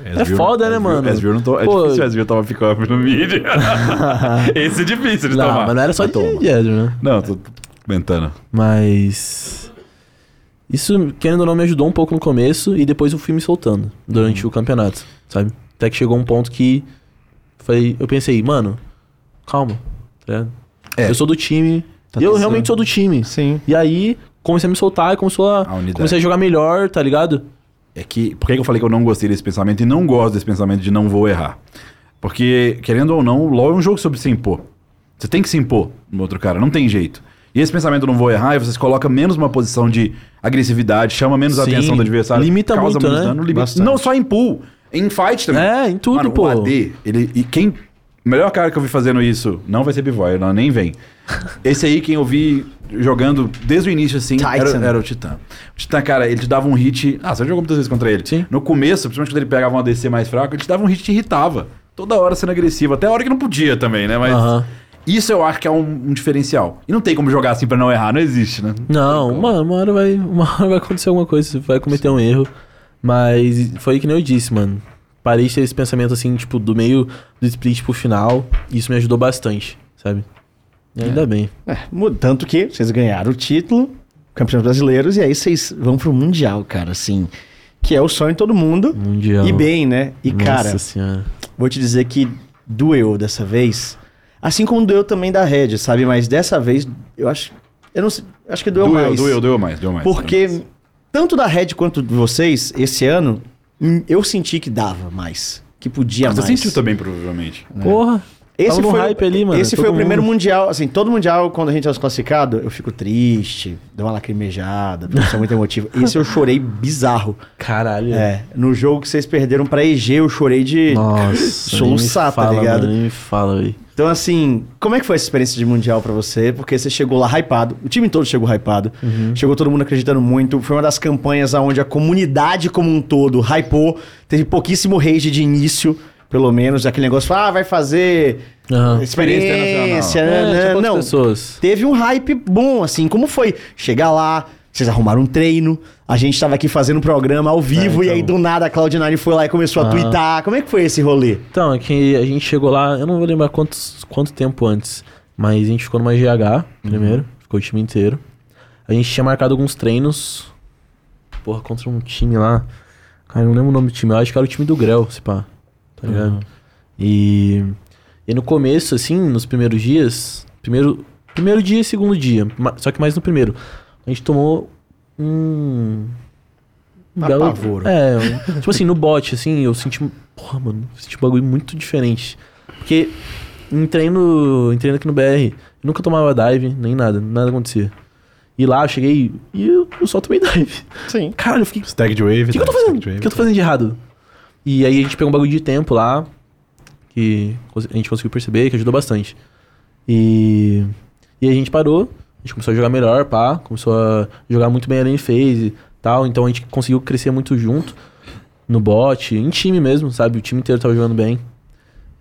S3: É foda, né, mano?
S1: Asvir não to... É
S3: Pô.
S1: difícil o Asvir tomar pick up no mid. Esse é difícil de
S3: não,
S1: tomar.
S3: mas não era só
S1: Mas
S3: de de Ezra, né?
S1: Não, tô tô comentando.
S3: Mas isso, querendo ou não, me ajudou um pouco no começo e depois eu fui me soltando durante o campeonato, sabe? Até que chegou um ponto que falei, eu pensei, mano, calma, tá ligado?
S1: É. Tá
S3: Eu sou do time, eu
S2: tudo
S3: realmente
S2: certo.
S3: sou do time.
S2: Sim.
S3: E aí comecei a me soltar e começou a,
S1: A unidade.
S3: comecei a jogar melhor, tá ligado?
S1: É que. Por que que eu falei que eu não gostei desse pensamento e não gosto desse pensamento de não vou errar? Porque, querendo ou não, o LoL é um jogo sobre se impor. Você tem que se impor no outro cara, não tem jeito. E esse pensamento não vou errar, e você se coloca menos uma posição de agressividade, chama menos a
S3: Sim,
S1: atenção do adversário,
S3: limita
S1: causa
S3: muito,
S1: menos
S3: né?
S1: dano, limita-
S2: Bastante.
S1: Não só em pool, em fight também.
S3: É, em tudo,
S1: Mano,
S3: pô.
S1: O AD, ele. E quem. O melhor cara que eu vi fazendo isso não vai ser Bivoy, não, nem vem. Esse aí, quem eu vi jogando desde o início, assim, era,
S2: Titan.
S1: era o Titã. O Titã, cara, ele te dava um hit. Ah, você jogou muitas vezes contra ele.
S3: Sim.
S1: No começo, principalmente quando ele pegava um uma DC mais fraca, ele te dava um hit e te irritava. Toda hora sendo agressivo, até a hora que não podia também, né? Mas.
S3: Aham.
S1: Isso eu acho que é um, um diferencial. E não tem como jogar assim pra não errar, não existe, né?
S3: Não, mano, uma hora vai, uma hora vai acontecer alguma coisa, você vai cometer um erro. Mas foi que nem eu disse, mano. Parei de ter esse pensamento assim, tipo, do meio do split pro final. e Isso me ajudou bastante, sabe? E ainda bem.
S2: É, mu- tanto que vocês ganharam o título, campeões brasileiros, e aí vocês vão pro Mundial, cara, assim. Que é o sonho de todo mundo.
S3: Mundial.
S2: E bem, né? E,
S3: Um Nossa
S2: cara,
S3: senhora.
S2: vou te dizer que doeu dessa vez. Assim como doeu também da Red, sabe? Mas dessa vez, eu acho. Eu não sei. Acho que doeu,
S1: doeu,
S2: mais.
S1: doeu, doeu mais, doeu mais.
S2: Porque tanto da Red quanto de vocês, esse ano, hum, eu senti que dava mais. Que podia
S1: Você
S2: mais.
S1: sentiu também, provavelmente.
S3: Porra.
S2: né? Esse
S3: Tava no
S2: foi, o-
S3: hype ali, mano,
S2: Esse
S3: todo
S2: foi o primeiro
S3: mundo.
S2: mundial, assim, todo mundial, quando a gente é classificado, eu fico triste, dou uma lacrimejada, porque eu sou muito emotivo. Esse eu chorei bizarro.
S3: Caralho.
S2: É, no jogo que vocês perderam pra EG, eu chorei de
S3: Nossa.
S2: soluçar, tá
S3: nem me fala,
S2: ligado?
S3: Mano, nem me fala, velho.
S2: Então, assim, como é que foi essa experiência de Mundial pra você? Porque você chegou lá hypado, o time todo chegou hypado,
S3: Uhum.
S2: chegou todo mundo acreditando muito. Foi uma das campanhas onde a comunidade como um todo hypou, teve pouquíssimo rage de início, pelo menos, aquele negócio, ah, vai fazer
S3: Aham.
S1: Experiência
S2: experiência,
S3: É,
S2: né?
S3: tinha poucas
S2: não.
S3: pessoas.
S2: Teve um hype bom, assim, como foi chegar lá, vocês arrumaram um treino, a gente tava aqui fazendo um programa ao vivo, e aí
S3: então.
S2: do nada a Cloud9 foi lá e começou a
S3: Ah.
S2: twittar. Como é que foi esse rolê?
S3: Então, é que a gente chegou lá, eu não vou lembrar quantos, quanto tempo antes, mas a gente ficou numa GH primeiro, ficou o time inteiro. A gente tinha marcado alguns treinos, porra, contra um time lá. Cara, eu não lembro o nome do time, eu acho que era o time do Grel, se pá. Tá ligado? E, e no começo, assim, nos primeiros dias, primeiro, primeiro dia e segundo dia, ma- só que mais no primeiro, a gente tomou um. um belo-
S2: Apavoro.
S3: É, um- tipo assim, no bot, assim, eu senti. Porra, mano, eu senti um bagulho muito diferente. Porque em treino, em treino aqui no BR, eu nunca tomava dive, nem nada, nada acontecia. E lá eu cheguei e eu, eu só tomei dive.
S2: Sim.
S3: Caralho, eu fiquei.
S1: Stacked Wave.
S3: O que, que eu tô fazendo? O que eu tô fazendo de errado? E aí a gente pegou um bagulho de tempo lá, que cons- a gente conseguiu perceber, que ajudou bastante. E, e aí a gente parou, a gente começou a jogar melhor, pá, começou a jogar muito bem a lane phase e tal, então a gente conseguiu crescer muito junto, no bot, em time mesmo, sabe? O time inteiro tava jogando bem.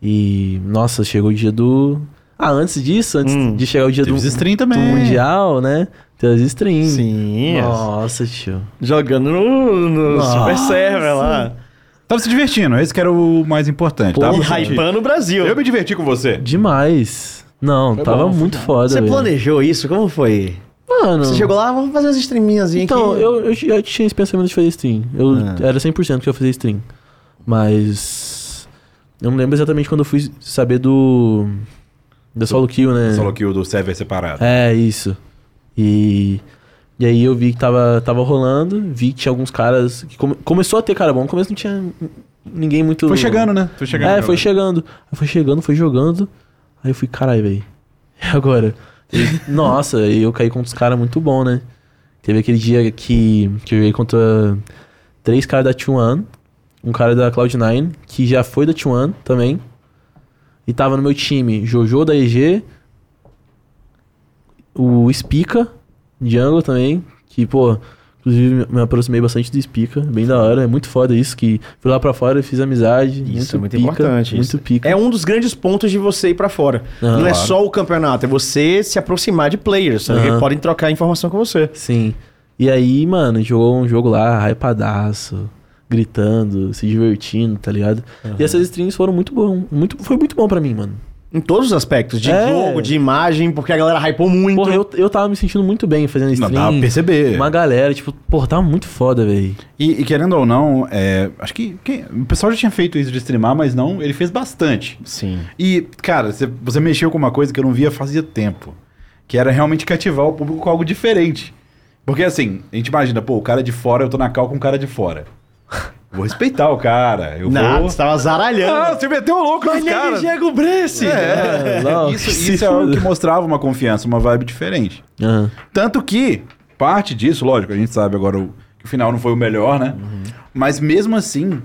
S3: E, nossa, chegou o dia do... Ah, antes disso, antes
S2: Hum.
S3: de chegar o dia do,
S1: Teve os stream
S3: do
S1: também.
S3: Mundial, né? Teve as streams.
S2: Sim.
S3: Nossa, tio.
S2: Jogando no, no
S3: Nossa.
S2: Super Server lá.
S1: Tava se divertindo, esse que era o mais importante.
S3: Pô,
S1: Tava
S2: E
S1: se divertindo.
S2: hypando o Brasil.
S1: Eu me diverti com você.
S3: Demais. Não, tava muito foda.
S2: Você
S3: velho.
S2: planejou isso? Como foi?
S3: Mano.
S2: Você chegou lá, vamos fazer umas streaminhas aqui.
S3: Então, eu, eu já tinha esse pensamento de fazer stream. Eu
S2: Ah.
S3: era 100% que eu ia fazer stream. Mas. Eu não lembro exatamente quando eu fui saber do. Da solo kill, né?
S1: Só que o do server separado.
S3: É, isso. E. E aí eu vi que tava, tava rolando, vi que tinha alguns caras. Que come- começou a ter cara bom, no começo não tinha ninguém muito.
S1: Foi chegando, né? Foi chegando.
S3: É, foi chegando. Aí foi chegando, foi jogando. Aí eu fui, caralho, velho. E agora? E, nossa, aí eu caí contra os caras muito bom, né? Teve aquele dia que, que eu joguei contra três caras da T1, um cara da Cloud9, que já foi da T1 também. E tava no meu time Jojo da EG, o Spica, Django também, que, pô, Inclusive, me- me aproximei bastante do Spica, bem da hora. É muito foda isso, que fui lá pra fora e fiz amizade.
S2: Isso é muito
S3: pica,
S2: importante.
S3: Muito
S2: isso.
S3: pica.
S2: É um dos grandes pontos de você ir pra fora. Não
S3: Aham.
S2: é
S3: Claro.
S2: só o campeonato, é você se aproximar de players, sabe?
S3: Aham.
S2: Que podem trocar informação com você.
S3: Sim. E aí, mano, a gente jogou um jogo lá, hypadaço, gritando, se divertindo, tá ligado? E essas streams foram muito bom. Muito, foi muito bom pra mim, mano.
S2: Em todos os aspectos, de
S3: É.
S2: jogo, de imagem, porque a galera hypou muito.
S3: Porra, eu, eu tava me sentindo muito bem fazendo
S1: Não,
S3: stream.
S1: dá pra perceber.
S3: Uma galera, tipo, porra, tava muito foda, velho.
S1: E, e querendo ou não, é, acho que quem- o pessoal já tinha feito isso de streamar, mas não, ele fez bastante.
S2: Sim.
S1: E, cara, você, você mexeu com uma coisa que eu não via fazia tempo. Que era realmente cativar o público com algo diferente. Porque assim, a gente imagina, pô, o cara de fora, eu tô na cal com o cara de fora. Vou respeitar o cara. Eu
S2: Nada,
S1: vou.
S2: você tava
S1: Ah,
S2: zaralhando.
S1: você meteu o louco nos caras.
S2: Diego Bresse!
S1: É,
S3: Não,
S1: isso,
S3: que
S1: isso
S3: se
S1: é algo
S3: foda.
S1: que mostrava uma confiança, uma vibe diferente.
S3: Aham.
S1: Tanto que, parte disso, lógico, a gente sabe agora o, que o final não foi o melhor, né? Mas mesmo assim,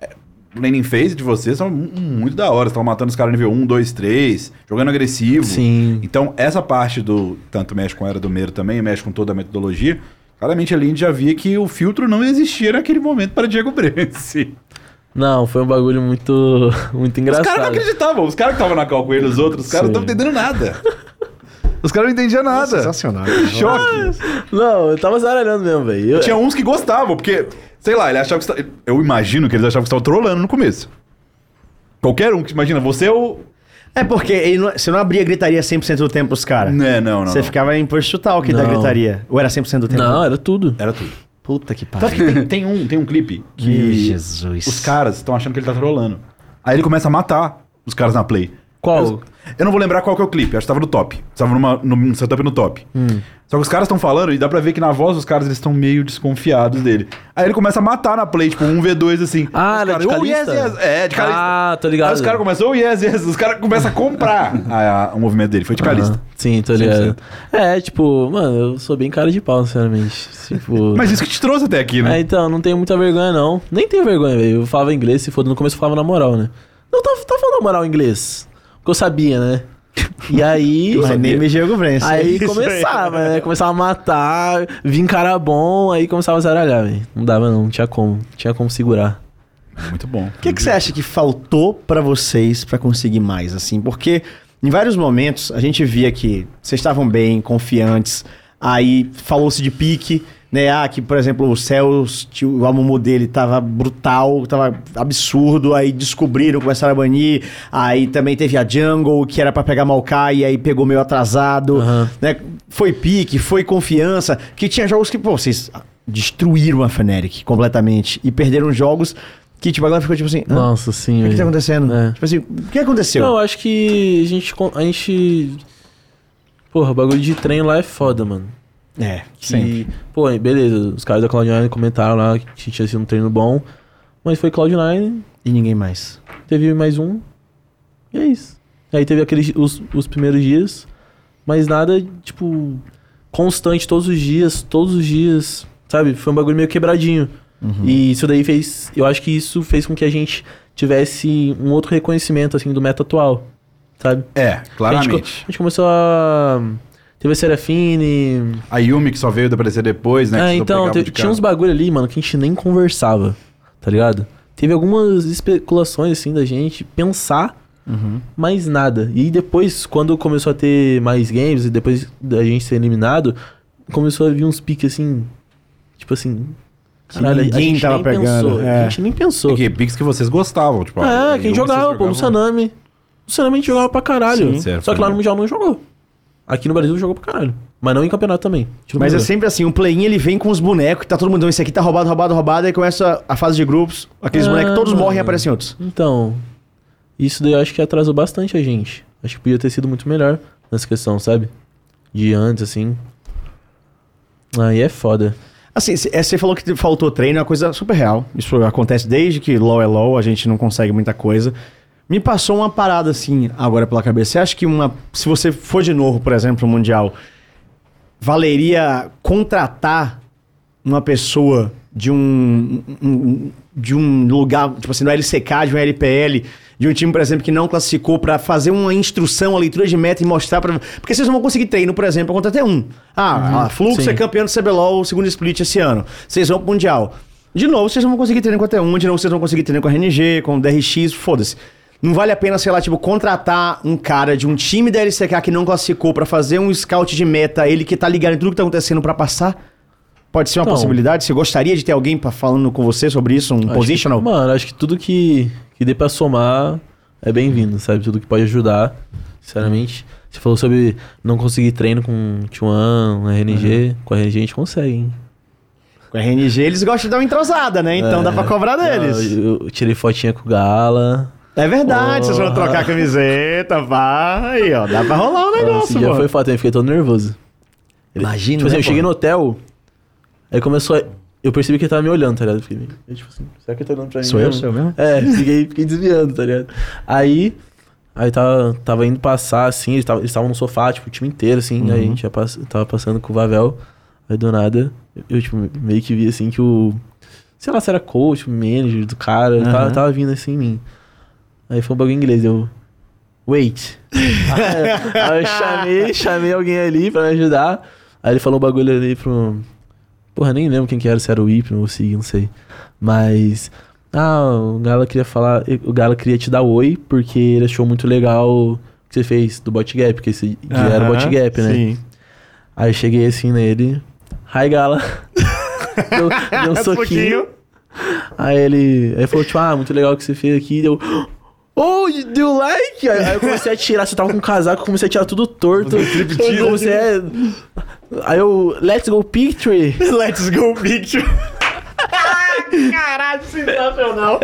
S1: é, o laning phase de vocês são mu- muito da hora. Estão matando os caras nível 1, 2, 3, jogando agressivo.
S3: Sim.
S1: Então, essa parte do. Tanto mexe com a era do Meiro também, mexe com toda a metodologia. Claramente ali a gente já via que o filtro não existia naquele momento para Diego Bresse.
S3: Não, foi um bagulho muito, muito
S1: Os
S3: engraçado.
S1: caras não acreditavam, os caras que estavam na cal com ele, os outros, os caras não
S3: Sim.
S1: estavam entendendo nada. Os caras não entendiam nada.
S2: Sensacional.
S1: Choque.
S3: Não, eu tava zaralhando mesmo, velho. Eu-
S1: Tinha uns que gostavam, porque, sei lá, ele achava que você tá- Eu imagino que eles achavam que você tava trolando no começo. Qualquer um que imagina, você é o.
S2: É porque ele não- você não abria gritaria 100% do tempo pros caras.
S1: Né, não, não.
S2: Você
S1: não.
S2: ficava em push to talk da
S3: Não.
S2: gritaria. Ou era 100% do tempo?
S3: é, Não, era tudo.
S1: Era tudo.
S2: Puta que
S1: Tanto
S2: pariu.
S1: que tem, tem um, tem um clipe que
S2: Jesus.
S1: os caras estão achando que ele tá trolando. Aí ele começa a matar os caras na play.
S3: Qual?
S1: Eu, eu não vou lembrar qual que é o clipe, acho que tava no top. Tava numa, num setup no top.
S3: Hum.
S1: Só que os caras estão falando e dá pra ver que na voz dos caras eles estão meio desconfiados dele. Aí ele começa a matar na play, tipo, um V2 assim.
S3: Ah,
S1: Os
S3: era
S1: caras,
S3: de
S1: "Oh,
S3: Calista?
S1: yes, yes." É, de calista.
S3: Ah, tô ligado.
S1: Aí os caras começam, oh yes, yes, os caras começam a comprar a- a- o movimento dele, foi de calista.
S3: Aham. Ah, Sim, tô ligado. É, tipo, mano, eu sou bem cara de pau, sinceramente. Tipo.
S1: Mas isso que te trouxe até aqui, né?
S3: É, então, não tenho muita vergonha, não. Nem tenho vergonha, velho. Eu falava inglês, se foda, no começo eu falava na moral, né? Não, tá, tá falando na moral inglês. Porque eu sabia, né? E aí.
S2: My name is Diego Bresse.
S3: Aí
S2: É Isso
S3: começava, né? Começava a matar, vim cara bom, aí começava a zaralhar, velho. Não dava, não, não tinha como. Não tinha como segurar.
S1: Muito bom.
S2: O que, que você acha que faltou pra vocês pra conseguir mais, assim? Porque em vários momentos a gente via que vocês estavam bem, confiantes, aí falou-se de pique, né? Ah, que, por exemplo, o Cells, tio- o Amumu dele tava brutal, tava absurdo, aí descobriram, começaram a banir, aí também teve a Jungle, que era pra pegar Maokai, aí pegou meio atrasado,
S3: Aham.
S2: né? Foi pique, foi confiança, que tinha jogos que, pô, vocês destruíram a Fnatic completamente e perderam jogos que, tipo, a galera ficou tipo assim, "Hã?
S3: Nossa, sim,
S2: o que,
S3: velho.
S2: que tá acontecendo?
S3: É.
S2: Tipo assim, o que aconteceu?
S3: Não, eu acho que a gente. con- A gente. Porra, o bagulho de trem lá é foda, mano.
S2: é,
S3: Que, Pô, beleza, os caras da Cloud9 comentaram lá que tinha sido um treino bom. Mas foi Cloud9,
S2: E ninguém mais.
S3: teve mais um. E é isso. Aí teve aqueles os, os primeiros dias, mas nada, tipo, constante todos os dias, todos os dias, sabe? Foi um bagulho meio quebradinho.
S1: Uhum.
S3: E isso daí fez, eu acho que isso fez com que a gente tivesse um outro reconhecimento, assim, do meta atual, sabe?
S1: É,
S3: A gente, co-
S1: claramente.
S3: a gente começou a... Teve a Serafine,
S1: A Yumi que só veio de aparecer depois, né? que
S3: é,
S1: só
S3: então,
S1: pegava
S3: te-
S1: de
S3: tinha
S1: cara.
S3: uns bagulho ali, mano, que a gente nem conversava, tá ligado? Teve algumas especulações, assim, da gente pensar,
S1: Uhum.
S3: mas nada. E depois, quando começou a ter mais games, e depois da gente ser eliminado, começou a vir uns piques, assim, tipo assim...
S2: Que ninguém tava
S3: nem
S2: pegando,
S3: pensou,
S2: é.
S3: A gente nem pensou.
S1: E que Pix que vocês gostavam, tipo.
S3: É,
S1: ah,
S3: quem
S1: Yumi,
S3: jogava,
S1: vocês
S3: pô, no
S1: jogavam.
S3: Sanami. No Sanami a gente jogava pra caralho.
S1: Sim. Certo,
S3: Só que lá
S1: né?
S3: no Mundial não jogou. Aqui no Brasil jogou pra caralho. Mas não em campeonato também. Tipo,
S2: Mas é
S3: não
S2: sempre assim, um play-in ele vem com os bonecos, tá todo mundo, esse aqui tá roubado, roubado, roubado, aí começa a fase de grupos, aqueles
S3: Ah,
S2: bonecos todos morrem e
S3: mano.
S2: aparecem outros.
S3: Então, isso daí eu acho que atrasou bastante a gente. Acho que podia ter sido muito melhor nessa questão, sabe? De antes, assim. Aí é foda.
S2: Assim, cê- é, você falou que faltou treino, é uma coisa super real. Isso acontece desde que LOL é LOL, a gente não consegue muita coisa. Me passou uma parada assim agora pela cabeça. Você acha que uma. Se você for de novo, por exemplo, pro Mundial, valeria contratar uma pessoa de um, um- de um lugar, tipo assim, do LCK, de um LPL, de um time, por exemplo, que não classificou pra fazer uma instrução, uma leitura de meta e mostrar pra. Porque vocês não vão conseguir treino, por exemplo, contra até um. Ah, a Fluxo
S3: Sim.
S2: é campeão do CBLOL, segundo split esse ano. Vocês vão pro Mundial. De novo, vocês não vão conseguir treino com a T1, de novo, vocês não vão conseguir treino com a RNG, com o DRX, foda-se. Não vale a pena, sei lá, tipo, contratar um cara de um time da LCK que não classificou pra fazer um scout de meta, ele que tá ligado em tudo que tá acontecendo pra passar? Pode ser uma
S3: Então-
S2: possibilidade? Você gostaria de ter alguém pra, falando com você sobre isso, um
S3: Acho
S2: positional?
S3: que- mano, acho que tudo que, que dê pra somar é bem-vindo, sabe? Tudo que pode ajudar, sinceramente. Você falou sobre não conseguir treino com T1, RNG. Com a RNG a gente consegue, hein?
S2: Com a RNG eles gostam de dar uma entrosada, né? Então dá
S3: É.
S2: pra cobrar deles.
S3: Ah, Eu, eu tirei fotinha com o Gala.
S2: É verdade, vocês vão trocar a camiseta, vai, ó. Dá pra rolar o negócio,
S3: Esse dia
S2: mano.
S3: foi fato, eu fiquei todo nervoso.
S2: Imagina,
S3: Tipo assim,
S2: né,
S3: eu cheguei
S2: pô?
S3: no hotel, aí começou a... Eu percebi que ele tava me olhando, tá ligado? Eu fiquei meio- eu, tipo assim, será que ele tá olhando pra mim
S2: Sou eu,
S3: mesmo?
S2: sou eu mesmo?
S3: É, fiquei, fiquei desviando, tá ligado? Aí, aí tava, tava indo passar, assim, eles tava- eles estavam no sofá, tipo, o time inteiro, assim, aí a gente ia pass- tava passando com o Vavel, aí do nada, eu, tipo, meio que vi, assim, que o... Sei lá se era coach, manager do cara, ele tava, tava vindo, assim, em mim. Aí foi um bagulho em inglês, eu... Wait. aí eu chamei, chamei alguém ali pra me ajudar, aí ele falou um bagulho ali pro... Porra, nem lembro quem que era, se era o Ipno ou o Sig, não sei. Mas... Ah, o Gala queria falar. O Gala queria te dar oi, porque ele achou muito legal o que você fez do Bot Gap, porque esse dia era
S2: Aham,
S3: Bot Gap, né?
S2: Sim.
S3: Aí eu cheguei assim nele. Hi, Gala. deu, deu um soquinho. Aí ele. Aí falou, tipo, ah, muito legal o que você fez aqui. Deu. Oh, you do like? Aí, aí eu comecei a tirar, você tava com um casaco, eu comecei a tirar tudo torto.
S2: é
S3: Eu comecei a- Aí eu. Let's go picture!
S2: Let's go, bitch. Caralho, sensacional.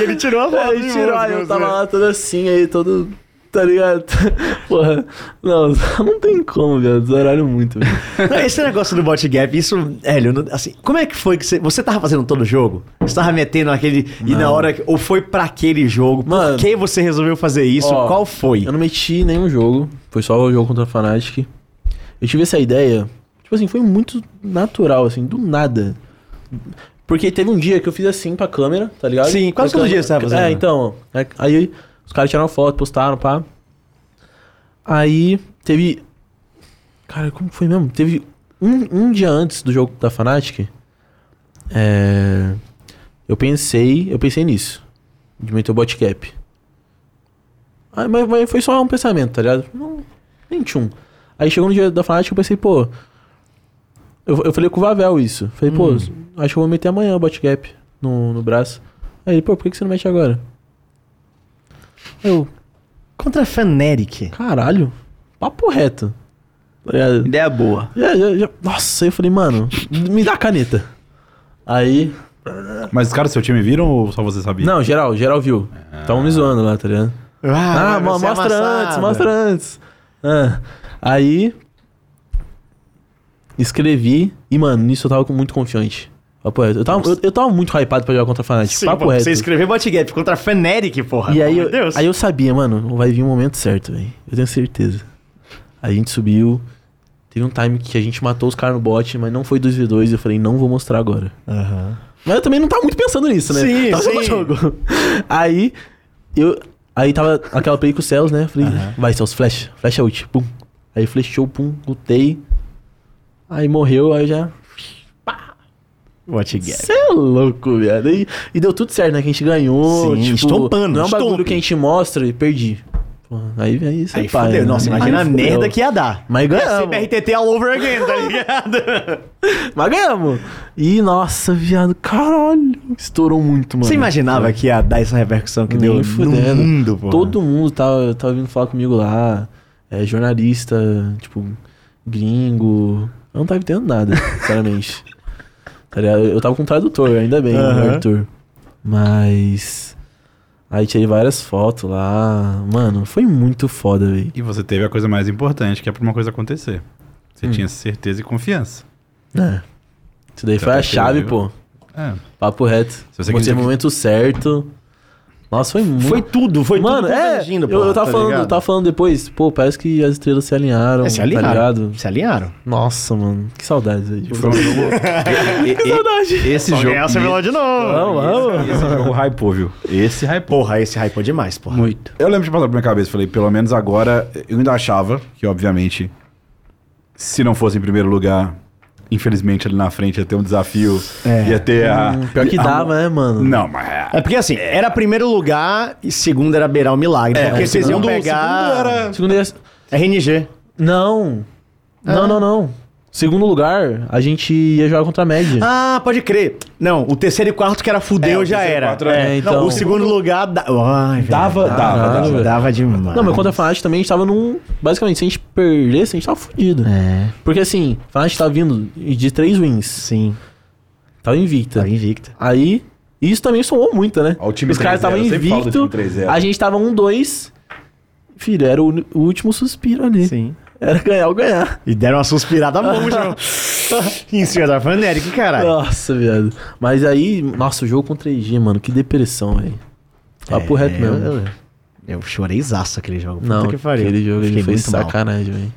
S2: e ele tirou a foto.
S3: Aí
S2: de boa
S3: tirou, aí
S2: de
S3: eu
S2: assim, você.
S3: tava lá todo assim, aí todo. Tá ligado? Porra, não, não tem como, velho. Desoraram muito, velho.
S2: Não, Esse negócio do bot gap, isso, Hélio, não- assim, como é que foi que você. Você tava fazendo todo o jogo? Você tava metendo naquele. E na hora. que- Ou foi pra aquele jogo?
S3: Mano.
S2: Por que você resolveu fazer isso?
S3: Ó,
S2: Qual foi?
S3: Eu não meti nenhum jogo, foi só o jogo contra a Fnatic. Eu tive essa ideia, tipo assim, foi muito natural, assim, do nada. Porque teve um dia que eu fiz assim pra câmera, tá ligado?
S2: Sim, quase
S3: Pra
S2: todo dia
S3: câmera.
S2: você tava né, fazendo.
S3: É, então. é, aí os caras tiraram foto, postaram, pá. Aí teve. Cara, como foi mesmo? Teve um, um dia antes do jogo da Fnatic. É. Eu pensei. Eu pensei nisso. De meter o bot cap. Aí, mas, mas foi só um pensamento, tá ligado? Não, nem tinha um. Aí chegou no dia da Fnatic eu pensei, pô. Eu, eu falei com o Vavel isso. Falei, pô, acho que eu vou meter amanhã o bot cap no, no braço. Aí ele, pô, por que, que você não mete agora? Eu,
S8: Contra a Fnatic.
S3: caralho, papo reto. Tá ligado?
S4: Ideia boa.
S3: Já- já- já- nossa, aí eu falei, mano, me dá a caneta. Aí.
S1: Mas os caras do seu time viram ou só você sabia?
S3: Não, geral, geral viu. Tava me zoando lá, tá ligado? Ah, mo-
S2: Ah. você é
S3: mostra
S2: amassado.
S3: antes, mostra antes. Ah, aí. Escrevi. E, mano, nisso eu tava com- muito confiante. Papo reto. Eu tava, eu, eu tava muito hypado pra jogar contra a Fnatic.
S2: Sim,
S3: papo
S2: pô,
S3: reto.
S2: você escreveu bot gap contra a Fnatic, porra.
S3: E
S2: Pelo
S3: aí
S2: amor
S3: eu,
S2: de Deus.
S3: aí eu sabia, mano, vai vir um momento certo, velho. Eu tenho certeza. Aí a gente subiu. Teve um time que a gente matou os caras no bot, mas não foi 2v2. Eu falei, não vou mostrar agora. Mas eu também não tava muito pensando nisso, né?
S2: Sim,
S3: tava só no
S2: sim.
S3: jogo. Aí eu. Aí tava aquela play com o Cells, né? Falei, vai, Cells, flash. Flash out. Pum. Aí flechou, pum, lutei. Aí morreu, aí eu já.
S2: Bot gap.
S3: Você é louco, viado. E, e deu tudo certo, né? Que a gente ganhou.
S2: Sim,
S3: tipo,
S2: estompando,
S3: Não é um bagulho
S2: estompe.
S3: que a gente mostra e perdi. Pô, aí aí, você
S2: Aí
S3: paia,
S2: fudeu.
S3: né?
S2: Nossa,
S3: Aí
S2: imagina a
S3: fudeu.
S2: merda que é. ia dar.
S3: Mas ganhamos.
S2: CBRTT all over again, tá ligado?
S3: Mas ganhamos. E nossa, viado, caralho. Estourou muito, mano.
S2: Você imaginava que ia dar essa repercussão que
S3: Nem
S2: deu
S3: fudendo.
S2: no mundo, pô?
S3: Todo mundo tava, tava vindo falar comigo lá. É, jornalista, tipo, gringo. Eu não tava entendendo nada, sinceramente. tá ligado? Eu tava com um tradutor, ainda bem,
S2: Aham.
S3: o Arthur. Mas. Aí tirei várias fotos lá. Mano, foi muito foda, velho.
S1: E você teve a coisa mais importante, que é pra uma coisa acontecer. Você tinha certeza e confiança.
S3: É. Isso daí
S1: Já
S3: foi
S1: tá
S3: a chave,
S1: cheio,
S3: pô.
S1: É.
S3: Papo reto.
S1: você
S3: Mostrei
S1: quiser
S3: o
S1: que-
S3: momento certo. Nossa, foi muito.
S2: Foi tudo, foi
S3: Mano,
S2: tudo
S3: é.
S2: convergindo,
S3: eu,
S2: pô,
S3: eu tava
S2: tá
S3: falando,
S2: ligado?
S3: eu tava falando depois, pô, parece que as estrelas se alinharam.
S2: É, se alinharam.
S3: Tá ligado?
S2: Se alinharam.
S3: Nossa, mano. Que saudades aí. tipo,
S1: Foi um jogo. E- e- e-
S3: Saudade.
S1: esse
S2: Só
S1: jogo.
S2: ganhar, você vai lá de novo.
S3: Vamos,
S1: e- Esse jogo hypou, viu? Esse hypou.
S2: Porra, esse hypou demais, porra.
S4: Muito.
S1: Eu lembro de passar pela minha cabeça, falei, pelo menos agora, eu ainda achava que, obviamente, se não fosse em primeiro lugar, infelizmente ali na frente ia ter um desafio, ia ter a...
S3: Pior que
S1: a-
S3: dava, né, mano?
S1: Não, mas... É,
S2: É porque assim, era primeiro lugar e segundo era beirar o milagre.
S1: É,
S2: porque
S1: o
S2: vocês iam
S1: segundo- o
S2: pegar.
S1: segundo era-
S3: Segundo ia-
S2: RNG.
S3: Não. Não, não, não. Segundo lugar, a gente ia jogar contra a média.
S2: Ah, pode crer. Não, o terceiro e quarto que era fudeu
S1: É, o
S2: já
S1: terceiro e
S2: era.
S1: quarto
S3: era-
S2: Não,
S3: É, então-
S2: o segundo lugar da... Ai, velho.
S1: Dava, dava,
S2: Dava,
S1: dava.
S2: dava demais.
S3: Não, mas contra a Fnatic também a gente tava num. Basicamente, se a gente perdesse, a gente tava fudido.
S2: É,
S3: Porque assim, a Fnatic tá vindo de três wins.
S2: sim.
S3: Tava invicta.
S2: Tava invicta.
S3: Aí, isso também somou muito, né?
S1: Ó, o time
S3: Os caras
S1: 3-0,
S3: estavam
S1: eu sempre falo do
S3: invicto,
S1: time 3-0.
S3: a gente tava 1-2. Filho, era o, uni- o último suspiro ali.
S2: Sim.
S3: Era ganhar ou ganhar.
S2: E deram uma suspirada monja. em cima da Fnatic, caralho.
S3: Nossa, viado. Mas aí, nossa, o jogo com 3G, mano, que depressão, velho. Papo reto mesmo.
S2: É, Eu, eu- eu chorei zaço aquele jogo. Puta
S3: Não,
S2: que pariu.
S3: aquele jogo ele
S2: Fiquei
S3: foi
S2: muito mal.
S3: sacanagem, velho.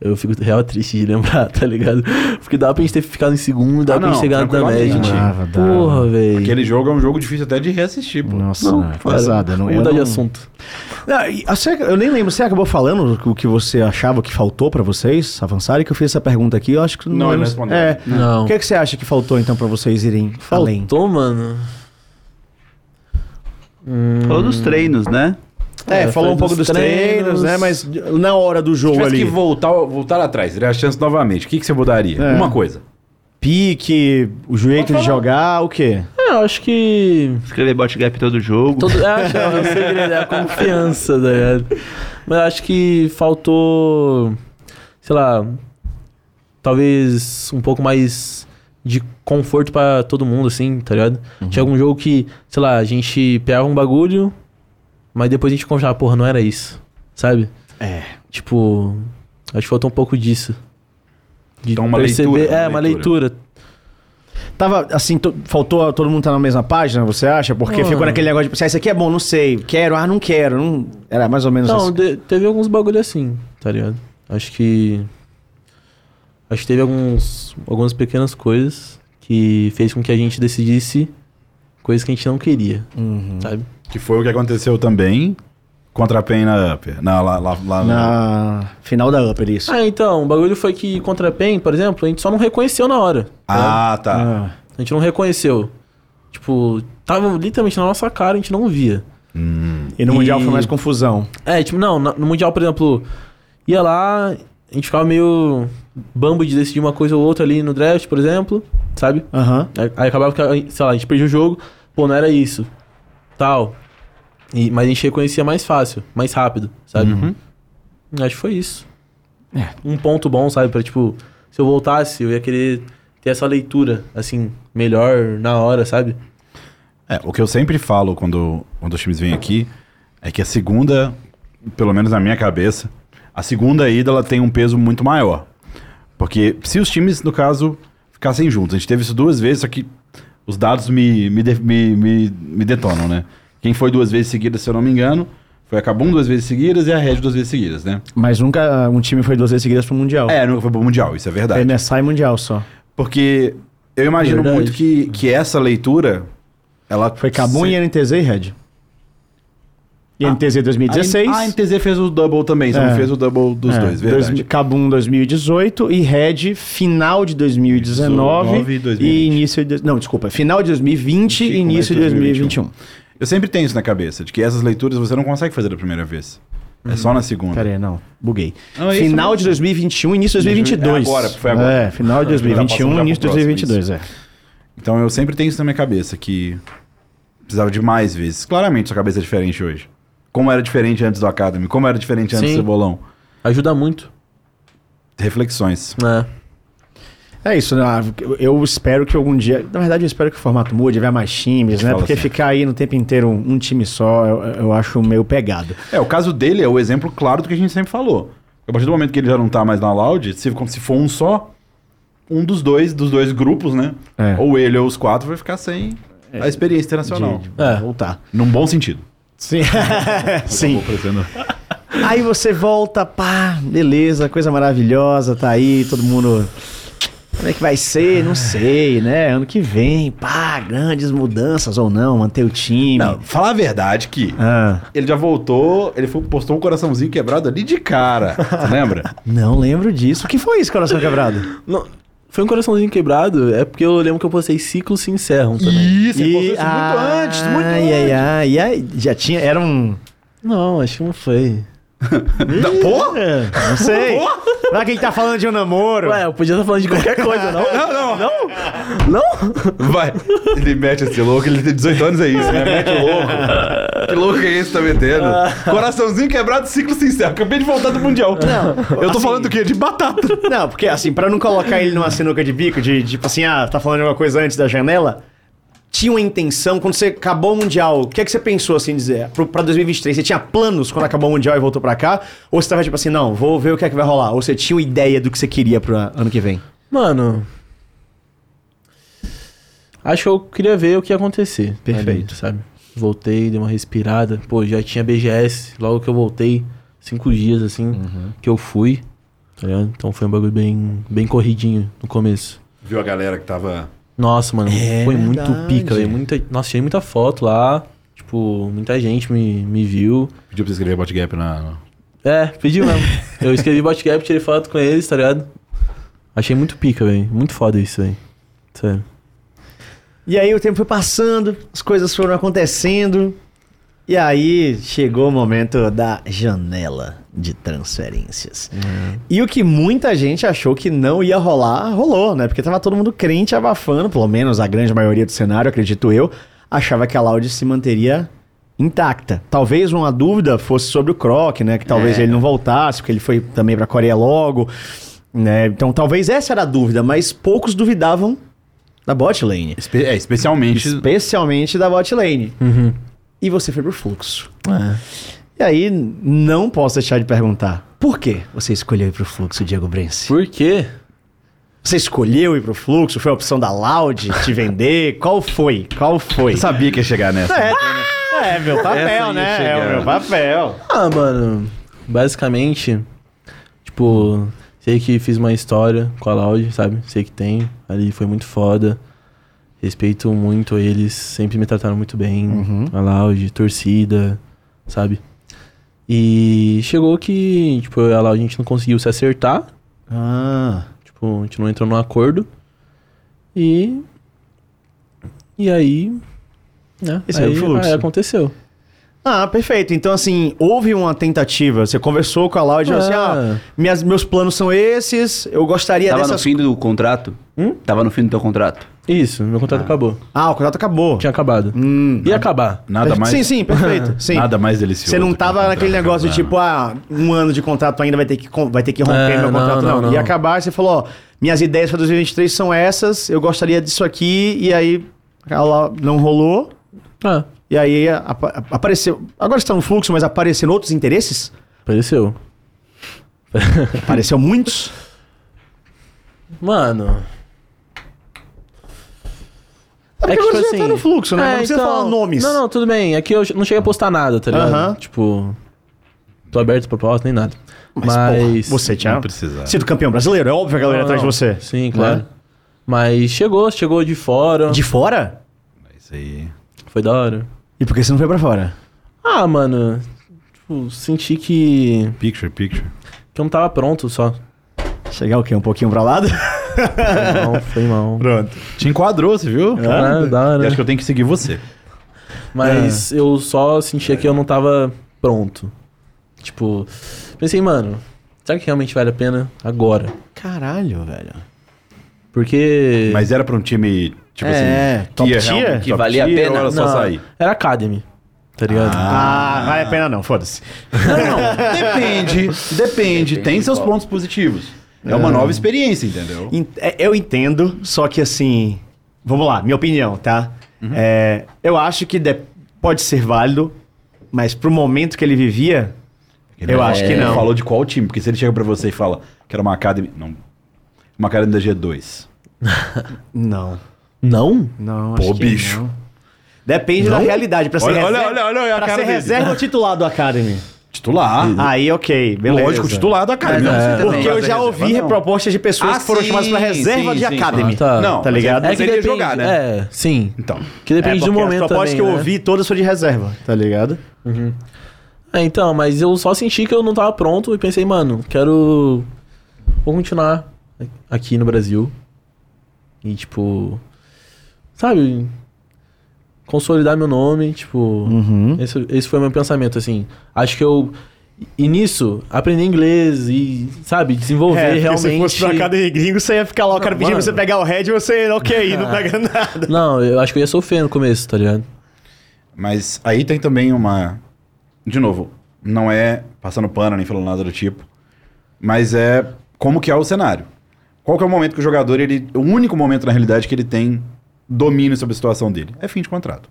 S3: Eu fico real triste de lembrar, tá ligado? Porque dava pra gente ter ficado em segundo, dava
S1: Ah,
S3: pra gente
S1: não,
S3: ter ganhado da média.
S1: tranquilamente.
S2: Dava, dava.
S3: Porra, velho.
S1: Aquele jogo é um jogo difícil até de reassistir, pô.
S2: Nossa, não, é
S3: para.
S2: pesado. eu Não,
S3: Vamos
S2: eu
S3: mudar de
S2: não-
S3: assunto.
S2: Não, e a você- eu nem lembro, você acabou falando o que você achava que faltou pra vocês avançarem, que eu fiz essa pergunta aqui, eu acho que
S1: Não, ele
S2: lembro-
S1: não respondeu.
S2: É.
S3: Não.
S2: O que, é que você acha que faltou então pra vocês irem além?
S3: Faltou, mano.
S4: Falou
S3: Hum.
S4: dos treinos, né?
S2: É,
S3: É,
S2: falou
S3: foi
S2: um pouco
S3: dos
S2: dos treinos,
S3: treinos,
S2: né? Mas na hora do
S1: Se
S2: jogo
S1: tivesse
S2: ali.
S1: que voltar, voltar atrás, teria a chance novamente, o que, que você mudaria?
S2: É.
S1: Uma coisa.
S2: Pique, o jeito de jogar, o quê?
S3: É, eu acho que.
S4: Escrever bot gap todo jogo.
S3: Todo... É, acho que é o segredo, é a confiança, tá ligado? Mas eu acho que faltou. Sei lá. Talvez um pouco mais de conforto pra todo mundo, assim, tá ligado? Tinha algum jogo que, sei lá, a gente pegava um bagulho, mas depois a gente confiava, porra, não era isso, sabe?
S2: É.
S3: Tipo, acho que faltou um pouco disso. De
S1: Então, uma leitura,
S3: É,
S1: uma
S3: uma leitura.
S2: Tava assim, to- faltou, todo mundo tá na mesma página, você acha? Porque
S3: Ah.
S2: ficou naquele negócio de, ah, isso aqui é bom, não sei, quero, ah, não quero, não... Era mais ou menos
S3: Não,
S2: assim.
S3: de- teve alguns bagulho assim, tá ligado? Acho que. Acho que teve alguns, algumas pequenas coisas que fez com que a gente decidisse coisas que a gente não queria,
S2: Uhum.
S3: sabe?
S1: Que foi o que aconteceu também contra a PEN na Upper. Na, lá, lá, lá-
S2: Na final da Upper, isso.
S3: Ah, então, o bagulho foi que contra a PEN, por exemplo, a gente só não reconheceu na hora.
S1: Ah, tá.
S2: Ah.
S3: A gente não reconheceu. Tipo, tava literalmente na nossa cara, a gente não via.
S2: E no Mundial
S3: E-
S2: foi mais confusão.
S3: É, tipo, não, na- no Mundial, por exemplo, ia lá, a gente ficava meio bambo de decidir uma coisa ou outra ali no draft, por exemplo, sabe?
S2: Aham.
S3: Aí, aí acabava que, aí, sei lá, a gente perdia o jogo, pô, não era isso. Tal. E- mas a gente reconhecia mais fácil, mais rápido, sabe? Acho que foi isso. Um ponto bom, sabe? Pra, tipo, se eu voltasse, eu ia querer ter essa leitura, assim, melhor na hora, sabe?
S1: É, o que eu sempre falo quando, quando os times vêm aqui é que a segunda, pelo menos na minha cabeça, a segunda ida ela tem um peso muito maior. Porque se os times, no caso, ficassem juntos, a gente teve isso duas vezes, só que os dados me, me, de- me, me, me detonam, né? Quem foi duas vezes seguidas, se eu não me engano, foi a Cabum duas vezes seguidas e a Red duas vezes seguidas, né?
S2: Mas nunca um time foi duas vezes seguidas pro Mundial.
S1: É, nunca foi pro Mundial, isso é verdade.
S2: MSI e Mundial só.
S1: Porque eu imagino
S3: Verdade.
S1: muito que, que essa leitura, ela...
S2: Foi Cabum e NTZ e Red. E NTZ 2016.
S1: A, a NTZ fez o double também, só
S2: É.
S1: não fez o double dos
S2: É,
S1: dois, verdade.
S2: dois- Cabum 2018 e Red final de 2019
S1: e 2020.
S2: e início de... Não, desculpa. Final de 2020 e
S1: Começo
S2: início de
S1: de 2021.
S2: 2021.
S1: Eu sempre tenho isso na cabeça, de que essas leituras você não consegue fazer da primeira vez. É
S2: Uhum.
S1: só na segunda.
S2: Pera aí, um. não. Buguei.
S1: Não, é isso
S2: final
S1: mesmo.
S2: de 2021 início de 2022.
S1: É agora, foi agora.
S2: É, final de
S1: Já passamos
S2: 2021
S1: já
S2: início de
S1: pro próximo,
S2: 2022, é.
S1: Então eu sempre tenho isso na minha cabeça, que precisava de mais vezes. Claramente sua cabeça é diferente hoje. Como era diferente antes do Academy, como era diferente antes
S3: Sim.
S1: do Cebolão.
S3: Ajuda muito,
S1: Reflexões.
S3: né?
S2: É isso, né? eu espero que algum dia. Na verdade, eu espero que o formato mude, haver mais times, né?
S1: Fala
S2: Porque
S1: assim.
S2: ficar aí no tempo inteiro um, um time só, eu, eu acho meio pegado.
S1: É, o caso dele é o exemplo claro do que a gente sempre falou. A partir do momento que ele já não tá mais na Loud, se, como se for um só, um dos dois, dos dois grupos, né?
S2: É.
S1: Ou ele ou os quatro vai ficar sem. a experiência internacional.
S3: É.
S2: Voltar.
S1: Num bom sentido.
S2: Sim. Sim.
S1: Acabou parecendo-
S2: Aí você volta, pá, beleza, coisa maravilhosa, tá aí, todo mundo. Como é que vai ser? Não sei, né? Ano que vem, pá, grandes mudanças ou não, manter o time.
S1: Não, falar a verdade que
S2: Ah,
S1: ele já voltou, ele foi, postou um coraçãozinho quebrado ali de cara. Você lembra?
S2: não lembro disso. O que foi isso, coração quebrado?
S3: Não, foi um coraçãozinho quebrado, é porque eu lembro que eu postei ciclos se encerram também.
S1: Isso, ele postou isso
S2: ah,
S1: muito antes, muito
S2: ai,
S1: antes.
S2: ai, ai, ai, já tinha, era um.
S3: Não, acho que não foi.
S1: Da, porra!
S2: É, Não sei. Pra quem tá falando de um namoro.
S3: Ué, É, eu podia estar falando de qualquer coisa, não?
S1: Não, não,
S3: Não?
S1: Vai. Ele mete esse louco, ele tem 18 anos, é isso, né? Mete o louco. Que louco é esse que tá metendo?
S2: Ah.
S1: Coraçãozinho quebrado, ciclo sincero. Acabei de voltar do Mundial. Não.
S2: assim-
S1: Eu tô falando do quê? De batata.
S2: Não, porque assim, pra não colocar ele numa sinuca de bico, de tipo assim, ah, tá falando alguma coisa antes da janela, tinha uma intenção, quando você acabou o Mundial, o que é que você pensou, assim, dizer, pro, pra 2023? Você tinha planos quando acabou o Mundial e voltou pra cá? Ou você tava tipo assim, não, vou ver o que é que vai rolar? Ou você tinha uma ideia do que você queria pro ano que vem?
S3: Mano. Acho que eu queria ver o que ia acontecer. Perfeito, sabe? Voltei, dei uma respirada. Pô, já tinha BGS, logo que eu voltei, cinco dias assim, que eu fui. Tá ligado? Então foi um bagulho bem, bem corridinho no começo.
S1: Viu a galera que tava.
S3: Nossa, mano, foi muito
S2: verdade.
S3: pica, velho. Muita, nossa, tirei muita foto lá. Tipo, muita gente me, me viu.
S1: Pediu pra você escrever bot gap na.
S3: É, pediu mesmo. eu escrevi botcap, tirei foto com eles, tá ligado? Achei muito pica, velho. Muito foda isso, velho. Sério.
S2: E aí o tempo foi passando, as coisas foram acontecendo, e aí chegou o momento da janela de transferências. E o que muita gente achou que não ia rolar, rolou, né? Porque tava todo mundo crente abafando, pelo menos a grande maioria do cenário, acredito eu, achava que a Loud se manteria intacta. Talvez uma dúvida fosse sobre o Croc, né? Que talvez ele não voltasse, porque ele foi também pra Coreia logo. Né? Então talvez essa era a dúvida, mas poucos duvidavam da bot lane.
S1: Espe- É, especialmente.
S2: Especialmente da bot lane.
S3: Uhum.
S2: E você foi pro fluxo.
S3: É.
S2: E aí, não posso deixar de perguntar. Por que você escolheu ir pro fluxo, Diego Brence?
S3: Por quê?
S2: Você escolheu ir pro fluxo? Foi a opção da Loud te vender? Qual foi? Qual foi?
S1: Eu sabia que ia chegar nessa.
S2: É, é meu
S1: Essa ia
S2: papel, né? É
S1: chegar.
S2: o meu papel.
S3: Ah, mano, basicamente, tipo, sei que fiz uma história com a Loud, sabe? Sei que tem, ali foi muito foda. Respeito muito eles, sempre me trataram muito bem, a Loud, torcida, sabe? E chegou que, tipo, eu e a Loud a gente não conseguiu se acertar,
S2: Ah,
S3: tipo, a gente não entrou num acordo. E. E aí. Né?
S2: Esse é o
S3: aí-
S2: fluxo.
S3: aí aconteceu.
S2: Ah, perfeito. Então, assim, houve uma tentativa. Você conversou com a Loud e falou assim:
S3: Ah.
S2: ah, minhas- meus planos são esses, eu gostaria
S4: Tava no
S2: dessas.
S4: fim do contrato?
S3: Hum?
S4: Tava no fim do teu contrato?
S3: Isso, meu contrato acabou.
S2: Ah, o contrato acabou.
S3: Tinha acabado.
S2: Hum.
S3: Ia acabar.
S1: Nada mais.
S2: Sim, sim, perfeito. Sim.
S1: Nada mais delicioso.
S2: Você não
S1: do que
S2: tava
S1: um
S2: naquele
S1: contrato
S2: negócio de
S1: acabando.
S2: tipo, ah, um ano de contrato ainda vai ter que, com- vai ter que romper
S3: É,
S2: meu contrato,
S3: não,
S2: não.
S3: não, não.
S2: E acabar, você falou, ó, minhas ideias para 2023 são essas, eu gostaria disso aqui, e aí ela não rolou,
S3: Ah,
S2: e aí apa- apareceu. Agora está no fluxo, mas apareceram outros interesses?
S3: apareceu.
S2: Apareceu muitos?
S3: Mano.
S2: É porque
S3: que, tipo
S2: você já tá
S3: assim,
S2: no fluxo, né?
S3: é,
S2: não precisa
S3: então-
S2: falar nomes.
S3: Não, não, tudo bem. Aqui eu não cheguei a postar nada, tá ligado?
S2: Aham.
S3: Tipo. Tô aberto pra proposta nem nada. Mas.
S2: Mas, porra, você tinha
S1: Não precisa.
S2: sido campeão brasileiro, é óbvio que a galera
S3: Não,
S2: atrás de
S3: não.
S2: você.
S3: Sim, claro. Mas chegou, chegou de fora.
S2: De fora?
S1: Isso aí.
S3: Foi da hora.
S2: E por que você não foi pra fora?
S3: Ah, mano. Tipo, senti que.
S1: Picture, picture.
S3: Que eu não tava pronto só.
S2: Chegar o quê? Um pouquinho pra lado?
S3: Foi mal, foi mal.
S2: Pronto.
S1: Te enquadrou, você viu?
S3: Caralho, da
S1: E
S3: hora.
S1: acho que eu tenho que seguir você. É.
S3: Mas eu só sentia que eu não tava pronto. Tipo, pensei, mano, será que realmente vale a pena agora?
S2: Caralho, velho.
S3: Porque.
S1: Mas era pra um time, tipo
S2: É,
S1: assim,
S2: top
S1: ia
S2: tier?
S1: realmente-
S4: Que
S1: top
S4: valia a
S1: tier,
S4: pena?
S1: ou Era é só
S3: Não,
S1: sair.
S3: Era Academy, tá ligado?
S2: Ah, vale a pena não, foda-se.
S1: Depende, depende. Tem
S4: de
S1: seus
S4: qual.
S1: pontos positivos. É uma nova experiência, entendeu?
S2: Ent- é, Eu entendo, só que assim. Vamos lá, minha opinião, tá?
S1: Uhum.
S2: É, eu acho que de- pode ser válido, mas pro momento que ele vivia. Eu
S1: Ele
S2: acho que
S1: ele
S2: não.
S1: falou de qual time, porque se ele chega pra você e fala que era uma academy... Não, uma academy da G2.
S2: Não.
S3: Não?
S2: Não,
S1: Pô,
S2: acho que
S1: bicho.
S2: não. Depende da realidade. Pra ser
S1: Olha,
S2: reserva,
S1: olha, olha, olha a
S2: pra
S1: cara
S2: ser
S1: dele.
S2: reserva ou titular do Academy?
S1: Titular. Ah,
S2: Aí, ok, Ah, beleza.
S1: Lógico, titular da Academy.
S4: Mas, é,
S2: Porque eu já ouvi propostas de pessoas
S1: Ah,
S2: que foram chamadas pra
S1: sim,
S2: reserva
S1: sim,
S2: de
S1: sim.
S2: Academy.
S3: Ah, tá.
S1: Não,
S2: tá
S1: mas
S2: ligado?
S1: ele- mas ele ia
S3: depende-
S1: jogar, né?
S3: É, sim.
S1: Então.
S3: Que depende do
S2: É, porque
S3: momento
S2: As propostas
S3: também,
S2: que eu
S3: né?
S2: ouvi, todas foram de reserva, tá ligado?
S3: É, então, mas eu só senti que eu não tava pronto e pensei, mano, quero. Vou continuar aqui no Brasil. E, tipo. Sabe? Consolidar meu nome, tipo.
S2: Uhum.
S3: Esse, esse foi meu pensamento, assim. Acho que eu. E nisso, aprender inglês e, sabe, desenvolver
S2: É, porque
S3: realmente.
S2: Se fosse pra Academy gringo, você ia ficar lá, o cara pedindo pra
S3: mano.
S2: você pegar o head e você, ok, não pega nada.
S3: Não, eu acho que eu ia sofrer no começo, tá ligado?
S1: Mas aí tem também uma. De novo, não é passando pano nem falando nada do tipo, mas é como que é o cenário. Qual que é o momento que o jogador, ele. O único momento, na realidade, que ele tem domínio sobre a situação dele? É fim de contrato.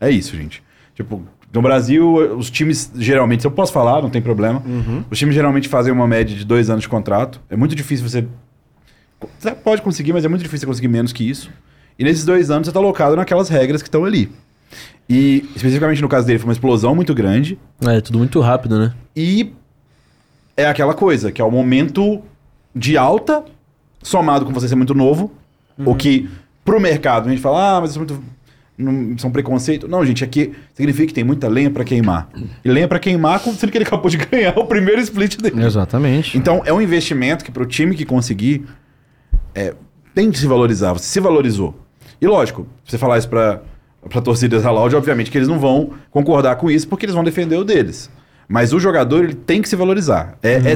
S1: É isso, gente. Tipo, no Brasil, os times geralmente, se eu posso falar, não tem problema. Os times geralmente fazem uma média de dois anos de contrato. É muito difícil você. Você pode conseguir, mas é muito difícil você conseguir menos que isso. E nesses dois anos você tá alocado naquelas regras que estão ali. E especificamente no caso dele foi uma explosão muito grande.
S3: É, tudo muito rápido, né?
S1: E é aquela coisa, que é o momento de alta, somado com você ser muito novo, o que pro mercado a gente fala, ah, mas isso é muito. não- são preconceito. Não, gente, aqui significa que tem muita lenha pra queimar. E lenha pra queimar, como sendo que ele acabou de ganhar o primeiro split dele.
S5: Exatamente.
S1: Então é um investimento que pro time que conseguir é, tem que se valorizar. Você se valorizou. E lógico, você falar isso pra, pra torcida da Loud, obviamente que eles não vão concordar com isso porque eles vão defender o deles. Mas o jogador ele tem que se valorizar. É, é-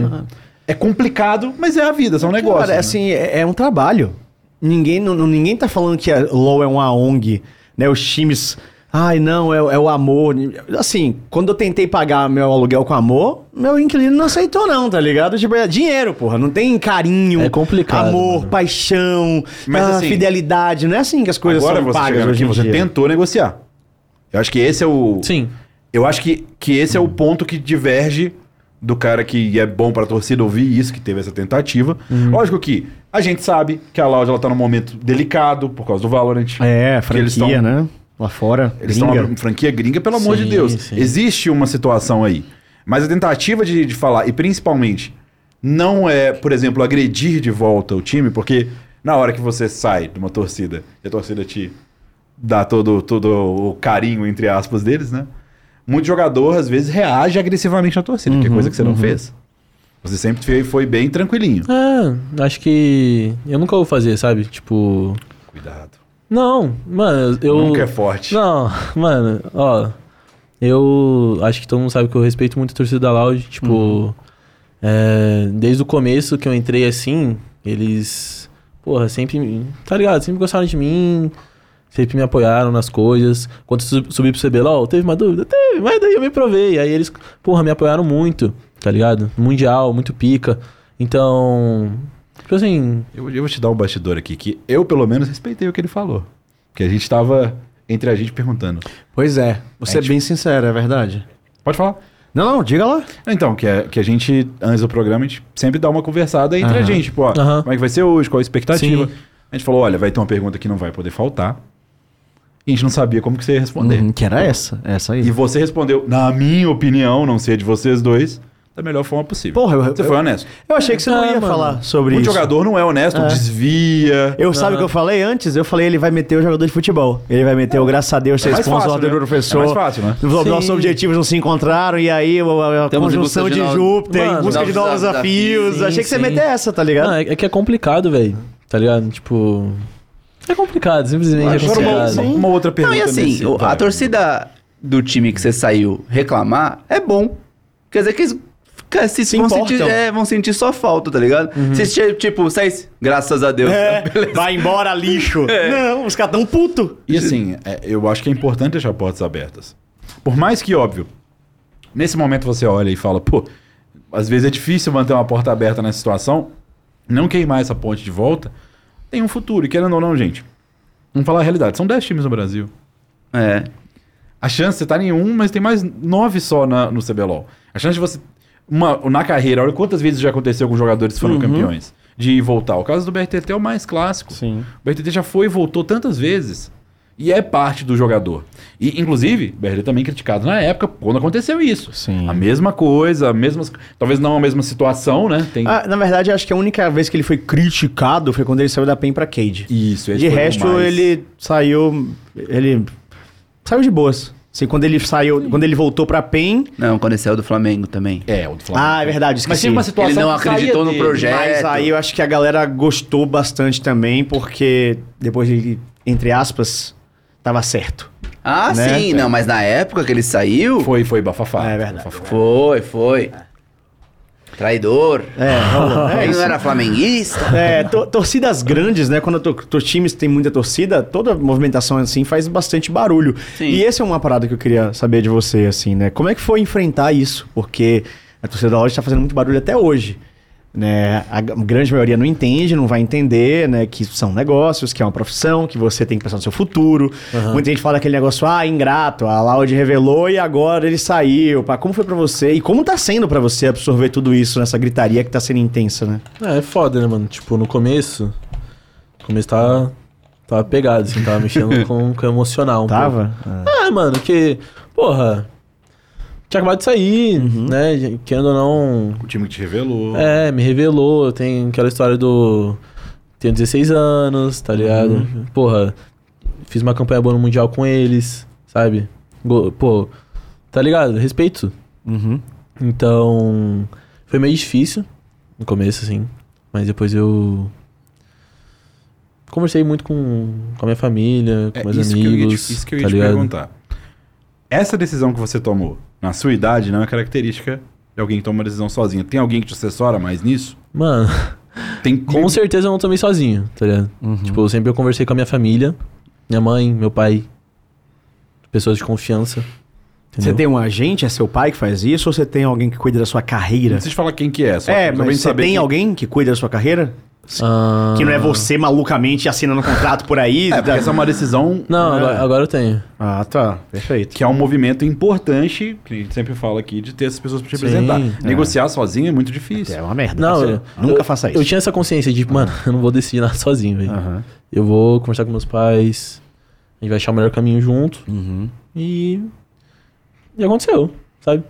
S1: é complicado, mas é a vida, são negócios.
S2: Cara,
S1: né?
S2: assim, Uhum. é, é um trabalho. Ninguém, não, não- ninguém tá falando que a LOL é uma ONG, né? Os times. Ai, não, é, é o amor. Assim, quando eu tentei pagar meu aluguel com amor, meu inquilino não aceitou, não, tá ligado? Tipo, é dinheiro, porra. Não tem carinho.
S3: É complicado,
S2: Amor,
S3: mano.
S2: paixão,
S1: Mas,
S2: ah,
S1: assim,
S2: fidelidade. Não é assim que as coisas
S1: Agora
S2: são
S1: você
S2: pagas
S1: chegando
S2: hoje
S1: aqui,
S2: em
S1: você
S2: dia.
S1: tentou negociar. Eu acho que esse é o.
S3: Sim.
S1: Eu acho que, que esse é o ponto que diverge do cara que é bom pra torcida ouvir isso, que teve essa tentativa. Lógico que a gente sabe que a Loud ela tá num momento delicado por causa do Valorant.
S2: É,
S1: Que eles tão-
S2: franquia, né? Lá fora.
S1: Eles estão
S2: gringa.
S1: abrindo franquia gringa, pelo amor
S3: Sim,
S1: de Deus.
S3: sim.
S1: Existe uma situação aí. Mas a tentativa de, de falar, e principalmente, não é, por exemplo, agredir de volta o time, porque na hora que você sai de uma torcida e a torcida te dá todo, todo o carinho, entre aspas, deles, né? Muito jogador, às vezes, reage agressivamente à torcida,
S3: Uhum,
S1: que é coisa que você não fez. Você sempre foi, foi bem tranquilinho.
S3: É, acho que. Eu nunca vou fazer, sabe? Tipo.
S1: Cuidado.
S3: Não, mano, eu.
S1: Nunca é forte.
S3: Não, mano, ó. Eu acho que todo mundo sabe que eu respeito muito a torcida da Loud. Tipo,
S1: Uhum.
S3: é, desde o começo que eu entrei assim, eles. Porra, sempre. me- Tá ligado? Sempre gostaram de mim. Sempre me apoiaram nas coisas. Quando eu sub- subi pro CBLOL, teve uma dúvida? Teve, mas daí eu me provei. Aí eles, porra, me apoiaram muito, tá ligado? Mundial, muito pica. Então. Tipo assim.
S1: Eu, eu vou te dar um bastidor aqui, que eu, pelo menos, respeitei o que ele falou. Porque a gente tava entre a gente perguntando.
S2: Pois é. Você é,
S1: É, tipo-
S2: bem sincero, é verdade.
S1: Pode falar?
S2: Não, não, diga lá.
S1: Então, que, é, que a gente, antes do programa, a gente sempre dá uma conversada entre a
S2: Aham.
S1: gente. Tipo, ó,
S3: Aham.
S1: como é que vai ser hoje? Qual a expectativa?
S3: Sim.
S1: A gente falou, olha, vai ter uma pergunta que não vai poder faltar. E a gente não sabia como que você ia responder.
S2: Uhum, que era essa, essa aí.
S1: E você respondeu, na minha opinião, não sei a de vocês dois, da melhor forma possível.
S2: Porra, eu-
S1: você
S2: eu-
S1: foi honesto.
S2: Eu achei que você não
S3: Ah,
S2: ia
S3: mano.
S2: falar sobre
S1: O
S2: isso.
S1: jogador não é honesto, desvia.
S2: Eu sabe o que eu falei antes? Eu falei, ele vai meter o jogador de futebol. Ele vai meter o graças a Deus,
S1: É
S2: seis
S1: mais
S2: pontos,
S1: fácil,
S2: o ordem
S1: né?
S2: do professor.
S1: É mais fácil, né?
S2: Os
S3: Sim.
S2: nossos objetivos não se encontraram, e aí a, a
S4: Estamos em
S2: conjunção
S4: busca
S2: de,
S4: de novos-
S2: Júpiter,
S3: Mano,
S2: em busca de
S4: novos
S2: novos desafios.
S3: desafios.
S2: achei que você ia
S3: Sim,
S2: meter
S3: sim.
S2: essa, tá ligado?
S3: Não, é, é que é complicado, velho. Tá ligado? Tipo. É complicado, simplesmente é
S1: Agora uma,
S3: complicado.
S1: uma- uma outra
S4: Não,
S1: pergunta.
S4: e assim,
S1: nesse-
S4: o- a
S1: vai.
S4: torcida do time que você saiu reclamar é bom. Quer dizer que eles fica- se,
S2: Se
S4: vão,
S2: importam.
S4: sentir, é, vão sentir só falta, tá ligado?
S1: Uhum.
S4: Se che- tipo, vocês, graças a Deus.
S1: É.
S4: Beleza.
S2: É, Vai embora, lixo. Não, os caras tão puto.
S1: E assim, é, eu acho que é importante deixar portas abertas. Por mais que, óbvio, nesse momento você olha e fala, pô, às vezes é difícil manter uma porta aberta nessa situação, não queimar essa ponte de volta, tem um futuro. E querendo ou não, gente, vamos falar a realidade, são 10 times no Brasil.
S4: É.
S1: A chance de você tá em um, mas tem mais nove só na- no CBLOL. A chance de você. Uma, na carreira, olha quantas vezes já aconteceu com jogadores que foram campeões de ir e voltar. O caso do BRTT é o mais clássico.
S2: Sim.
S1: O BRTT já foi e voltou tantas vezes E é parte do jogador. E, inclusive, BRD também criticado na época quando aconteceu isso.
S9: Sim.
S1: A mesma coisa, a mesma, talvez não a mesma situação, né? Tem
S2: Ah, na verdade, acho que a única vez que ele foi criticado foi quando ele saiu da PEN pra Cade.
S1: isso. esse
S2: De
S1: foi o
S2: resto,
S1: mais-
S2: ele saiu. Ele. Saiu de boas. Assim, quando ele saiu. Quando ele voltou pra PEN.
S4: Não, quando ele saiu do Flamengo também.
S1: É, o do Flamengo.
S2: Ah, é verdade.
S1: Mas
S2: Esqueci.
S1: tinha uma situação
S4: Ele não
S1: que saía
S4: acreditou no
S1: dele.
S4: projeto.
S2: Mas aí eu acho que a galera gostou bastante também, porque depois ele, entre aspas, tava certo.
S4: Ah,
S2: Né?
S4: sim, não, mas na época que ele saiu.
S1: Foi, foi bafafá.
S2: É verdade.
S1: Bafafá.
S4: Foi, foi. Traidor.
S2: É, vamos- é
S4: ele
S2: isso.
S4: não era flamenguista.
S2: É, to- torcidas grandes, né? Quando to- to- times tem muita torcida, toda movimentação assim faz bastante barulho.
S4: Sim.
S2: E essa é uma parada que eu queria saber de você, assim, né? Como é que foi enfrentar isso? Porque a torcida da loja tá fazendo muito barulho até hoje. Né? A g- grande maioria não entende, não vai entender, né? Que são negócios, que é uma profissão, que você tem que pensar no seu futuro. Muita gente fala aquele negócio, ah, ingrato, a Laude revelou e agora ele saiu. Pá, como foi pra você? E como tá sendo pra você absorver tudo isso nessa gritaria que tá sendo intensa, né?
S3: É, é foda, né, mano? Tipo, no começo. No começo tava. Tava pegado, assim, tava mexendo com, com o emocional. Um pouco.
S2: Tava?
S3: Ah, mano, que. Porra. Tinha acabado de sair,
S2: Uhum.
S3: né? Querendo ou não.
S1: O time que te revelou.
S3: É, me revelou. Tem aquela história do. Tenho 16 anos, tá ligado?
S1: Uhum.
S3: Porra, fiz uma campanha boa no Mundial com eles, sabe? Go- Pô, tá ligado? Respeito.
S2: Uhum.
S3: Então. Foi meio difícil no começo, assim. Mas depois eu. Conversei muito com, com a minha família, com
S1: É
S3: meus
S1: isso que eu ia te,
S3: amigos.
S1: isso que eu ia
S3: tá
S1: te
S3: ligado?
S1: perguntar. Essa decisão que você tomou, na sua idade, não é característica de alguém que toma uma decisão sozinho. Tem alguém que te assessora mais nisso?
S3: Mano,
S1: Tem
S3: com certeza eu não tomei sozinho, tá ligado?
S2: Uhum.
S3: Tipo, eu sempre eu conversei com a minha família, minha mãe, meu pai, pessoas de confiança.
S2: Você
S3: entendeu?
S2: tem um agente, é seu pai que faz isso, ou você tem alguém que cuida da sua
S1: Não
S2: carreira?
S1: precisa falar quem que é, só pra
S2: É,
S1: gente
S2: mas você
S1: saber
S2: tem
S1: quem-
S2: alguém que cuida da sua carreira?
S3: Ah,
S2: Que não é você malucamente assinando um contrato por aí?
S1: É, porque
S2: da-
S1: essa é uma decisão
S3: Não,
S2: Ah.
S3: agora, agora eu tenho.
S2: Ah, tá. Perfeito.
S1: que é um movimento importante, que a gente sempre fala aqui, de ter essas pessoas pra te
S3: Sim,
S1: representar.
S3: é.
S1: Negociar sozinho é muito difícil.
S2: É uma merda.
S3: Não,
S2: parceiro.
S3: eu-
S2: nunca
S3: eu-
S2: faça isso.
S3: Eu tinha essa consciência de, mano, eu não vou decidir nada sozinho, velho.
S2: Aham.
S3: Eu vou conversar com meus pais, a gente vai achar o melhor caminho junto.
S2: Uhum.
S3: E. E aconteceu, sabe?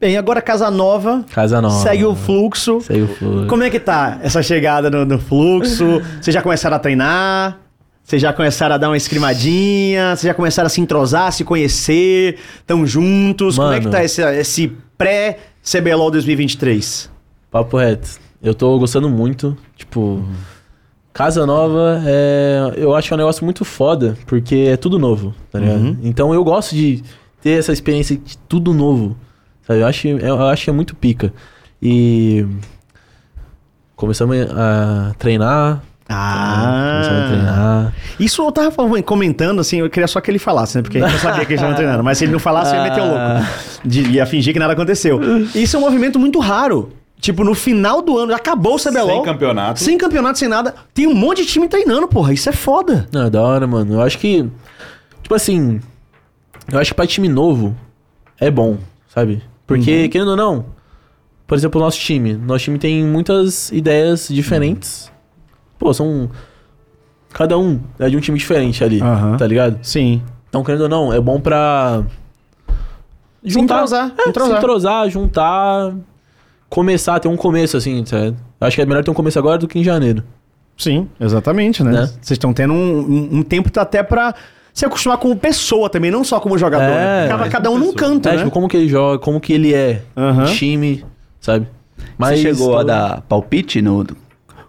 S2: Bem, agora Casa Nova,
S3: Casa nova.
S2: segue o fluxo.
S3: Segue o fluxo.
S2: Como é que tá essa chegada no, no fluxo? Vocês já começaram a treinar? Vocês já começaram a dar uma escrimadinha? Vocês já começaram a se entrosar, se conhecer? Tão juntos? Como é que
S3: Mano.
S2: tá esse, esse pré-CBLOL 2023?
S3: Papo reto. Eu tô gostando muito. Tipo, Casa Nova é. Eu acho um negócio muito foda, porque é tudo novo, tá ligado? Então eu gosto de ter essa experiência de tudo novo. Sabe? Eu acho, eu acho que é muito pica. E. Começamos a treinar. né? Começamos a treinar.
S2: Ah, Isso eu tava falando- comentando, assim, eu queria só que ele falasse, né? Porque a gente não sabia que ele estava treinando. Mas se ele não falasse, eu ia meter o
S3: Ah.
S2: louco. De- ia fingir que nada aconteceu. Isso é um movimento muito raro. Tipo, no final do ano, já acabou o CBLOL.
S1: Sem campeonato.
S2: Sem campeonato, sem nada. Tem um monte de time treinando, porra. Isso é foda.
S3: Não, é da hora, mano. Eu acho que. Tipo assim. Eu acho que pra time novo é bom, sabe?
S2: Uhum.
S3: Porque, querendo ou não, por exemplo, o nosso time. Nosso time tem muitas ideias diferentes. Pô, são. Cada um é de um time diferente ali,
S2: Aham.
S3: tá ligado?
S2: Sim.
S3: Então, querendo ou não, é bom pra.
S2: entrosar,
S3: é,
S2: entrosar.
S3: Se entrosar, juntar. Começar, ter um começo, assim, sabe? Eu acho que é melhor ter um começo agora do que em janeiro.
S2: Sim, exatamente, né?
S3: Né?
S2: Vocês estão tendo um, um- um tempo até pra se acostumar como pessoa também, não só como jogador.
S3: É,
S2: né? Cada,
S3: mas
S2: cada um num canto,
S3: É,
S2: né?
S3: tipo, como que ele joga, como que ele é.
S2: Aham.
S3: Time, sabe?
S4: você chegou a
S3: tô-
S4: dar palpite no.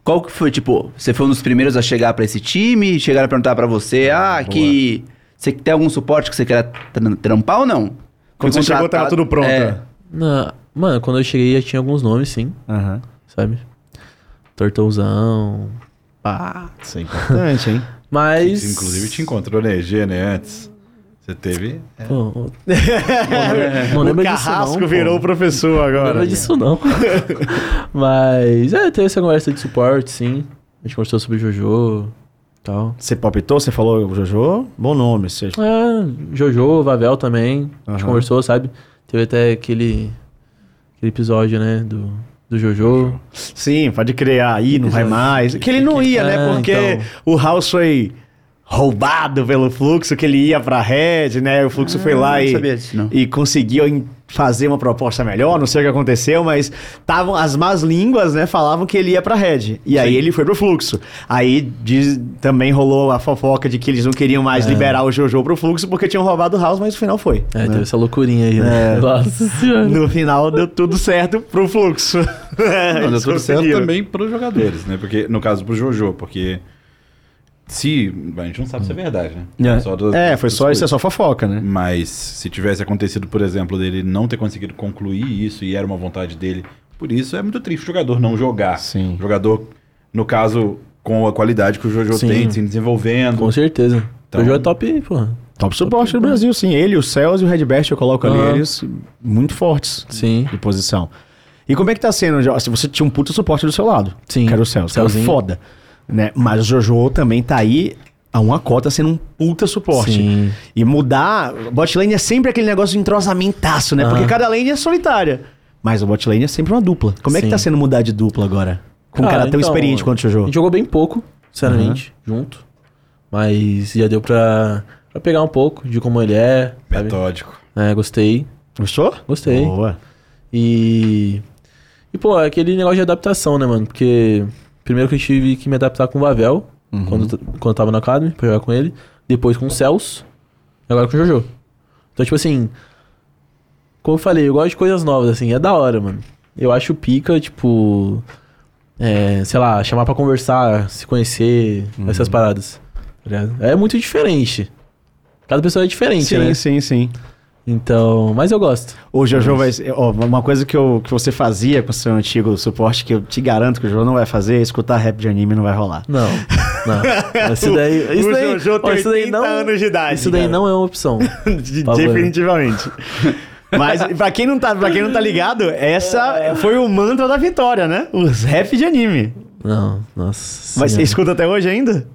S4: Qual que foi, tipo, você foi um dos primeiros a chegar pra esse time? Chegaram a perguntar pra você, ah, que. Você tem algum suporte que você queira tran- trampar ou não?
S2: Quando
S4: Foi
S2: você chegou, tava
S4: contratado-
S2: tudo pronto.
S4: É.
S3: Na- Mano, quando eu cheguei já tinha alguns nomes, sim,
S2: Aham.
S3: sabe? Tortãozão. Pá.
S2: Isso é importante, hein?
S3: Mas.
S1: Inclusive te encontrou na EG, né, antes. Você teve...
S3: É. Pô, não lembro- não lembro
S2: o
S3: disso.
S2: Carrasco
S3: Não, pô.
S2: virou o professor
S3: Não
S2: agora.
S3: lembro disso, não. Mas. É, teve essa conversa de suporte, sim. A gente conversou sobre Jojo tal.
S2: Você palpitou, você falou o Jojo? Bom nome. Você...
S3: É, Jojo, Vavel também. A gente
S2: Aham.
S3: conversou, sabe? Teve até aquele. Aquele episódio, né? Do, do Jojo.
S2: ah, Sim, pode crer. Aí não vai mais. Que ele não ia, né?
S3: É,
S2: Porque
S3: então.
S2: o House foi roubado pelo Fluxo, que ele ia pra Red, né? O Fluxo foi lá
S4: não
S2: e,
S4: sabia disso, não.
S2: e conseguiu em- fazer uma proposta melhor, não sei o que aconteceu, mas tavam, as más línguas, né, falavam que ele ia pra Red. E aí ele foi pro Fluxo. Aí diz- também rolou a fofoca de que eles não queriam mais liberar o Jojo pro Fluxo porque tinham roubado o House, mas no final foi.
S3: É, teve essa loucurinha aí, né? Nossa senhora.
S2: No final deu tudo certo pro Fluxo.
S1: Não, é, deu
S2: Eles
S1: tudo certo
S2: conseguiram.
S1: também pros jogadores, né? Porque, no caso, pro Jojo, porque se... A gente não sabe se é verdade, né?
S3: É.
S1: do-
S2: É, foi
S1: das
S2: só
S1: coisas.
S2: isso, é só fofoca, né?
S1: Mas se tivesse acontecido, por exemplo, dele não ter conseguido concluir isso e era uma vontade dele, por isso é muito triste o jogador não jogar.
S2: Sim.
S1: O jogador, no caso, com a qualidade que o Jojo
S3: Sim.
S1: tem, se desenvolvendo.
S3: Com certeza.
S1: Então-
S3: O jogo é top, porra.
S2: Top suporte do Brasil, sim. Ele, o Celso e o Redbest, eu coloco
S3: Aham.
S2: ali eles muito fortes
S3: Sim.
S2: de posição. E como é que tá sendo, Jo- se você tinha um puta suporte do seu lado?
S3: Sim.
S2: Que era o Celso, que era
S3: Celzinho.
S2: foda. Né? Mas o Jojo também tá aí a uma cota sendo um puta suporte.
S3: Sim.
S2: E mudar... Bot lane é sempre aquele negócio de entrosamentaço, né? Porque
S3: Aham.
S2: cada lane é solitária. Mas o bot lane é sempre uma dupla. Como é que
S3: Sim.
S2: tá sendo mudar de dupla agora? Com um cara tão
S3: então,
S2: experiente quanto o
S3: A
S2: Jojo.
S3: gente jogou bem pouco, sinceramente, junto. Mas já deu pra, pra pegar um pouco de como ele é. sabe?
S1: Metódico.
S3: É, gostei.
S2: Gostou?
S3: Gostei.
S2: Boa.
S3: E. E, pô, é aquele negócio de adaptação, né, mano? Porque. Primeiro que eu tive que me adaptar com o Vavel, quando, quando eu tava na Academy, pra jogar com ele. Depois com o Celso. E agora com o Jojo. Então, tipo assim. Como eu falei, eu gosto de coisas novas, assim. É da hora, mano. Eu acho pica, tipo. É, sei lá, chamar pra conversar, se conhecer, essas paradas. tá ligado? É muito diferente. Cada pessoa é diferente,
S2: Sim,
S3: né?
S2: sim, sim.
S3: Então. Mas eu gosto.
S2: O Jojo vai. ser- ó, uma coisa que, eu, que você fazia com o seu antigo suporte, que eu te garanto que o Jojo não vai fazer, é escutar rap de anime não vai rolar.
S3: Não, não. Isso daí, isso
S2: o
S3: daí,
S2: Jojo
S3: ó,
S2: tem
S3: isso daí
S2: 80
S3: não,
S2: anos de idade,
S3: Isso daí
S2: cara.
S3: não é uma opção.
S2: De-
S3: Por favor.
S2: Definitivamente. Mas pra quem, não tá, pra quem não tá ligado, essa foi o mantra da vitória, né? Os rap de anime.
S3: Não, nossa.
S2: Mas você
S3: senhora.
S2: escuta até hoje ainda?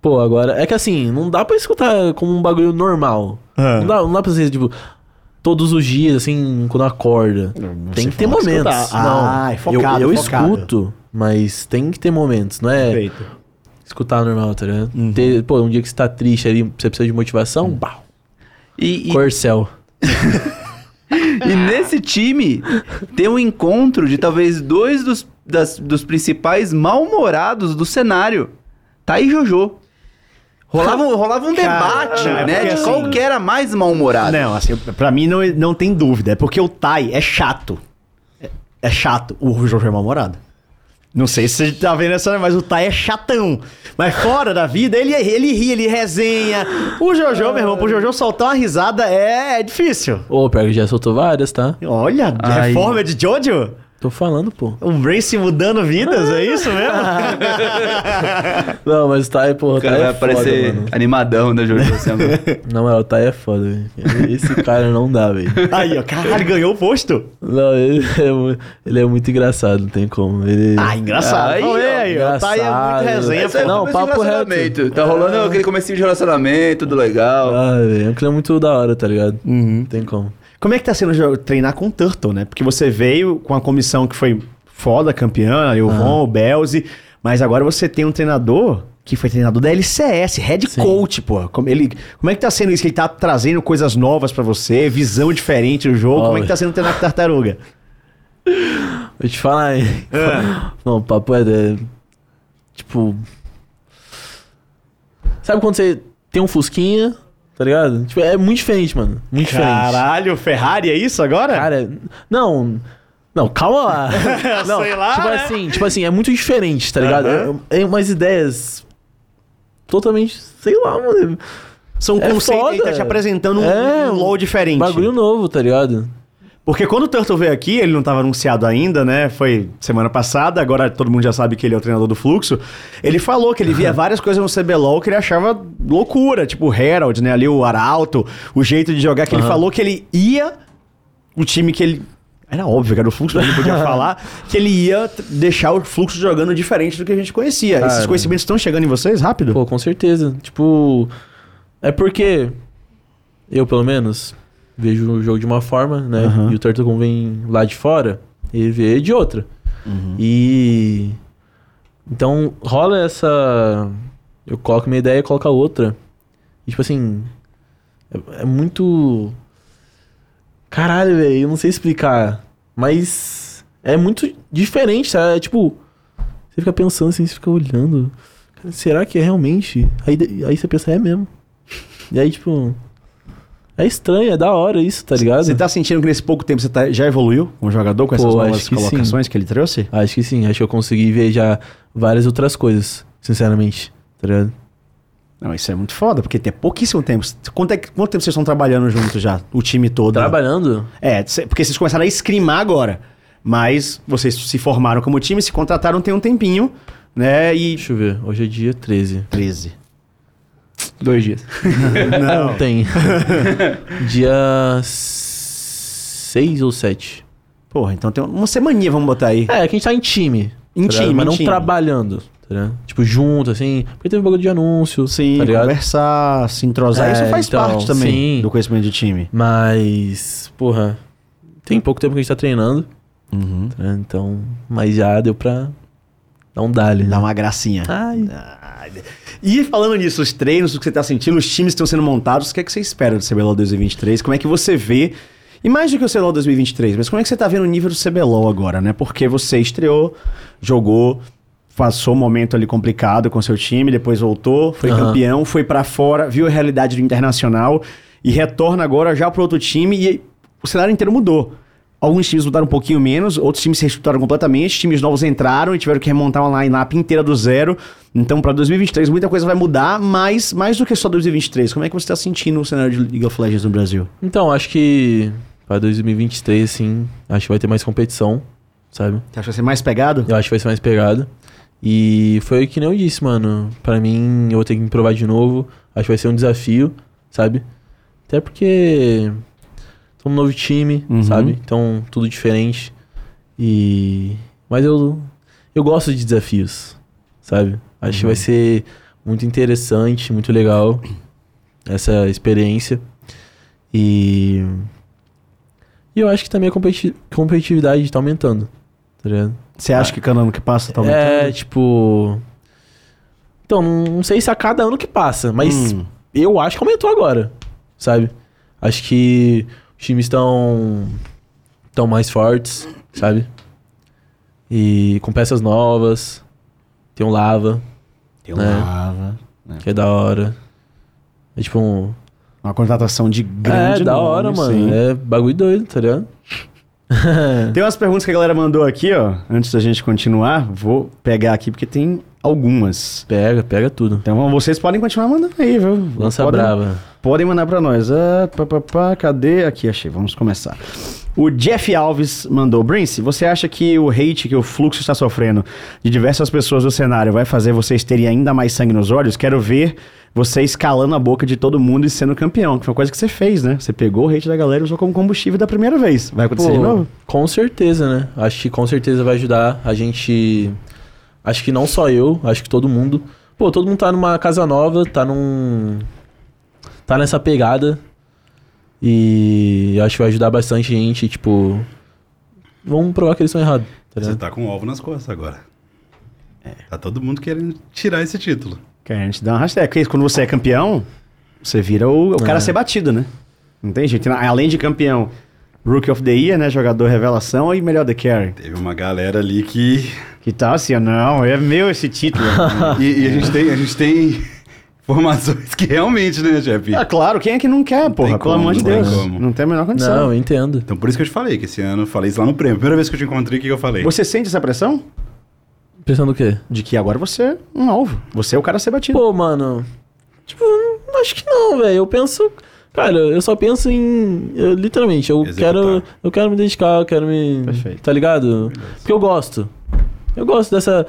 S3: Pô, agora. É que assim, não dá pra escutar como um bagulho normal.
S2: Ah.
S3: Não, dá, não dá pra ser, tipo, todos os dias, assim, quando acorda. tem que ter
S2: fala que
S3: momentos.
S2: escutar.
S3: não,
S2: Ah, é focado,
S3: Eu, eu
S2: é focado.
S3: escuto, mas tem que ter momentos, não é?
S2: Ah.
S3: Escutar normal, tá ligado?
S2: Uhum.
S3: Ter, pô, um dia que você tá triste ali, você precisa de motivação, bah,
S4: E, e-
S3: Corcel.
S4: e nesse time tem um encontro de talvez dois dos, das- dos principais mal-humorados do cenário. Tá e Jojo. Rolava, um- rolava um
S2: Cara,
S4: debate,
S2: não, é
S4: né?
S2: porque
S4: De qual
S2: assim-
S4: que era mais mal-humorado.
S2: Não, assim, pra mim não, não tem dúvida. É porque o Tai é chato. É- É chato. O Jojo é mal-humorado. Não sei se você tá vendo essa, mas o Tai é chatão. Mas fora da vida, ele, ele ri, ele resenha. O Jojo, meu irmão, pro Jojo soltar uma risada é, é difícil.
S3: Ô, pior que já soltou várias, tá?
S2: Olha,
S4: Ai.
S2: reforma de Jojo?
S3: Tô falando, pô.
S2: O Brace mudando vidas, é isso mesmo?
S3: Não, mas o Thay, porra,
S4: O
S3: o Thay
S4: cara
S3: é
S4: vai parecer
S3: foda, mano.
S4: animadão da Jojo. assim, mano.
S3: Na moral, o Thay é foda, velho. Esse cara não dá, velho.
S2: Aí, ó, caralho, ganhou o posto.
S3: Não, ele é, mu- ele é muito engraçado, não tem como. Ele...
S2: Ah, engraçado.
S4: Aí,
S2: Olha aí, ó, o Tai é muito
S3: engraçado.
S2: resenha.
S4: Esse é o
S3: Não,
S4: começo de
S3: papo reto. É.
S4: relacionamento. Tá rolando aquele comecinho de relacionamento, tudo legal.
S3: Ah, velho, é um clima muito da hora, tá ligado? Não tem como.
S2: Como é que tá sendo jo- treinar com o Turtle, né? Porque você veio com a comissão que foi foda, campeã,
S3: Ah.
S2: eu Von, o Belze, mas agora você tem um treinador que foi treinador da LCS, head
S3: Sim.
S2: coach, pô. Como, ele, como é que tá sendo isso? Ele tá trazendo coisas novas pra você, visão diferente do jogo.
S3: Ó,
S2: como é que tá sendo treinar com tartaruga?
S3: Vou te falar, hein? Não, o papo é, é. Tipo. Sabe quando você tem um Fusquinha, tá ligado? Tipo, é muito diferente, mano. Muito diferente.
S2: Caralho, Ferrari é isso agora?
S3: Cara, não. Não, calma lá. Não,
S2: Sei lá,
S3: Tipo
S2: né?
S3: assim, tipo assim, é muito diferente, tá ligado?
S2: Aham.
S3: É, é umas ideias totalmente, sei lá, mano.
S2: São
S3: é
S2: conceitos que ele tá
S3: foda.
S2: te apresentando um,
S3: É,
S2: um LOL diferente.
S3: Bagulho novo, tá ligado?
S2: Porque quando o Turtle veio aqui, ele não estava anunciado ainda, né? Foi semana passada, agora todo mundo já sabe que ele é o treinador do Fluxo. Ele falou que ele via várias coisas no CBLOL que ele achava loucura, tipo o Herald, né? Ali o Arauto, o jeito de jogar, que ele falou que ele ia. O time que ele. Era óbvio que era o Fluxo, mas ele podia falar que ele ia t- deixar o Fluxo jogando diferente do que a gente conhecia. Esses
S3: Cara.
S2: conhecimentos estão chegando em vocês rápido?
S3: Pô, com certeza. Tipo, é porque eu, pelo menos, vejo o jogo de uma forma, né? E o Turtle, como vem lá de fora, ele vê de
S2: Uhum.
S3: outra. E. Então, rola essa. Eu coloco minha ideia e coloco a outra. E, tipo assim. É, é muito. Caralho, velho, eu não sei explicar. Mas. É muito diferente, tá? É tipo. Você fica pensando assim, você fica olhando. Cara, será que é realmente? Aí, de- aí você pensa, é mesmo. E aí, tipo. É estranho, é da hora isso, tá ligado?
S2: Você tá sentindo que nesse pouco tempo você tá- já evoluiu como jogador com essas
S3: Pô,
S2: novas
S3: acho que
S2: colocações que ele trouxe?
S3: Acho que sim, acho que eu consegui ver já várias outras coisas, sinceramente. Tá ligado?
S2: Não, isso é muito foda, porque tem pouquíssimo tempo. Quanto, é que- quanto tempo vocês estão trabalhando juntos já? O time todo?
S3: Trabalhando,
S2: É, cê- porque vocês começaram a escrimar agora. Mas vocês se formaram como time, se contrataram tem um tempinho, né? E.
S3: deixa eu ver, hoje é dia 13.
S2: 13.
S10: Dois dias.
S3: Não. Tem. dia 6 ou 7.
S2: Porra, então tem uma semaninha, vamos botar aí.
S3: É, que a gente tá em time.
S2: Em
S3: tá ligado?
S2: time,
S3: Mas
S2: em
S3: não
S2: time.
S3: trabalhando, tá ligado? Tipo, junto, assim. Porque teve um bagulho de anúncio,
S2: Sim, Uhum.
S3: tá ligado?
S2: conversar, se entrosar,
S3: É,
S2: isso faz
S3: então,
S2: parte também
S3: sim.
S2: do conhecimento de time.
S3: Mas, porra, tem pouco tempo que a gente tá treinando.
S2: Uhum.
S3: tá ligado? Então, mas já deu pra dar um dali.
S2: Dá uma gracinha.
S3: Ai,
S2: E falando nisso, os treinos, o que você tá sentindo, os times que estão sendo montados, o que é que você espera do CBLOL 2023? Como é que você vê? E mais do que o CBLOL 2023, mas como é que você tá vendo o nível do CBLOL agora, né? Porque você estreou, jogou, passou um momento ali complicado com seu time, depois voltou, foi
S3: Aham.
S2: campeão, foi pra fora, viu a realidade do internacional e retorna agora já pro outro time e o cenário inteiro mudou. Alguns times mudaram um pouquinho menos, outros times se reestruturaram completamente, times novos entraram e tiveram que remontar uma line-up inteira do zero. Então, pra 2023, muita coisa vai mudar, mas mais do que só 2023, como é que você tá sentindo o cenário de League of Legends no Brasil?
S3: Então, acho que pra 2023, assim, acho que vai ter mais competição, sabe?
S2: Você acha que vai ser mais pegado?
S3: Eu acho que vai ser mais pegado. E foi que nem eu disse, mano. Pra mim, eu vou ter que me provar de novo. Acho que vai ser um desafio, sabe? Até porque. Tô num novo time,
S2: Uhum.
S3: sabe? Então, tudo diferente. E. Mas eu. Eu gosto de desafios, sabe? Acho que vai
S2: Uhum.
S3: ser muito interessante, muito legal essa experiência. E. E eu acho que também a competi- competitividade tá aumentando, tá ligado?
S2: Você acha que cada ano que passa tá
S3: É, tipo. Então, não não sei se a cada ano que passa, mas
S2: Hum.
S3: eu acho que aumentou agora, sabe? Acho que os times estão tão mais fortes, sabe? E com peças novas. Tem um Lava,
S2: Tem
S3: né?
S2: lava.
S3: que é da hora. É tipo um.
S2: Uma contratação de grande
S3: é, da
S2: nome,
S3: hora, mano.
S2: sim.
S3: É bagulho doido, tá ligado?
S2: Tem umas perguntas que a galera mandou aqui, ó. Antes da gente continuar, vou pegar aqui porque tem algumas.
S3: Pega, pega tudo.
S2: Então vocês podem continuar mandando aí, viu?
S3: Lança
S2: podem,
S3: brava.
S2: Podem mandar pra nós. Ah, pá, pá, pá, cadê? Aqui, achei. Vamos começar. O Jeff Alves mandou. Brince, você acha que o hate que o Fluxo está sofrendo de diversas pessoas do cenário vai fazer vocês terem ainda mais sangue nos olhos? Quero ver vocês calando a boca de todo mundo e sendo campeão, que foi uma coisa que você fez, né? Você pegou o hate da galera e usou como combustível da primeira vez. Vai acontecer
S3: Pô,
S2: de novo?
S3: Com certeza, né? Acho que com certeza vai ajudar a gente. Acho que não só eu, acho que todo mundo. Pô, todo mundo tá numa casa nova, tá num. tá nessa pegada. E acho que vai ajudar bastante gente, tipo. Vamos provar que eles estão errados.
S1: Você
S3: Tá ligado?
S1: tá com o alvo nas costas agora. Tá todo mundo querendo tirar esse título.
S2: Cara, a gente dá uma rasteira. Porque quando você é campeão, você vira o, o cara
S3: É.
S2: a ser batido, né? Não tem jeito. Além de campeão, Rookie of the Year, né? Jogador revelação e melhor The Carry.
S1: Teve uma galera ali que.
S2: Que tal assim, ó, não, é meu esse título.
S1: E, e a gente tem, a gente tem informações que realmente, né, Jeff?
S2: ah, claro, quem é que não quer, porra?
S1: tem
S2: Pelo
S1: como,
S2: amor de
S1: não tem
S2: Deus.
S1: como.
S2: Não tem a menor condição.
S3: Não, eu entendo.
S1: Então por isso que eu te falei, que esse ano eu falei isso lá no prêmio. Primeira vez que eu te encontrei, o que que eu falei?
S2: Você sente essa pressão?
S3: Pensando o quê?
S2: De que agora você é um alvo. Você é o cara a ser batido.
S3: Pô, mano. Tipo, não- acho que não, velho. Eu penso. Cara, eu só penso em. eu, literalmente, eu
S1: Executar.
S3: quero. Eu quero me dedicar, eu quero me.
S2: Perfeito.
S3: Tá ligado? Porque eu gosto. Eu gosto dessa.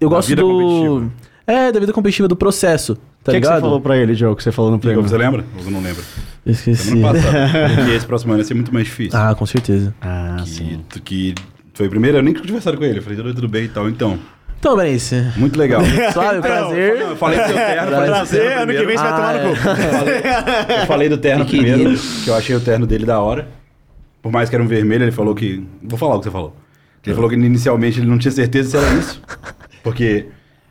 S3: Eu
S1: Da
S3: gosto
S1: vida
S3: do.
S1: competitiva.
S3: É, da vida competitiva, do processo.
S2: o que,
S3: Tá
S2: é que
S3: ligado?
S2: você falou pra ele, Diogo, que você falou no
S1: Você,
S2: prêmio?
S1: você lembra? Ou você não lembra?
S3: Eu Esqueci.
S1: Ano passado. e esse próximo ano ia ser muito mais difícil.
S3: Ah, com certeza.
S2: Ah,
S1: que, tu- que foi o primeiro, eu nem tinha conversado com ele. Eu falei, tudo, tudo bem e tal. Então,
S3: Então, Berenice.
S1: muito legal.
S3: Suave, prazer.
S1: Não, eu falei do seu terno, falei do seu
S2: Prazer,
S1: terno
S2: É, ano que
S1: primeiro.
S2: vem você vai
S3: Ah,
S2: tomar no
S3: é.
S2: cu.
S1: Eu falei do terno
S10: Que
S1: primeiro,
S10: querido.
S1: que eu achei o terno dele da hora. Por mais que era um vermelho, ele falou que. Vou falar o que você falou. Ele falou que inicialmente ele não tinha certeza se era isso. Porque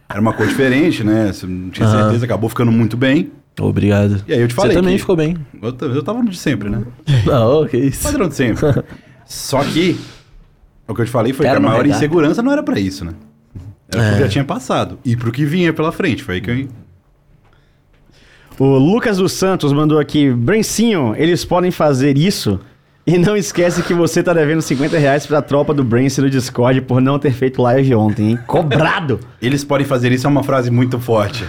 S1: Era uma cor diferente, né? Você Não tinha
S3: Aham.
S1: certeza, acabou ficando muito bem.
S3: Obrigado.
S1: E aí eu te falei
S3: Ah. Você também
S1: que-
S3: ficou bem. Ah,
S1: Eu, t- eu tava no de sempre, né?
S3: Não, que isso.
S1: Padrão de sempre. Só que, o que eu te falei foi
S4: Quero
S1: que a
S4: não
S1: maior
S4: negar.
S1: insegurança não era pra isso, né? Era porque já tinha passado. E pro que vinha pela frente. Foi aí que eu.
S2: O Lucas dos Santos mandou aqui, Brencinho, eles podem fazer isso? E não esquece que você tá devendo 50 reais pra tropa do Brence no Discord por não ter feito live ontem, hein? Cobrado!
S1: Eles podem fazer isso é uma frase muito forte.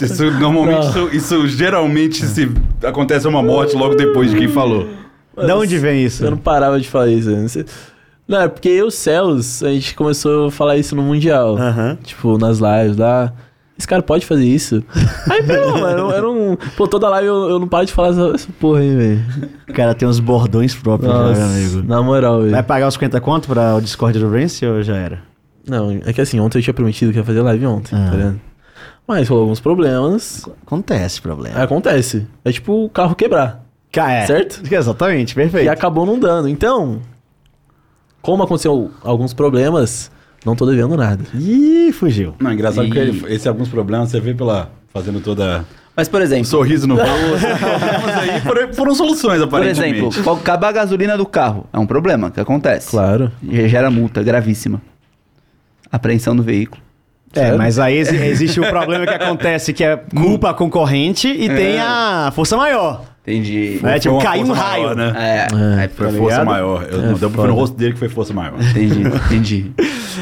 S1: isso, normalmente, isso, isso geralmente se acontece uma morte logo depois de quem falou.
S2: da onde vem isso?
S3: Eu não parava de falar isso. antes. Não, é porque eu, o Cells, a gente começou a falar isso no Mundial.
S2: Aham.
S3: Tipo, nas lives lá. Esse cara pode fazer isso? Aí, pô, mano, era um... Pô, toda live eu, eu não paro de falar essa, essa porra aí, velho.
S2: Cara, tem uns bordões próprios, né, meu
S3: Nossa,
S2: amigo.
S3: na moral,
S2: Vai
S3: velho.
S2: pagar os 50 conto pra o Discord do Brence ou já era?
S3: Não, é que assim, ontem eu tinha prometido que ia fazer live ontem,
S2: Ah.
S3: tá ligado? Mas rolou alguns problemas.
S2: Acontece problema.
S3: Acontece. É tipo o carro quebrar.
S2: Cara, é.
S3: Certo?
S2: Exatamente,
S3: E
S2: perfeito.
S3: acabou não dando. Então, como aconteceu alguns problemas, não tô devendo nada.
S2: Ih, fugiu.
S1: Não, é engraçado
S4: E-
S1: que ele- esses alguns problemas você vê pela. fazendo toda.
S4: Mas, por exemplo,
S1: Um sorriso no rosto. Problemas aí foram, foram soluções,
S4: por
S1: aparentemente.
S4: exemplo, co- acabar a gasolina do carro é um problema que acontece.
S3: Claro.
S4: Ge- Gera multa gravíssima. Apreensão do veículo.
S2: É, mas aí exi- existe o problema que acontece, que é
S3: Hum.
S2: culpa concorrente
S3: É.
S2: e tem a força maior.
S4: Entendi.
S2: É, tipo,
S1: uma
S2: caiu um
S1: força
S2: raio.
S1: maior, né?
S4: É,
S3: É.
S1: Foi
S4: é problema.
S1: força
S2: ligado?
S1: maior. Eu, não, deu pra ver
S3: foda.
S1: no rosto dele que foi força maior.
S4: Entendi, entendi.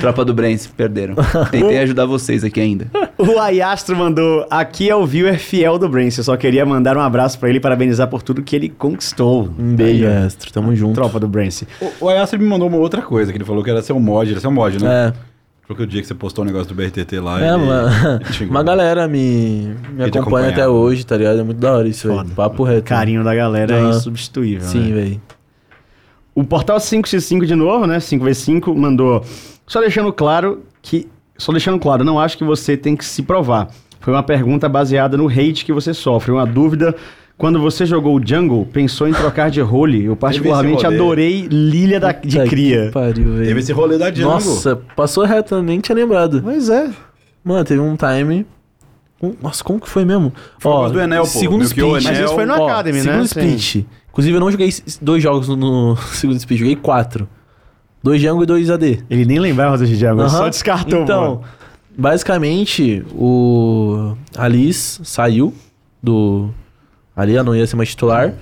S4: Tropa do Brens, perderam. Tentei ajudar vocês aqui ainda.
S2: O Ayastro mandou, aqui é o viewer fiel do Brance, eu só queria mandar um abraço pra ele e parabenizar por tudo que ele conquistou.
S3: Um beijo,
S2: Aí, ó.
S3: Astro. Tamo junto.
S2: Tropa do Brance.
S1: O, o Ayassi me mandou uma outra coisa, que ele falou que era seu mod, era seu mod, né?
S3: É,
S1: Porque o dia que você postou o negócio do BRTT lá.
S3: é
S1: ele-
S3: uma,
S1: ele xingou.
S3: uma galera me, me
S1: te
S3: acompanha até
S1: acompanhava.
S3: hoje, tá ligado? É muito da hora isso aí.
S2: Foda.
S3: Papo reto.
S2: Carinho da galera é
S3: Ah.
S2: insubstituível, né?
S3: Sim, velho.
S2: O Portal 5x5 de novo, né? 5x5 mandou. Só deixando claro que. Só deixando claro, não acho que você tem que se provar. Foi uma pergunta baseada no hate que você sofre. Uma dúvida. Quando você jogou o Jungle, pensou em trocar de role? Eu particularmente
S1: rolê.
S2: adorei Lilia da, de
S3: Puta que
S2: Cria.
S3: Pariu,
S1: Teve
S3: velho.
S1: esse rolê da Django.
S3: Nossa, passou reto, eu nem tinha lembrado.
S2: Pois é.
S3: Mano, teve um time. um- Nossa, como que foi mesmo?
S1: Foi por causa do Enel, pô.
S3: Segundo
S1: Meio que o
S3: split.
S1: Enel- Mas isso
S2: foi no Academy, né?
S3: segundo
S2: Sim.
S3: Segundo split. Inclusive, eu não joguei s- dois jogos no, no segundo split, joguei quatro. Dois Django e dois AD.
S2: Ele nem lembrava do Jungle,
S3: Aham.
S2: é só descartou,
S3: Então,
S2: mano.
S3: basicamente, o Alice saiu do. Ali ela não ia ser mais titular.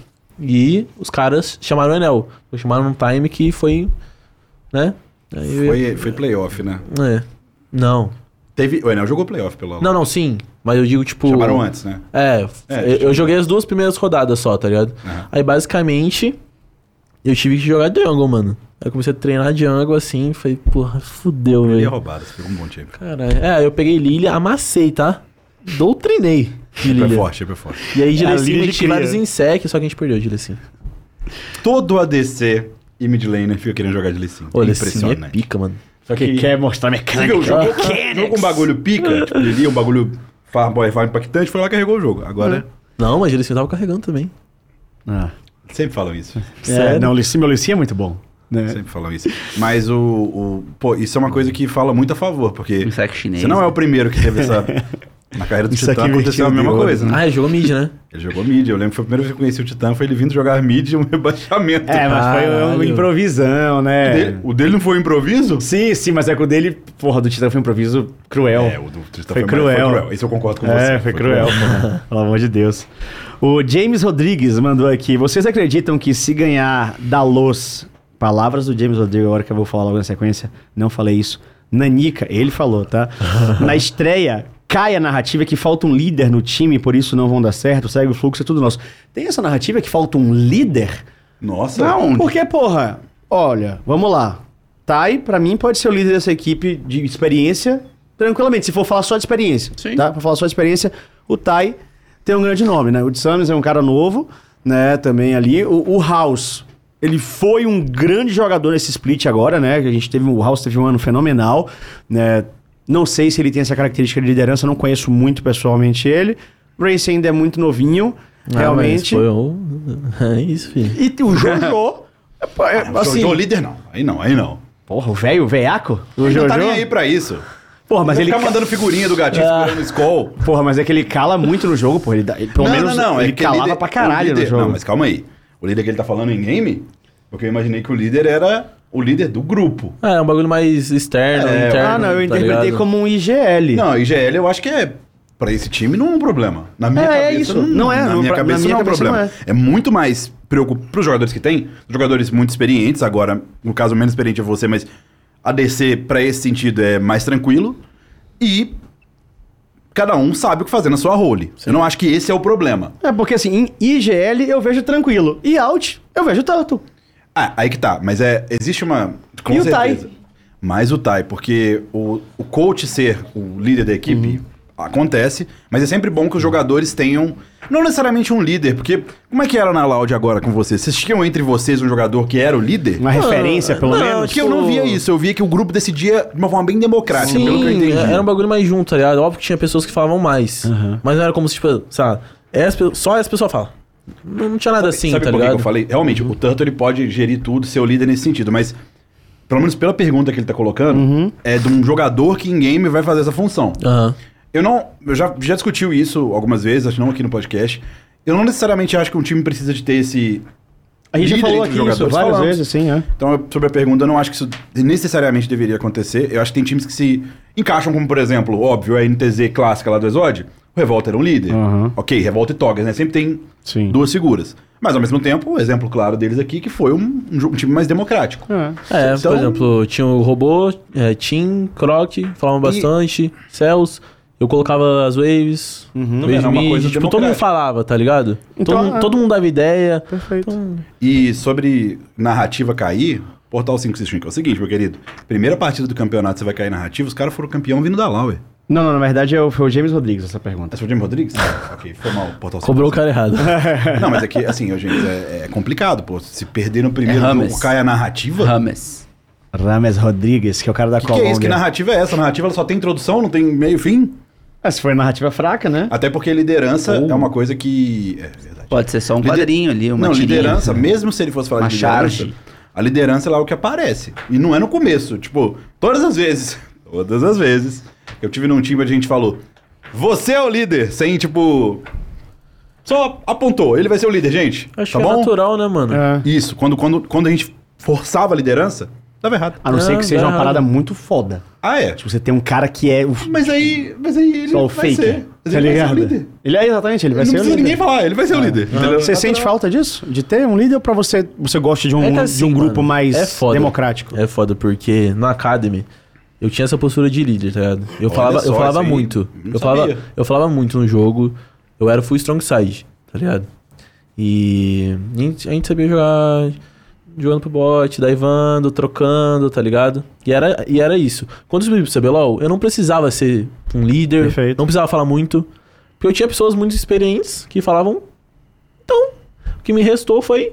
S3: E os caras chamaram o Enel. Chamaram um time que foi. Né? Aí eu-
S1: Foi, foi playoff, né?
S3: É. Não.
S1: Teve, o Enel jogou playoff pelo
S3: Não, não, sim. Mas eu digo, tipo.
S1: Chamaram antes, né?
S3: É,
S1: É,
S3: eu- eu joguei as duas primeiras rodadas só, tá ligado?
S1: Aham.
S3: Aí basicamente eu tive que jogar jungle, mano. Aí eu comecei a treinar jungle assim, falei, porra, fudeu,
S1: Ele é
S3: velho.
S1: roubado, você pegou um bom time.
S3: Caralho. É, eu peguei Lilia, amassei, tá? Doutrinei de
S1: Chip é
S3: Lilia.
S1: forte, chip é forte.
S3: E aí,
S2: É, a
S3: Gilecim,
S2: Lilia
S3: eu
S2: de
S3: tive vários
S2: cria.
S3: insectos, só que a gente perdeu, Gilecim.
S1: Todo ADC e mid laner fica querendo jogar de Lissim.
S3: Olha, assim é
S1: Impressionante.
S3: pica, mano.
S1: Só
S2: Que quer mostrar
S1: Você
S2: mecânica.
S1: viu, jogou, jogou um bagulho pica, tipo, ele lia um bagulho farm boy, farm impactante, foi lá e carregou o jogo. Agora,
S3: Não, mas Gilecim tava carregando também.
S2: Ah.
S1: sempre falam isso.
S2: É,
S3: Sério?
S2: não, o Lissi, meu Lissi é muito bom. Né?
S1: Sempre falam isso. Mas o, o- Pô, isso é uma coisa que fala muito a favor, porque.
S4: Insect Um chinês.
S1: Você não é o primeiro que teve essa. Na carreira do
S2: Isso é
S1: Titã
S2: aqui
S1: aconteceu a
S2: invertido
S1: mesma
S2: de ouro.
S1: coisa, né?
S3: Ah, ele jogou mid, né?
S1: Ele jogou mid. Eu lembro que foi a primeira vez que eu conheci o Titã, foi ele vindo jogar mid e um rebaixamento.
S2: É, mas foi uma
S3: Caralho.
S2: improvisão, né?
S1: O dele- O dele não foi um improviso?
S2: Sim, sim, mas é que o dele, porra, do Titã foi um improviso cruel.
S1: É, o do Titã foi,
S2: Foi
S1: mais- foi
S2: cruel.
S1: cruel. Isso eu concordo com você.
S2: É, foi cruel, mano. Pelo amor de Deus. O James Rodrigues mandou aqui. Vocês acreditam que se ganhar da Luz, palavras do James Rodrigues, agora que eu vou falar logo na sequência, não falei isso. Nanica, ele falou, tá? na estreia, cai a narrativa que falta um líder no time, por isso não vão dar certo, segue o fluxo, é tudo nosso. Tem essa narrativa que falta um líder?
S1: Nossa.
S4: Não,
S2: Porque, porra, olha, vamos lá. Tai, pra mim, pode ser o líder dessa equipe de experiência, tranquilamente, se for falar só de experiência.
S4: Sim.
S2: Tá? Pra falar só de experiência, o Tai tem um grande nome, né? O de Samus é um cara novo, né? Também ali. O, o House. Ele foi um grande jogador nesse split agora, né? Que A gente teve, o House teve um ano fenomenal, né? Não sei se ele tem essa característica de liderança, não conheço muito pessoalmente ele. Race ainda é muito novinho, realmente.
S3: Ah, mas foi um... É isso, filho.
S2: E o Jojo. é, pô, é,
S1: Assim, o líder não. Aí não, aí não.
S2: Porra, o velho, o veiaco? O
S1: Eles não
S2: Jojo?
S1: tá nem tá aí pra isso.
S2: Porra,
S1: Mas
S2: mas
S1: ele
S2: ele. Ah.
S1: ficar
S2: ca-
S1: mandando figurinha do gatinho segurando o Skol.
S2: Porra, mas é que ele cala muito no jogo, porra. Ele, dá- ele- pelo menos ele
S1: é que
S2: calava
S1: líder-
S2: pra caralho
S1: o líder-
S2: no jogo.
S1: Não, mas calma aí. O líder que ele tá falando em game, porque eu imaginei que o líder era o líder do grupo.
S3: Ah, é um bagulho mais externo,
S1: É,
S3: interno.
S2: Ah, não, eu
S3: tá
S2: interpretei
S3: ligado?
S2: como um IGL.
S1: Não, IGL eu acho que é. Pra esse time não é um problema. Na minha
S2: É, é
S1: cabeça.
S2: isso. Não é,
S1: Na
S2: não,
S1: minha
S2: pra-
S1: cabeça
S2: na minha
S1: não é um
S2: cabeça
S1: problema.
S2: não
S1: É. muito mais preocupante. Pros jogadores que tem, jogadores muito experientes, agora, no caso, menos experiente é você, mas a DC, pra esse sentido, é mais tranquilo. E cada um sabe o que fazer na sua role. Eu não acho que esse é o problema.
S2: É porque assim, em IGL eu vejo tranquilo. E out, eu vejo tanto.
S1: Ah, aí que tá. Mas é, existe uma. Com
S2: E o
S1: certeza.
S2: Tai?
S1: Mas o Tai, porque o, o coach ser o líder da equipe
S2: Uhum.
S1: acontece, mas é sempre bom que os jogadores tenham. Não necessariamente um líder, porque como é que era na Loud agora com vocês? Vocês tinham entre vocês um jogador que era o líder?
S2: Uma referência, pelo
S3: Ah, não,
S2: menos.
S1: Porque eu não via isso, eu via que o grupo decidia de uma forma bem democrática, pelo que eu
S3: Sim,
S1: entendi.
S3: era um bagulho mais junto, tá ligado? Óbvio que tinha pessoas que falavam mais. Mas não era como se, tipo, sabe? Essa pe- só essa pessoa fala. Não, não tinha nada assim,
S1: Sabe
S3: tá
S1: por que
S3: ligado?
S1: que eu falei? Realmente, o Turtle ele pode gerir tudo, ser o líder nesse sentido, mas pelo menos pela pergunta que ele tá colocando,
S3: Uhum.
S1: é de um jogador que em game vai fazer essa função.
S3: Aham.
S1: Eu não. Eu já, já discutiu isso algumas vezes, acho que não aqui no podcast. Eu não necessariamente acho que um time precisa de ter esse.
S2: A gente já
S1: líder
S2: falou
S1: entre
S2: aqui
S1: os
S2: isso
S1: jogadores,
S2: várias
S1: falamos.
S2: vezes, sim, é.
S1: Então, eu- sobre a pergunta, eu não acho que isso necessariamente deveria acontecer. Eu acho que tem times que se encaixam, como por exemplo, óbvio, a NTZ clássica lá do Exod, o Revolta era um líder.
S2: Aham.
S1: Ok, Revolta e Togas, né? Sempre tem
S2: Sim.
S1: duas figuras. Mas ao mesmo tempo, o exemplo claro deles aqui, que foi um, um jo- um time mais democrático.
S3: É,
S1: Então-
S3: por exemplo, tinha o robô, é, Tim, Croc, falavam bastante, Cells, eu colocava as waves,
S1: Não
S3: wave
S1: era uma
S3: mid,
S1: coisa
S3: tipo, todo mundo
S1: democrática.
S3: falava, tá ligado?
S2: Uhum. Então,
S3: todo, mundo,
S2: é.
S3: todo mundo dava ideia. Então,
S2: Perfeito.
S1: E sobre narrativa cair, Portal 565 é o seguinte, meu querido. Primeira partida do campeonato você vai cair narrativa, os caras foram campeão vindo da Lauer.
S2: Não, não, na verdade é o- foi o James Rodrigues essa pergunta.
S1: Essa foi o Jimmy Rodrigues? ok, foi mal. Portal
S3: Cobrou o cara errado.
S2: É,
S1: cara. Não, mas aqui, assim, ô, gente, é, é complicado, pô. Se perder no primeiro
S4: É Rames.
S1: jogo, cai a narrativa.
S4: Rames.
S2: Rames Rodrigues, que é o cara da
S1: O que, que
S2: Colômbia.
S1: é isso? Que narrativa é essa? A narrativa ela só tem introdução, não tem meio e fim?
S2: Essa Ah, foi narrativa fraca, né?
S1: Até porque liderança é uma coisa que. É verdade.
S4: Pode ser só um
S1: Lider-
S4: quadrinho ali, uma
S1: não,
S4: tirinha.
S1: liderança, mesmo se ele fosse falar
S4: Uma
S1: de liderança,
S4: charge.
S1: a liderança ela é o que aparece. E não é no começo. Tipo, todas as vezes, todas as vezes, eu tive num time onde a gente falou, você é o líder, sem, tipo, só apontou, ele vai ser o líder, gente.
S3: Acho
S1: tá
S3: que é
S1: bom?
S3: natural, né, mano?
S2: É.
S1: Isso, quando, quando, quando a gente forçava a liderança, dava errado.
S2: A não ser
S3: Não,
S2: que seja
S3: dá
S2: uma
S3: errado.
S2: parada muito foda.
S1: Ah, é.
S2: Tipo, você tem um cara que é o,
S1: Mas aí, mas aí ele
S2: só o
S1: vai
S2: fake.
S1: ser. Mas
S2: Tá
S1: ele vai ser o
S2: ligado?
S1: líder.
S2: Ele é exatamente, ele vai
S1: Ele não
S2: ser
S1: precisa
S2: o líder. Ah.
S1: ninguém falar, "Ah, ele vai ser o líder. entendeu? Tá
S2: Você sente falta disso? De ter um líder ou pra você, você gosta de um,
S3: É que
S2: de um
S3: assim,
S2: grupo
S3: mano,
S2: mais
S3: é foda.
S2: democrático?
S3: É foda, porque na Academy eu tinha essa postura de líder, tá ligado? Eu falava,
S1: só,
S3: eu falava
S1: isso aí,
S3: muito.
S1: não
S3: Eu falava,
S1: sabia.
S3: eu falava muito no jogo. Eu era full strong side, tá ligado? E a gente, a gente sabia jogar jogando pro bot, daivando, trocando, tá ligado? E era, e era isso. Quando eu subi pro CBLOL, eu não precisava ser um líder,
S2: Perfeito.
S3: não precisava falar muito. Porque eu tinha pessoas muito experientes que falavam. Então, o que me restou foi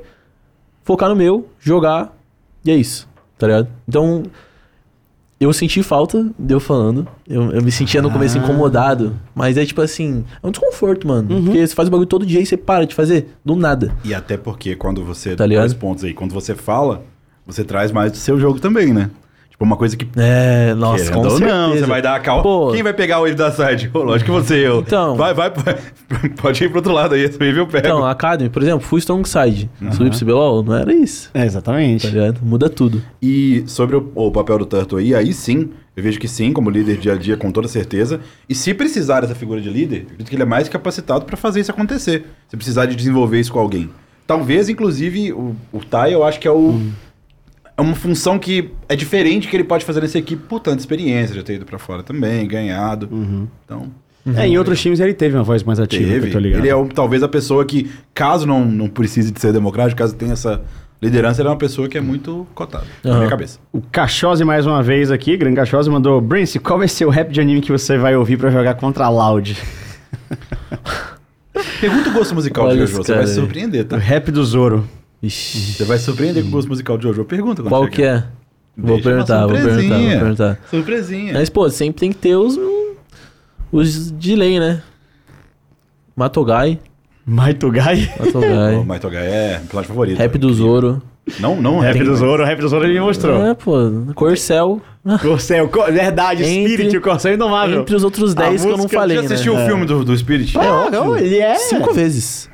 S3: focar no meu, jogar, e é isso, tá ligado? Então, eu senti falta de eu falando. Eu, eu me sentia no começo incomodado. Mas é tipo assim, é um desconforto, mano. Porque você faz o bagulho todo dia e você para de fazer do nada.
S1: E até porque quando você
S3: Tá ligado?
S1: traz pontos aí, quando você fala, você traz mais do seu jogo também, né? Tipo, uma coisa que.
S3: É, nossa,
S1: Querendo
S3: com
S1: ou
S3: certeza.
S1: não, você vai dar a
S3: Pô.
S1: calma. Quem vai pegar o wave da side? Ô, lógico que você, eu.
S3: Então.
S1: Vai, vai, pode ir pro outro lado aí, também viu? Pego.
S3: Então, a Academy, por exemplo, fui strong side. Subi pro CBLOL, não era isso,
S2: É,
S3: tá
S2: exatamente.
S3: ligado? Muda tudo.
S1: E sobre o, o papel do Turtle aí, aí sim, eu vejo que sim, como líder dia a dia, com toda certeza. E se precisar dessa figura de líder, eu acredito que ele é mais capacitado pra fazer isso acontecer. Se precisar de desenvolver isso com alguém. Talvez, inclusive, o, o Tai, eu acho que é o. É uma função que é diferente que ele pode fazer nessa equipe por tanta experiência, já ter ido pra fora também, ganhado. Então,
S2: É, em outros times ele teve uma voz mais ativa, que Uhum. eu
S1: teve.
S2: tô ligado.
S1: Ele é o- talvez a pessoa que, caso não, não precise de ser democrático, caso tenha essa liderança, ele é uma pessoa que é muito cotada, na
S3: Aham.
S1: minha cabeça.
S2: O Cachose mais uma vez aqui, Gran Cachose mandou, Brince, qual vai ser o rap de anime que você vai ouvir pra jogar contra a Loud?
S1: Pergunta o gosto musical
S3: Olha
S1: de
S3: esse
S1: Jojo, você
S3: cara
S1: vai
S3: aí.
S1: se surpreender,
S2: O
S1: tá?
S2: rap do Zoro.
S3: Ixi.
S1: Você vai se surpreender com o gosto musical de Jojo. Pergunta quando
S3: Qual
S1: chegar.
S3: que é?
S1: Deixa
S3: Vou
S1: uma
S3: perguntar, vou perguntar, vou
S1: surpresinha.
S3: perguntar.
S1: Surpresinha.
S3: Mas, pô, sempre tem que ter os. Os delay, né? Matogai.
S2: Maitugai?
S1: Pô,
S3: Matogai.
S1: Mas Togai é meu personagem favorito.
S3: Rap do Zoro.
S1: Não, não
S2: Rap
S1: rap
S2: do Zoro, rap do Zoro ele me mostrou.
S3: É, pô. Corcel.
S2: Corcel, co- verdade,
S3: Entre-
S2: Spirit, o Corcel é indomável.
S3: Entre os outros 10 que eu não
S2: música-
S3: falei,
S1: Já assistiu
S3: né?
S1: o filme do, do Spirit?
S3: É,
S2: Ah,
S3: óbvio.
S2: não, ele é-
S3: Cinco vezes.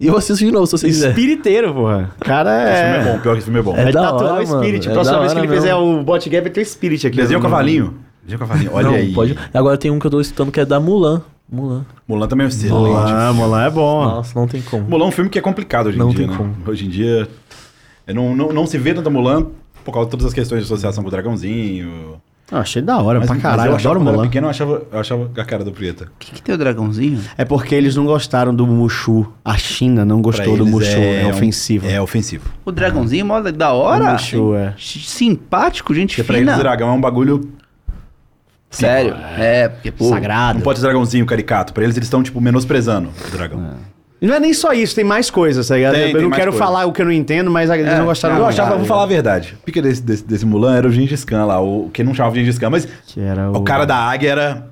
S3: E eu assisto de novo, se você quiser.
S2: Espiriteiro, porra. O cara
S1: Esse filme é
S2: é...
S1: bom, pior que esse filme é bom.
S3: É
S2: Vai
S3: da
S2: tatuar
S3: hora,
S2: o Spirit.
S3: mano.
S2: Próxima
S3: É da
S2: vez que
S3: hora
S2: ele fizer
S3: mesmo.
S2: o bot gap, vai ter o Spirit aqui.
S1: Desenha o
S2: no-
S1: cavalinho. Desenha o cavalinho. Olha
S3: não,
S1: aí.
S3: pode. Agora tem um que eu tô escutando que é da Mulan. Mulan.
S1: Mulan também é um excelente.
S2: Molan, Molan é bom.
S3: Nossa, não tem como.
S1: Mulan é um filme que é complicado hoje em
S3: Não
S1: dia,
S3: tem
S1: né?
S3: como.
S1: Hoje em dia é, não, não, não se vê tanta Mulan por causa de todas as questões de associação com o dragãozinho.
S2: Ah, achei da hora pra caralho,
S1: eu
S2: eu
S1: achava,
S2: adoro
S1: quando
S2: Molan.
S1: Era pequeno, eu achava, eu achava a cara do Preta.
S4: O que, que tem o dragãozinho?
S2: É porque eles não gostaram do Mushu. A China não
S1: Pra
S2: gostou do
S1: eles
S2: Mushu, é,
S1: um-
S2: ofensivo.
S1: É ofensivo.
S4: O dragãozinho, mó da
S2: O
S4: hora.
S2: Mushu, é.
S4: Simpático, gente
S1: Porque pra eles
S4: fina.
S1: o dragão é um bagulho.
S4: Sério?
S1: Ah,
S4: É, porque,
S1: um
S4: pô.
S2: Sagrado.
S3: Ah,
S1: Não pode ser dragãozinho caricato. Pra eles, eles estão, tipo, menosprezando o dragão.
S2: E Não é nem só isso, tem mais coisas, tá ligado?
S1: Tem,
S2: eu
S1: tem
S2: não
S1: mais
S2: quero
S1: coisas. É,
S2: falar o que eu não entendo, mas eles não gostaram
S1: eu
S2: do
S1: achava,
S2: cara,
S1: vou falar a verdade. O pica desse, desse, desse Mulan era o Gengis Khan lá, o que não chamava de Gengis Khan, mas
S2: Que era o-
S1: o... cara da águia era.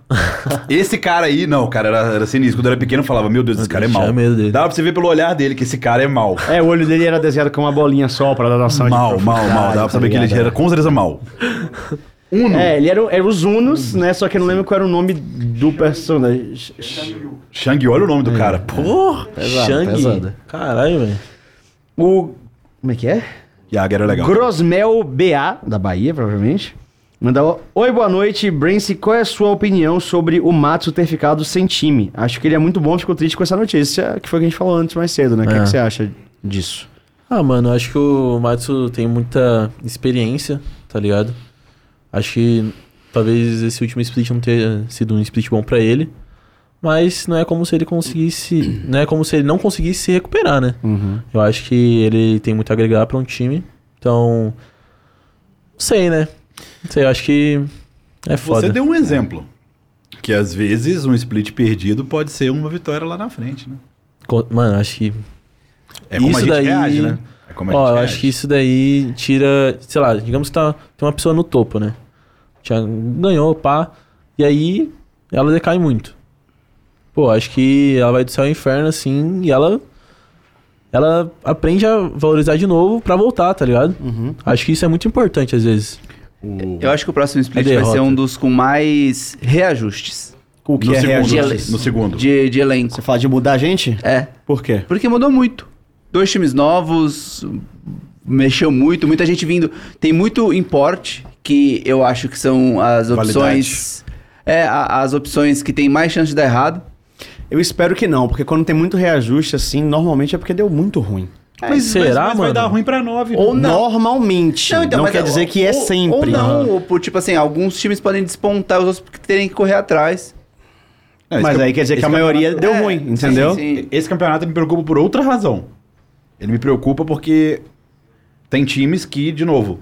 S1: esse cara aí, não, o cara era, era sinistro. Quando eu era pequeno, eu falava: Meu Deus, esse cara é
S3: Deus,
S1: mau.
S3: tinha medo dele.
S1: Dava pra você ver pelo olhar dele que esse cara é mau.
S2: É, o olho dele era desenhado com uma bolinha só pra dar noção tá
S1: Mal, mal, mal. Dava pra saber
S3: tá
S1: que ele era com certeza mal.
S2: Uno. É, ele era, o- era os Unos, né? Só que eu não lembro qual era o nome do personagem.
S1: Shang, olha o nome do
S3: É.
S1: cara. Porra!
S2: Pesado,
S3: Shang.
S2: pesado.
S3: Caralho, velho.
S2: O. Como é que é?
S1: E a águia era legal.
S2: Grosmel BA, da Bahia, provavelmente. Mandou. Oi, boa noite, Brance. Qual é a sua opinião sobre o Matos ter ficado sem time? Acho que ele é muito bom, ficou triste com essa notícia, que foi o que a gente falou antes mais cedo, né? O que,
S3: É.
S2: é que você acha disso?
S3: Ah, mano, eu acho que o Matsu tem muita experiência, tá ligado? Acho que talvez esse último split não tenha sido um split bom pra ele. Mas não é como se ele conseguisse. Não é como se ele não conseguisse se recuperar, né?
S2: Uhum.
S3: Eu acho que ele tem muito a agregar pra um time. Então. Não sei, né? Não sei, eu acho que. É foda.
S1: Você deu um exemplo. Que às vezes um split perdido pode ser uma vitória lá na frente, né?
S3: Co- Mano, acho que
S1: É como
S3: Isso
S1: a gente
S3: daí-
S1: reage, né? É como a
S3: Ó,
S1: gente
S3: eu
S1: reage.
S3: acho que isso daí tira, sei lá, digamos que tá, tem uma pessoa no topo, né? Já ganhou, pá, e aí ela decai muito. Pô, acho que ela vai do céu ao inferno, assim, e ela ela aprende a valorizar de novo pra voltar, tá ligado? Acho que isso é muito importante, às vezes.
S1: O-
S4: Eu acho que o próximo split
S3: A
S4: vai ser
S3: derrota.
S4: um dos com mais reajustes
S2: O é
S1: no, segundo,
S4: reagir?
S1: no segundo.
S4: de, de elenco.
S2: Você fala de mudar a gente?
S4: É.
S2: Por quê?
S4: Porque mudou muito. Dois times novos, mexeu muito, muita gente vindo. Tem muito importe, que eu acho que são as opções. É, a- as opções que tem mais chance de dar errado.
S2: Eu espero que não, porque quando tem muito reajuste assim, normalmente é porque deu muito ruim.
S1: É,
S3: Mas será,
S1: vai
S3: mano?
S1: dar ruim pra nove.
S4: Ou não. então,
S2: Normalmente. Não,
S4: mas
S2: quer
S4: ou-
S2: dizer que é
S4: ou-
S2: sempre.
S4: Ou não, ou, por- tipo assim, alguns times podem despontar, os outros terem que correr atrás.
S1: Não, esse
S2: Mas
S1: campe-
S2: aí quer dizer É, que a
S1: esse
S2: maioria deu
S4: É,
S2: ruim,
S4: sim,
S2: entendeu?
S4: sim.
S1: Esse campeonato me preocupa por outra razão. Ele me preocupa porque tem times que, de novo,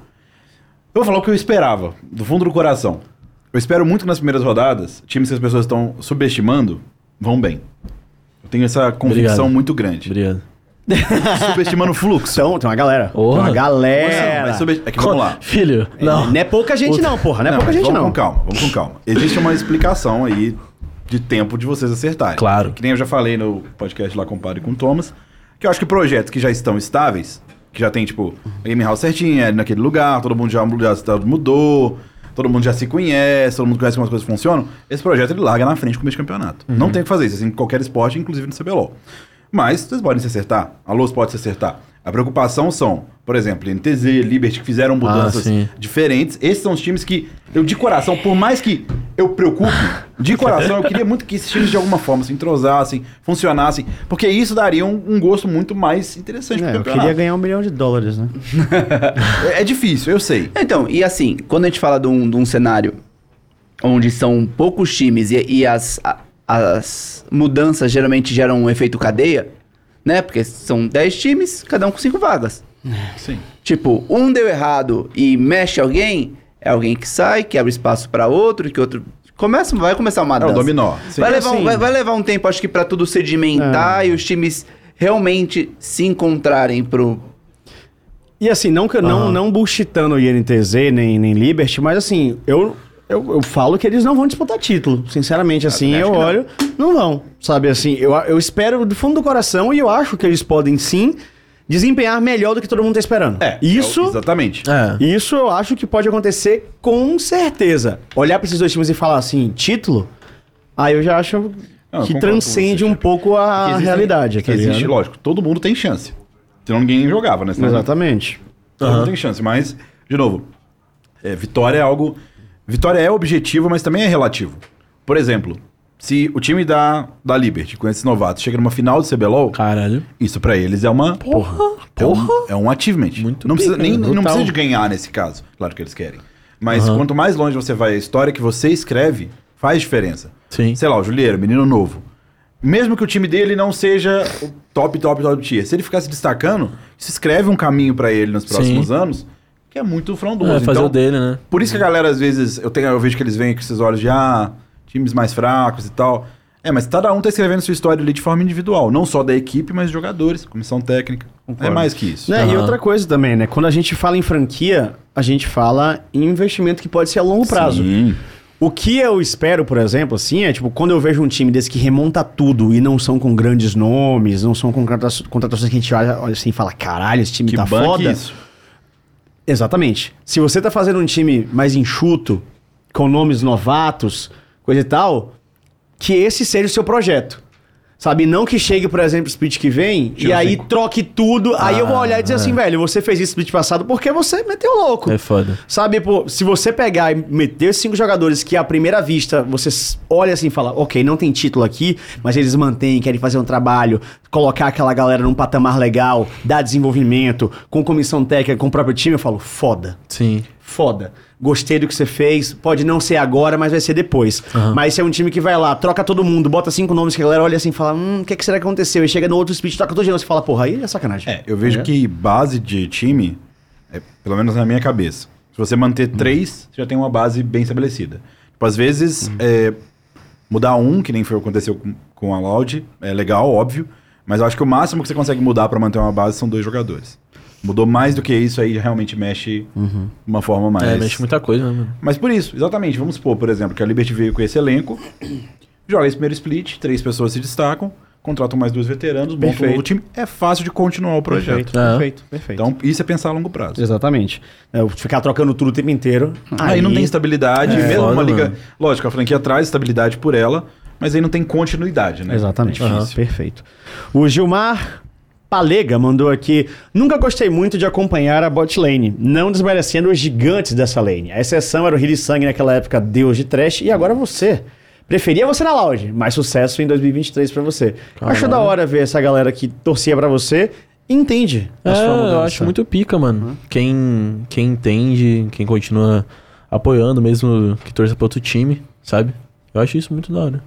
S1: eu vou falar o que eu esperava, do fundo do coração. Eu espero muito que nas primeiras rodadas, times que as pessoas estão subestimando vão bem. Eu tenho essa convicção
S3: Obrigado.
S1: muito grande.
S3: Obrigado.
S1: Subestimando o fluxo.
S2: Então, tem uma galera. Tem uma
S3: Porra.
S2: galera.
S1: Mas sobre- É que vamos lá.
S3: Filho, não.
S2: Não é pouca gente, não, porra. Não é pouca
S1: mas
S2: gente,
S1: vamos
S2: não.
S1: com calma, vamos com calma. Existe uma explicação aí de tempo de vocês acertarem.
S3: Claro.
S1: Que nem eu já falei no podcast lá com o Padre e com o Thomas, que eu acho que projetos que já estão estáveis, que já tem, tipo, a Game House certinha, ali naquele lugar, todo mundo já, mu- já se- mudou, todo mundo já se conhece, todo mundo conhece como as coisas funcionam, esse projeto ele larga na frente com o começo de campeonato.
S2: Uhum.
S1: Não tem o que fazer isso, assim, em qualquer esporte, inclusive no CBLOL. Mas vocês podem se acertar, a Luz pode se acertar. A preocupação são, por exemplo, NTZ, Liberty, que
S2: Ah,
S1: fizeram mudanças
S3: sim.
S1: diferentes. Esses são os times que eu, de coração, por mais que eu preocupe, de coração, eu queria muito que esses times de alguma forma se entrosassem, funcionassem, porque isso daria um, um gosto muito mais interessante
S2: É,
S1: pro
S2: eu
S1: campeonato.
S2: queria ganhar um milhão de dólares, né?
S1: É, é difícil, eu sei.
S4: Então, e assim, quando a gente fala de um, de um cenário onde são poucos times e, e as, a- as mudanças geralmente geram um efeito cadeia, né? Porque são 10 times, cada um com 5 vagas.
S1: Sim.
S4: Tipo, um deu errado e mexe alguém, é alguém que sai, que abre espaço pra outro, que outro. Começa, vai começar uma
S1: É
S4: dança.
S1: o dominó. Sim. É.
S4: Vai levar, um,
S2: assim-
S4: vai, vai levar um tempo, acho que, pra tudo sedimentar e os times realmente se encontrarem pro.
S2: E assim, não, que- não, não bullshitando o INTZ nem, nem Liberty, mas assim, eu, eu, eu falo que eles não vão disputar título. Sinceramente, assim,
S1: também
S2: eu
S1: acho que
S2: olho, não. vão. Sabe assim, eu, eu espero do fundo do coração e eu acho que eles podem sim desempenhar melhor do que todo mundo tá esperando.
S1: É,
S2: Isso.
S1: é o- exatamente.
S3: É.
S2: Isso eu acho que pode acontecer com certeza. Olhar pra esses dois times e falar assim, título, aí eu já acho
S1: Não, eu
S2: que
S1: concordo
S2: transcende
S1: com você,
S2: um
S1: Chico.
S2: pouco a
S1: Que existe-
S2: realidade.
S1: que
S2: tá ligado?
S1: existe, lógico, todo mundo tem chance. Senão ninguém jogava, né? Senão-
S2: Exatamente.
S1: Todo mundo tem chance, mas, de novo, é, vitória é algo. Vitória é objetivo, mas também é relativo. Por exemplo, se o time da, da Liberty, com esses novatos, chega numa final de CBLOL,
S3: Caralho.
S1: isso pra eles é uma. Porra! Porra! É um, é um achievement.
S3: Muito
S1: não precisa,
S3: bem,
S1: nem, não
S3: brutal.
S1: precisa de ganhar nesse caso. Claro que eles querem. Mas quanto mais longe você vai, a história que você escreve faz diferença.
S3: Sim.
S1: Sei lá, o Julieiro, menino novo. Mesmo que o time dele não seja o top, top, top tier, se ele ficar se destacando, se escreve um caminho pra ele nos próximos
S3: Sim.
S1: anos, que é muito frondoso.
S3: É, fazer
S1: Então,
S3: o dele, né?
S1: por isso que a galera, às vezes, eu, tenho, eu vejo que eles vêm com esses olhos de, ah, times mais fracos e tal. É, mas cada um tá escrevendo sua história ali de forma individual. Não só da equipe, mas dos jogadores, comissão técnica. É mais que isso.
S2: Né, E
S3: Aham.
S2: outra coisa também, né? Quando a gente fala em franquia, a gente fala em investimento que pode ser a é longo prazo.
S1: Sim.
S2: O que eu espero, por exemplo, assim, é tipo, quando eu vejo um time desse que remonta tudo e não são com grandes nomes, não são com contrata- contratações que a gente olha olha assim e fala, caralho, esse time
S1: Que
S2: tá
S1: banque
S2: foda.
S1: isso.
S2: Exatamente. Se você tá fazendo um time mais enxuto, com nomes novatos, coisa e tal, que esse seja o seu projeto. Sabe? Não que chegue, por exemplo, o split que vem e
S1: Tira
S2: aí
S1: cinco. Ah.
S2: troque tudo. aí eu vou olhar e dizer
S3: é.
S2: assim, velho, você fez isso split passado porque você meteu louco.
S3: É foda.
S2: Sabe, pô, se você pegar e meter os cinco jogadores que à primeira vista você s- olha assim e fala, ok, não tem título aqui, mas eles mantêm, querem fazer um trabalho, colocar aquela galera num patamar legal, dar desenvolvimento, com comissão técnica, com o próprio time, eu falo, foda,
S3: Sim.
S2: foda. Gostei do que você fez, pode não ser agora, mas vai ser depois. Mas se é um time que vai lá, troca todo mundo, bota cinco nomes que a galera olha assim e fala, hum, o que, que será que aconteceu? E chega no outro speed, troca todo mundo, você fala, porra, aí é sacanagem.
S1: É, eu vejo que base de time, é, pelo menos na minha cabeça, se você manter
S3: Hum.
S1: três, você já tem uma base bem estabelecida. Tipo, às vezes,
S3: Hum.
S1: é, mudar um, que nem foi o que aconteceu com, com a Loud, é legal, óbvio, mas eu acho que o máximo que você consegue mudar pra manter uma base são dois jogadores. Mudou mais do que isso, aí realmente mexe de uma forma mais.
S3: Uhum. É, mexe muita coisa, né, mano?
S1: Mas por isso, exatamente, vamos supor, por exemplo, que a Liberty veio com esse elenco, joga esse primeiro split, três pessoas se destacam, contratam mais dois veteranos, montam um
S2: Perfeito.
S1: novo time, é fácil de continuar o projeto.
S3: É.
S2: perfeito.
S1: Então, isso é pensar a longo prazo.
S2: Exatamente. É, eu ficar trocando tudo o tempo inteiro.
S1: Aí, não tem estabilidade,
S3: É.
S1: mesmo
S3: Foda,
S1: uma liga.
S3: mano.
S1: Lógico, a franquia traz estabilidade por ela, mas aí não tem continuidade, né?
S2: Exatamente.
S1: É
S2: Aham,
S1: difícil.
S2: perfeito. O Gilmar Palega mandou aqui. Nunca gostei muito de acompanhar a bot lane, não desmerecendo os gigantes dessa lane. A exceção era o Hilly Sangue naquela época, deus de trash, e agora você. Preferia você na Loud, mas sucesso em 2023 pra você. Acho da hora ver essa galera que torcia pra você e entende a
S3: É,
S2: sua
S3: eu
S2: mudança.
S3: acho muito pica, mano. Quem, quem entende, quem continua apoiando, mesmo que torça pra outro time, sabe? Eu acho isso muito da hora.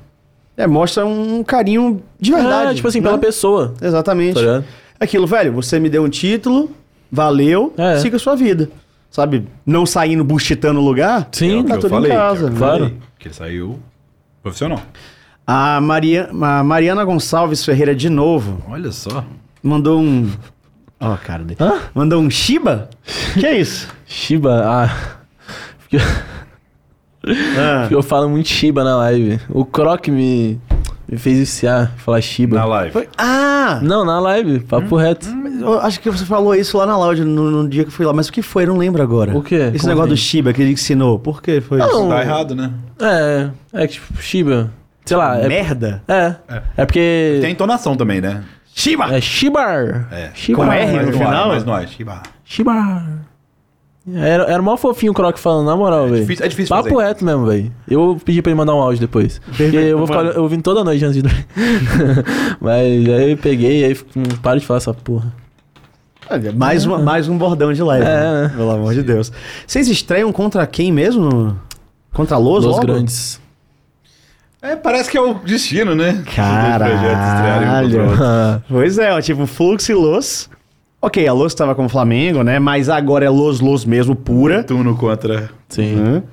S2: É, mostra um carinho de verdade.
S3: É, tipo assim,
S2: né?
S3: pela pessoa.
S2: Exatamente.
S3: Tá ligado?
S2: aquilo, velho, você me deu um título, valeu,
S3: É.
S2: siga a sua vida. Sabe? Não saindo buchitando o
S1: É
S2: lugar.
S1: o
S3: Sim,
S1: que
S2: tá
S1: eu
S2: tudo em
S1: falei, que é o
S2: casa,
S1: que eu
S3: claro.
S1: falei, Que ele saiu profissional.
S2: A, Maria, a Mariana Gonçalves Ferreira, de novo,
S1: Olha só.
S2: mandou um. Ó, a cara dele.
S3: Hã?
S2: Mandou um Shiba? que é isso?
S3: Shiba, ah. Porque
S2: Ah,
S3: porque eu falo muito Shiba na live. O Croc me, me fez viciar, falar Shiba.
S1: Na live.
S2: ah,
S3: Não, na live, papo reto.
S2: eu acho que você falou isso lá na loud no, no dia que eu fui lá, mas o que foi? Eu não lembro agora.
S3: O quê?
S2: Esse
S3: Como
S2: negócio
S3: assim?
S2: do Shiba que ele ensinou. Por que foi isso?
S1: Tá errado, né?
S3: É, é que tipo, Shiba. Sei lá, é.
S2: Merda?
S3: É. É porque.
S1: Tem entonação também, né?
S2: Shiba!
S3: É Shibar.
S1: É.
S3: Shibar.
S2: Com R? no
S1: Mas
S2: final?
S1: ar, Mas não é. Shiba.
S3: Shibar. Era, era mó fofinho o Croc falando, na moral, velho.
S1: difícil- é difícil
S3: Papo
S1: fazer.
S3: reto mesmo, velho. Eu pedi pra ele mandar um áudio depois. Porque eu vou ficar eu ouvindo toda noite antes de dormir. Mas aí eu peguei, aí fico, hum, para de falar essa porra.
S2: Olha, Mais, uma, mais um bordão de live.
S3: Ah. É,
S2: né?
S3: né?
S2: Pelo amor de Deus. Vocês estreiam contra quem mesmo? Contra Los,
S3: Los
S2: logo?
S3: grandes.
S1: É, parece que é o destino, né?
S2: Caralho.
S1: Os dois projetos estrearem um contra o outro.
S3: Ah,
S2: Pois é, ó, tipo, Flux e Los. Ok, a Los tava com o Flamengo, né? Mas agora é Los, Los mesmo, pura.
S1: Netuno contra.
S3: sim.
S2: Hã?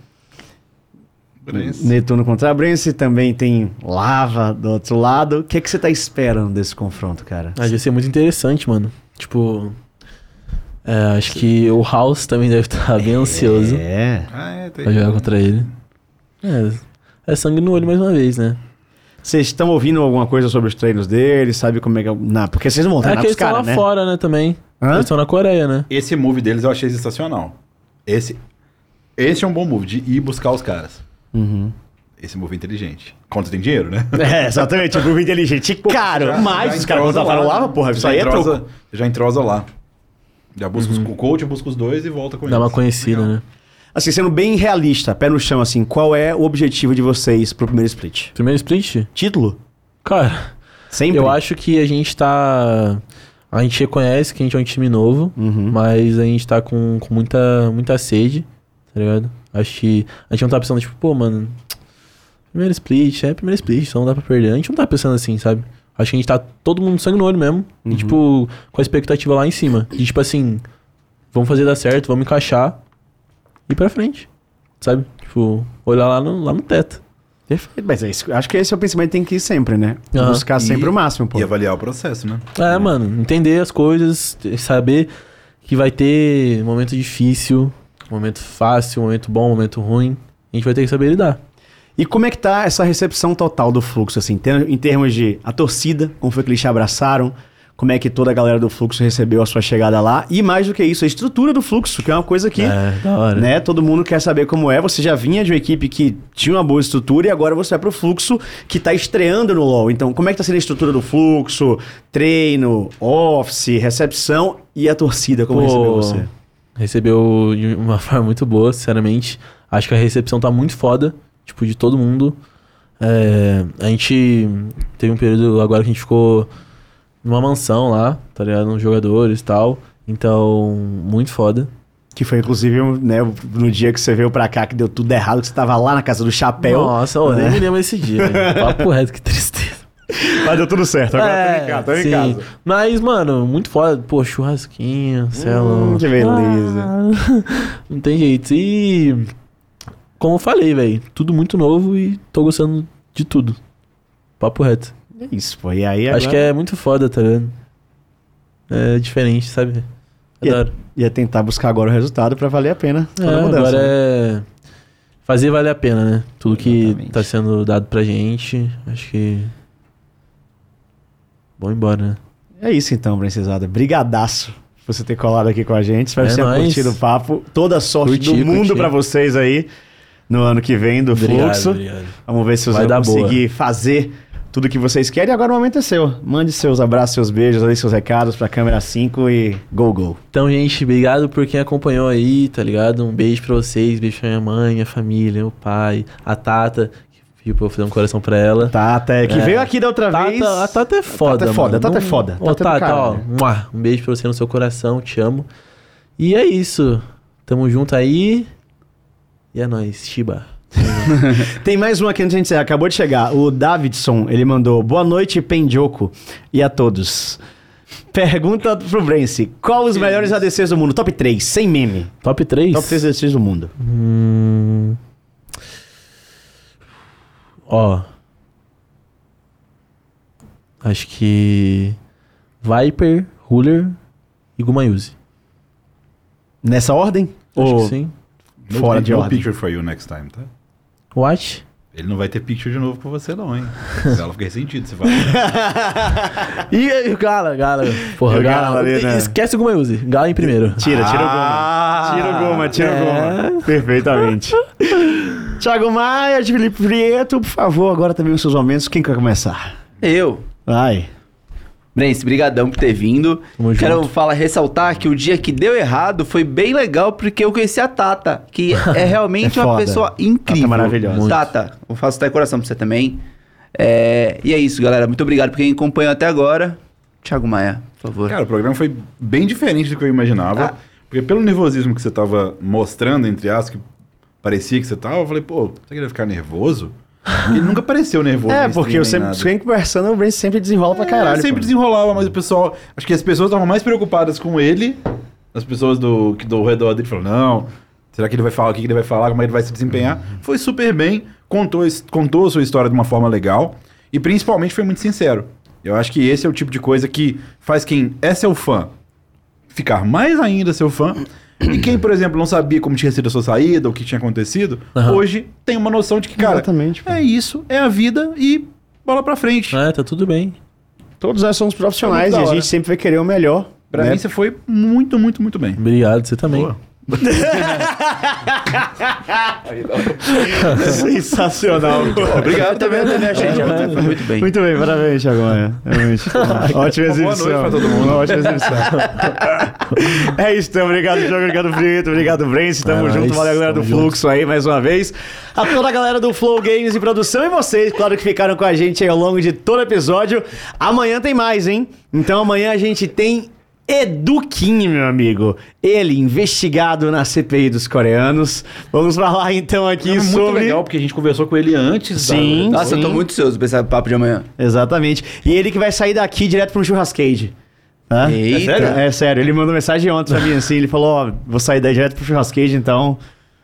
S1: Brens.
S2: Netuno contra a Brence, também tem Lava do outro lado. O que é que você tá esperando desse confronto, cara?
S3: Ah, ia ser muito interessante, mano. Tipo. é, acho que o House também deve estar bem ansioso
S2: É.
S1: Ah, é, tem.
S3: pra jogar contra ele. É, é sangue no olho mais uma vez, né?
S2: Vocês estão ouvindo alguma coisa sobre os treinos dele? Sabe como é que. é o- Não, porque vocês não
S1: tá
S2: vão
S3: É
S2: treinar
S3: que
S2: com
S3: eles
S2: os
S3: estão lá
S2: caras, né?
S3: fora, né, também.
S2: Hã?
S3: Eles estão na Coreia, né?
S1: Esse move deles eu achei sensacional. Esse, esse é um bom move, de ir buscar os caras.
S2: Uhum.
S1: Esse move é inteligente. Quando você tem dinheiro, né?
S2: É, exatamente. Tipo, inteligente e caro.
S1: Já-
S2: mas
S1: já
S2: os caras vão
S1: entrosa
S2: estar falando lá, porra, isso
S1: já
S2: aí é
S1: entrosa-
S2: troco. Uhum.
S1: Já entrosa lá. Já busca os, o coach, busca os dois e volta com
S3: Dá uma
S1: eles.
S3: conhecida, né?
S2: Assim, sendo bem realista, pé no chão, assim, qual é o objetivo de vocês pro primeiro split?
S3: Primeiro split?
S2: Título?
S3: Cara,
S2: Sempre?
S3: Eu acho que a gente tá. A gente reconhece que a gente é um time novo,
S2: Uhum.
S3: mas a gente tá com, com muita, muita sede, tá ligado? Acho que a gente não tá pensando, tipo, pô, mano, primeiro split, é primeiro split, só não dá pra perder. A gente não tá pensando assim, sabe? Acho que a gente tá todo mundo sangue no olho mesmo, e, tipo, com a expectativa lá em cima. E, tipo assim, vamos fazer dar certo, vamos encaixar e ir pra frente, sabe? Tipo, olhar lá no, lá no teto.
S2: Perfeito, mas é isso. Acho que esse é o pensamento que tem que ir sempre, né?
S3: Aham.
S2: Buscar sempre o máximo, pô.
S1: E avaliar o processo, né?
S3: É, mano, entender as coisas, te- saber que vai ter momento difícil, momento fácil, momento bom, momento ruim. A gente vai ter que saber lidar.
S2: E como é que tá essa recepção total do Fluxo, assim, ter- em termos de a torcida, como foi que eles te abraçaram, como é que toda a galera do Fluxo recebeu a sua chegada lá, e mais do que isso, a estrutura do Fluxo, que é uma coisa que,
S3: É, da hora.
S2: né, todo mundo quer saber como é, você já vinha de uma equipe que tinha uma boa estrutura e agora você vai pro Fluxo que tá estreando no LoL, então como é que tá sendo a estrutura do Fluxo, treino, office, recepção e a torcida, como
S3: Pô,
S2: recebeu você?
S3: Recebeu de uma forma muito boa, sinceramente. Acho que a recepção tá muito foda, tipo, de todo mundo. É, a gente teve um período agora que a gente ficou numa mansão lá, tá ligado? Nos jogadores e tal. Então, muito foda.
S2: Que foi inclusive um, né, no dia que você veio pra cá que deu tudo errado, que você tava lá na casa do Chapéu.
S3: Nossa, eu
S2: né?
S3: nem me lembro esse dia. velho. Papo reto, que tristeza.
S2: Mas deu tudo certo, agora
S3: É,
S2: tô em casa, tô em
S3: sim.
S2: casa.
S3: Mas, mano, muito foda. Pô, churrasquinho, céu.
S2: Hum, que beleza.
S3: Ah, não tem jeito. E. Como eu falei, velho, tudo muito novo e tô gostando de tudo. Papo reto.
S2: É Isso, pô. E aí
S3: Acho que é muito foda, tá ligado? É diferente, sabe?
S2: E-
S3: Adoro.
S2: ia tentar buscar agora o resultado pra valer a pena.
S3: É,
S2: toda a mudança,
S3: agora
S2: né?
S3: é. Fazer valer a pena, né? Tudo que
S4: Exatamente.
S3: tá sendo dado pra gente. Acho que. Bom embora, né?
S2: É isso então, princesada. Brigadaço por você ter colado aqui com a gente. Espero
S3: É
S2: que tenha
S3: nóis.
S2: curtido o papo. Toda a sorte
S3: Curti,
S2: do mundo
S3: curti.
S2: pra vocês aí no ano que vem do fluxo.
S3: obrigado.
S2: Vamos ver se vocês
S3: Vai
S2: vão
S3: dar boa.
S2: conseguir fazer tudo que vocês querem. Agora o momento é seu. Mande seus abraços, seus beijos, ali seus recados pra câmera 5 e go, go.
S3: Então, gente, obrigado por quem acompanhou aí, tá ligado? Um beijo pra vocês, beijo pra minha mãe, minha família, meu pai, a Tata, que pediu pra eu fazer um coração pra ela.
S2: Tata, é que veio aqui da outra vez.
S3: É. Tata, a Tata é foda,
S2: Tata é foda,
S3: mano.
S2: Tata é
S3: Não-
S2: foda,
S3: Ô,
S2: Tata é do
S3: Tata,
S2: caralho.
S3: ó, muá, um beijo pra você no seu coração, te amo. E é isso. Tamo junto aí. E é nóis, Shiba.
S2: Tem mais um aqui antes de gente encerrar. Acabou de chegar. O Davidson, ele mandou boa noite, Pendioco. E a todos. Pergunta pro Brence: Qual os melhores ADCs do mundo? Top 3, sem meme.
S3: Top 3?
S2: Top é 3 ADCs do mundo.
S3: Hum... Ó. Acho que. Viper, Ruler e Gumayuzi.
S2: Nessa ordem?
S3: Acho
S2: Ou
S3: que sim.
S1: No,
S2: Fora de
S1: no
S2: ordem.
S1: picture for you next time, tá?
S3: Watch.
S1: Ele não vai ter picture de novo com você, não, hein? Ela fica ressentido, você fala.
S3: E, e o Gala, Gala. Porra,
S2: E o
S3: Gala.
S2: Gala ali, né?
S3: Esquece o Gumayuzi. Gala em primeiro.
S2: Tira, tira
S1: Ah!
S2: o goma. Tira o goma, tira
S3: É.
S2: o goma. Perfeitamente. Thiago Maia, de Felipe Prieto, por favor, agora também os seus momentos. Quem quer começar?
S4: Eu.
S2: Vai.
S4: Brence, brigadão por ter vindo.
S3: Tamo
S4: Quero
S3: junto.
S4: falar, ressaltar que o dia que deu errado foi bem legal porque eu conheci a Tata, que é realmente
S2: É
S4: uma
S2: foda.
S4: pessoa incrível.
S2: Tata é maravilhosa.
S4: Muito. Tata, eu faço até coração pra você também. É, e é isso, galera. Muito obrigado por quem acompanhou até agora. Thiago Maia, por favor.
S1: Cara, o programa foi bem diferente do que eu imaginava.
S4: Ah.
S1: Porque pelo nervosismo que você tava mostrando, entre as que parecia que você tava, eu falei, pô, você queria ficar nervoso? Ele nunca pareceu nervoso.
S2: É,
S1: no stream,
S2: porque eu
S1: nem
S2: sempre,
S1: nada.
S2: sempre conversando, o Brence sempre desenrola pra caralho.
S1: É, sempre
S2: pô.
S1: desenrolava, mas o pessoal. Acho que as pessoas estavam mais preocupadas com ele. As pessoas do, que do redor dele falaram: não, será que ele vai falar? O que que ele vai falar? Como é que ele vai se desempenhar?
S2: Uhum.
S1: Foi super bem, contou, his- contou a sua história de uma forma legal e principalmente foi muito sincero. Eu acho que esse é o tipo de coisa que faz quem é seu fã ficar mais ainda seu fã. E quem, por exemplo, não sabia como tinha sido a sua saída, o que tinha acontecido,
S3: Aham.
S1: hoje tem uma noção de que, cara,
S2: Exatamente, pô.
S1: é isso, é a vida e bola pra frente.
S3: É, tá tudo bem.
S2: Todos nós somos profissionais
S1: Foi é
S2: e
S1: muito
S2: a
S1: da hora.
S2: gente sempre vai querer o melhor.
S1: Pra
S2: né?
S1: mim, você foi muito, muito, muito bem.
S3: Obrigado, você também.
S1: Boa.
S2: Sensacional.
S4: Obrigado também, eu também achei. Thiago, você foi Muito bem.
S2: Muito bem, parabéns, Chagonha. Realmente. Ótima
S1: Uma boa
S2: exibição.
S1: noite pra todo mundo.
S2: Uma ótima exibição. é isso, então. Obrigado, Diogo. Obrigado, Brito. Obrigado, Brence. Tamo
S3: É
S2: junto.
S3: nóis,
S2: Valeu, galera do
S3: tamo
S2: Fluxo aí, mais uma vez. A toda a galera do Flow Games e produção e vocês, claro, que ficaram com a gente aí ao longo de todo o episódio. Amanhã tem mais, hein? Então amanhã a gente tem... Eduquinho, meu amigo. Ele investigado na CPI dos coreanos. Vamos falar então aqui
S1: É muito
S2: sobre.
S1: legal, porque a gente conversou com ele antes.
S2: Sim.
S1: Da...
S4: Nossa, eu tô muito ansioso pra esse papo de amanhã.
S2: Exatamente. E ele que vai sair daqui direto pro churrascade. Hã?
S4: Eita.
S2: É sério? É sério. Ele mandou mensagem ontem pra mim assim. Ele falou: Ó, vou sair daí direto pro churrascade, então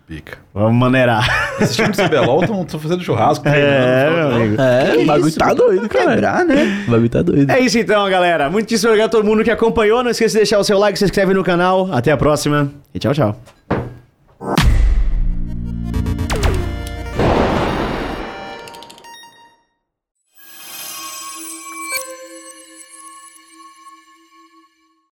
S1: Pica.
S2: vamos maneirar.
S1: Esses times de CBLOL estão fazendo churrasco. né?
S2: É,
S1: treinando,
S2: meu amigo.
S3: É, o bagulho tá doido, cara.
S4: Quebrar, né?
S3: O bagulho tá doido.
S2: É isso então, galera. Muitíssimo obrigado a todo mundo que acompanhou. Não esqueça de deixar o seu like, se inscreve no canal. Até a próxima e tchau, tchau.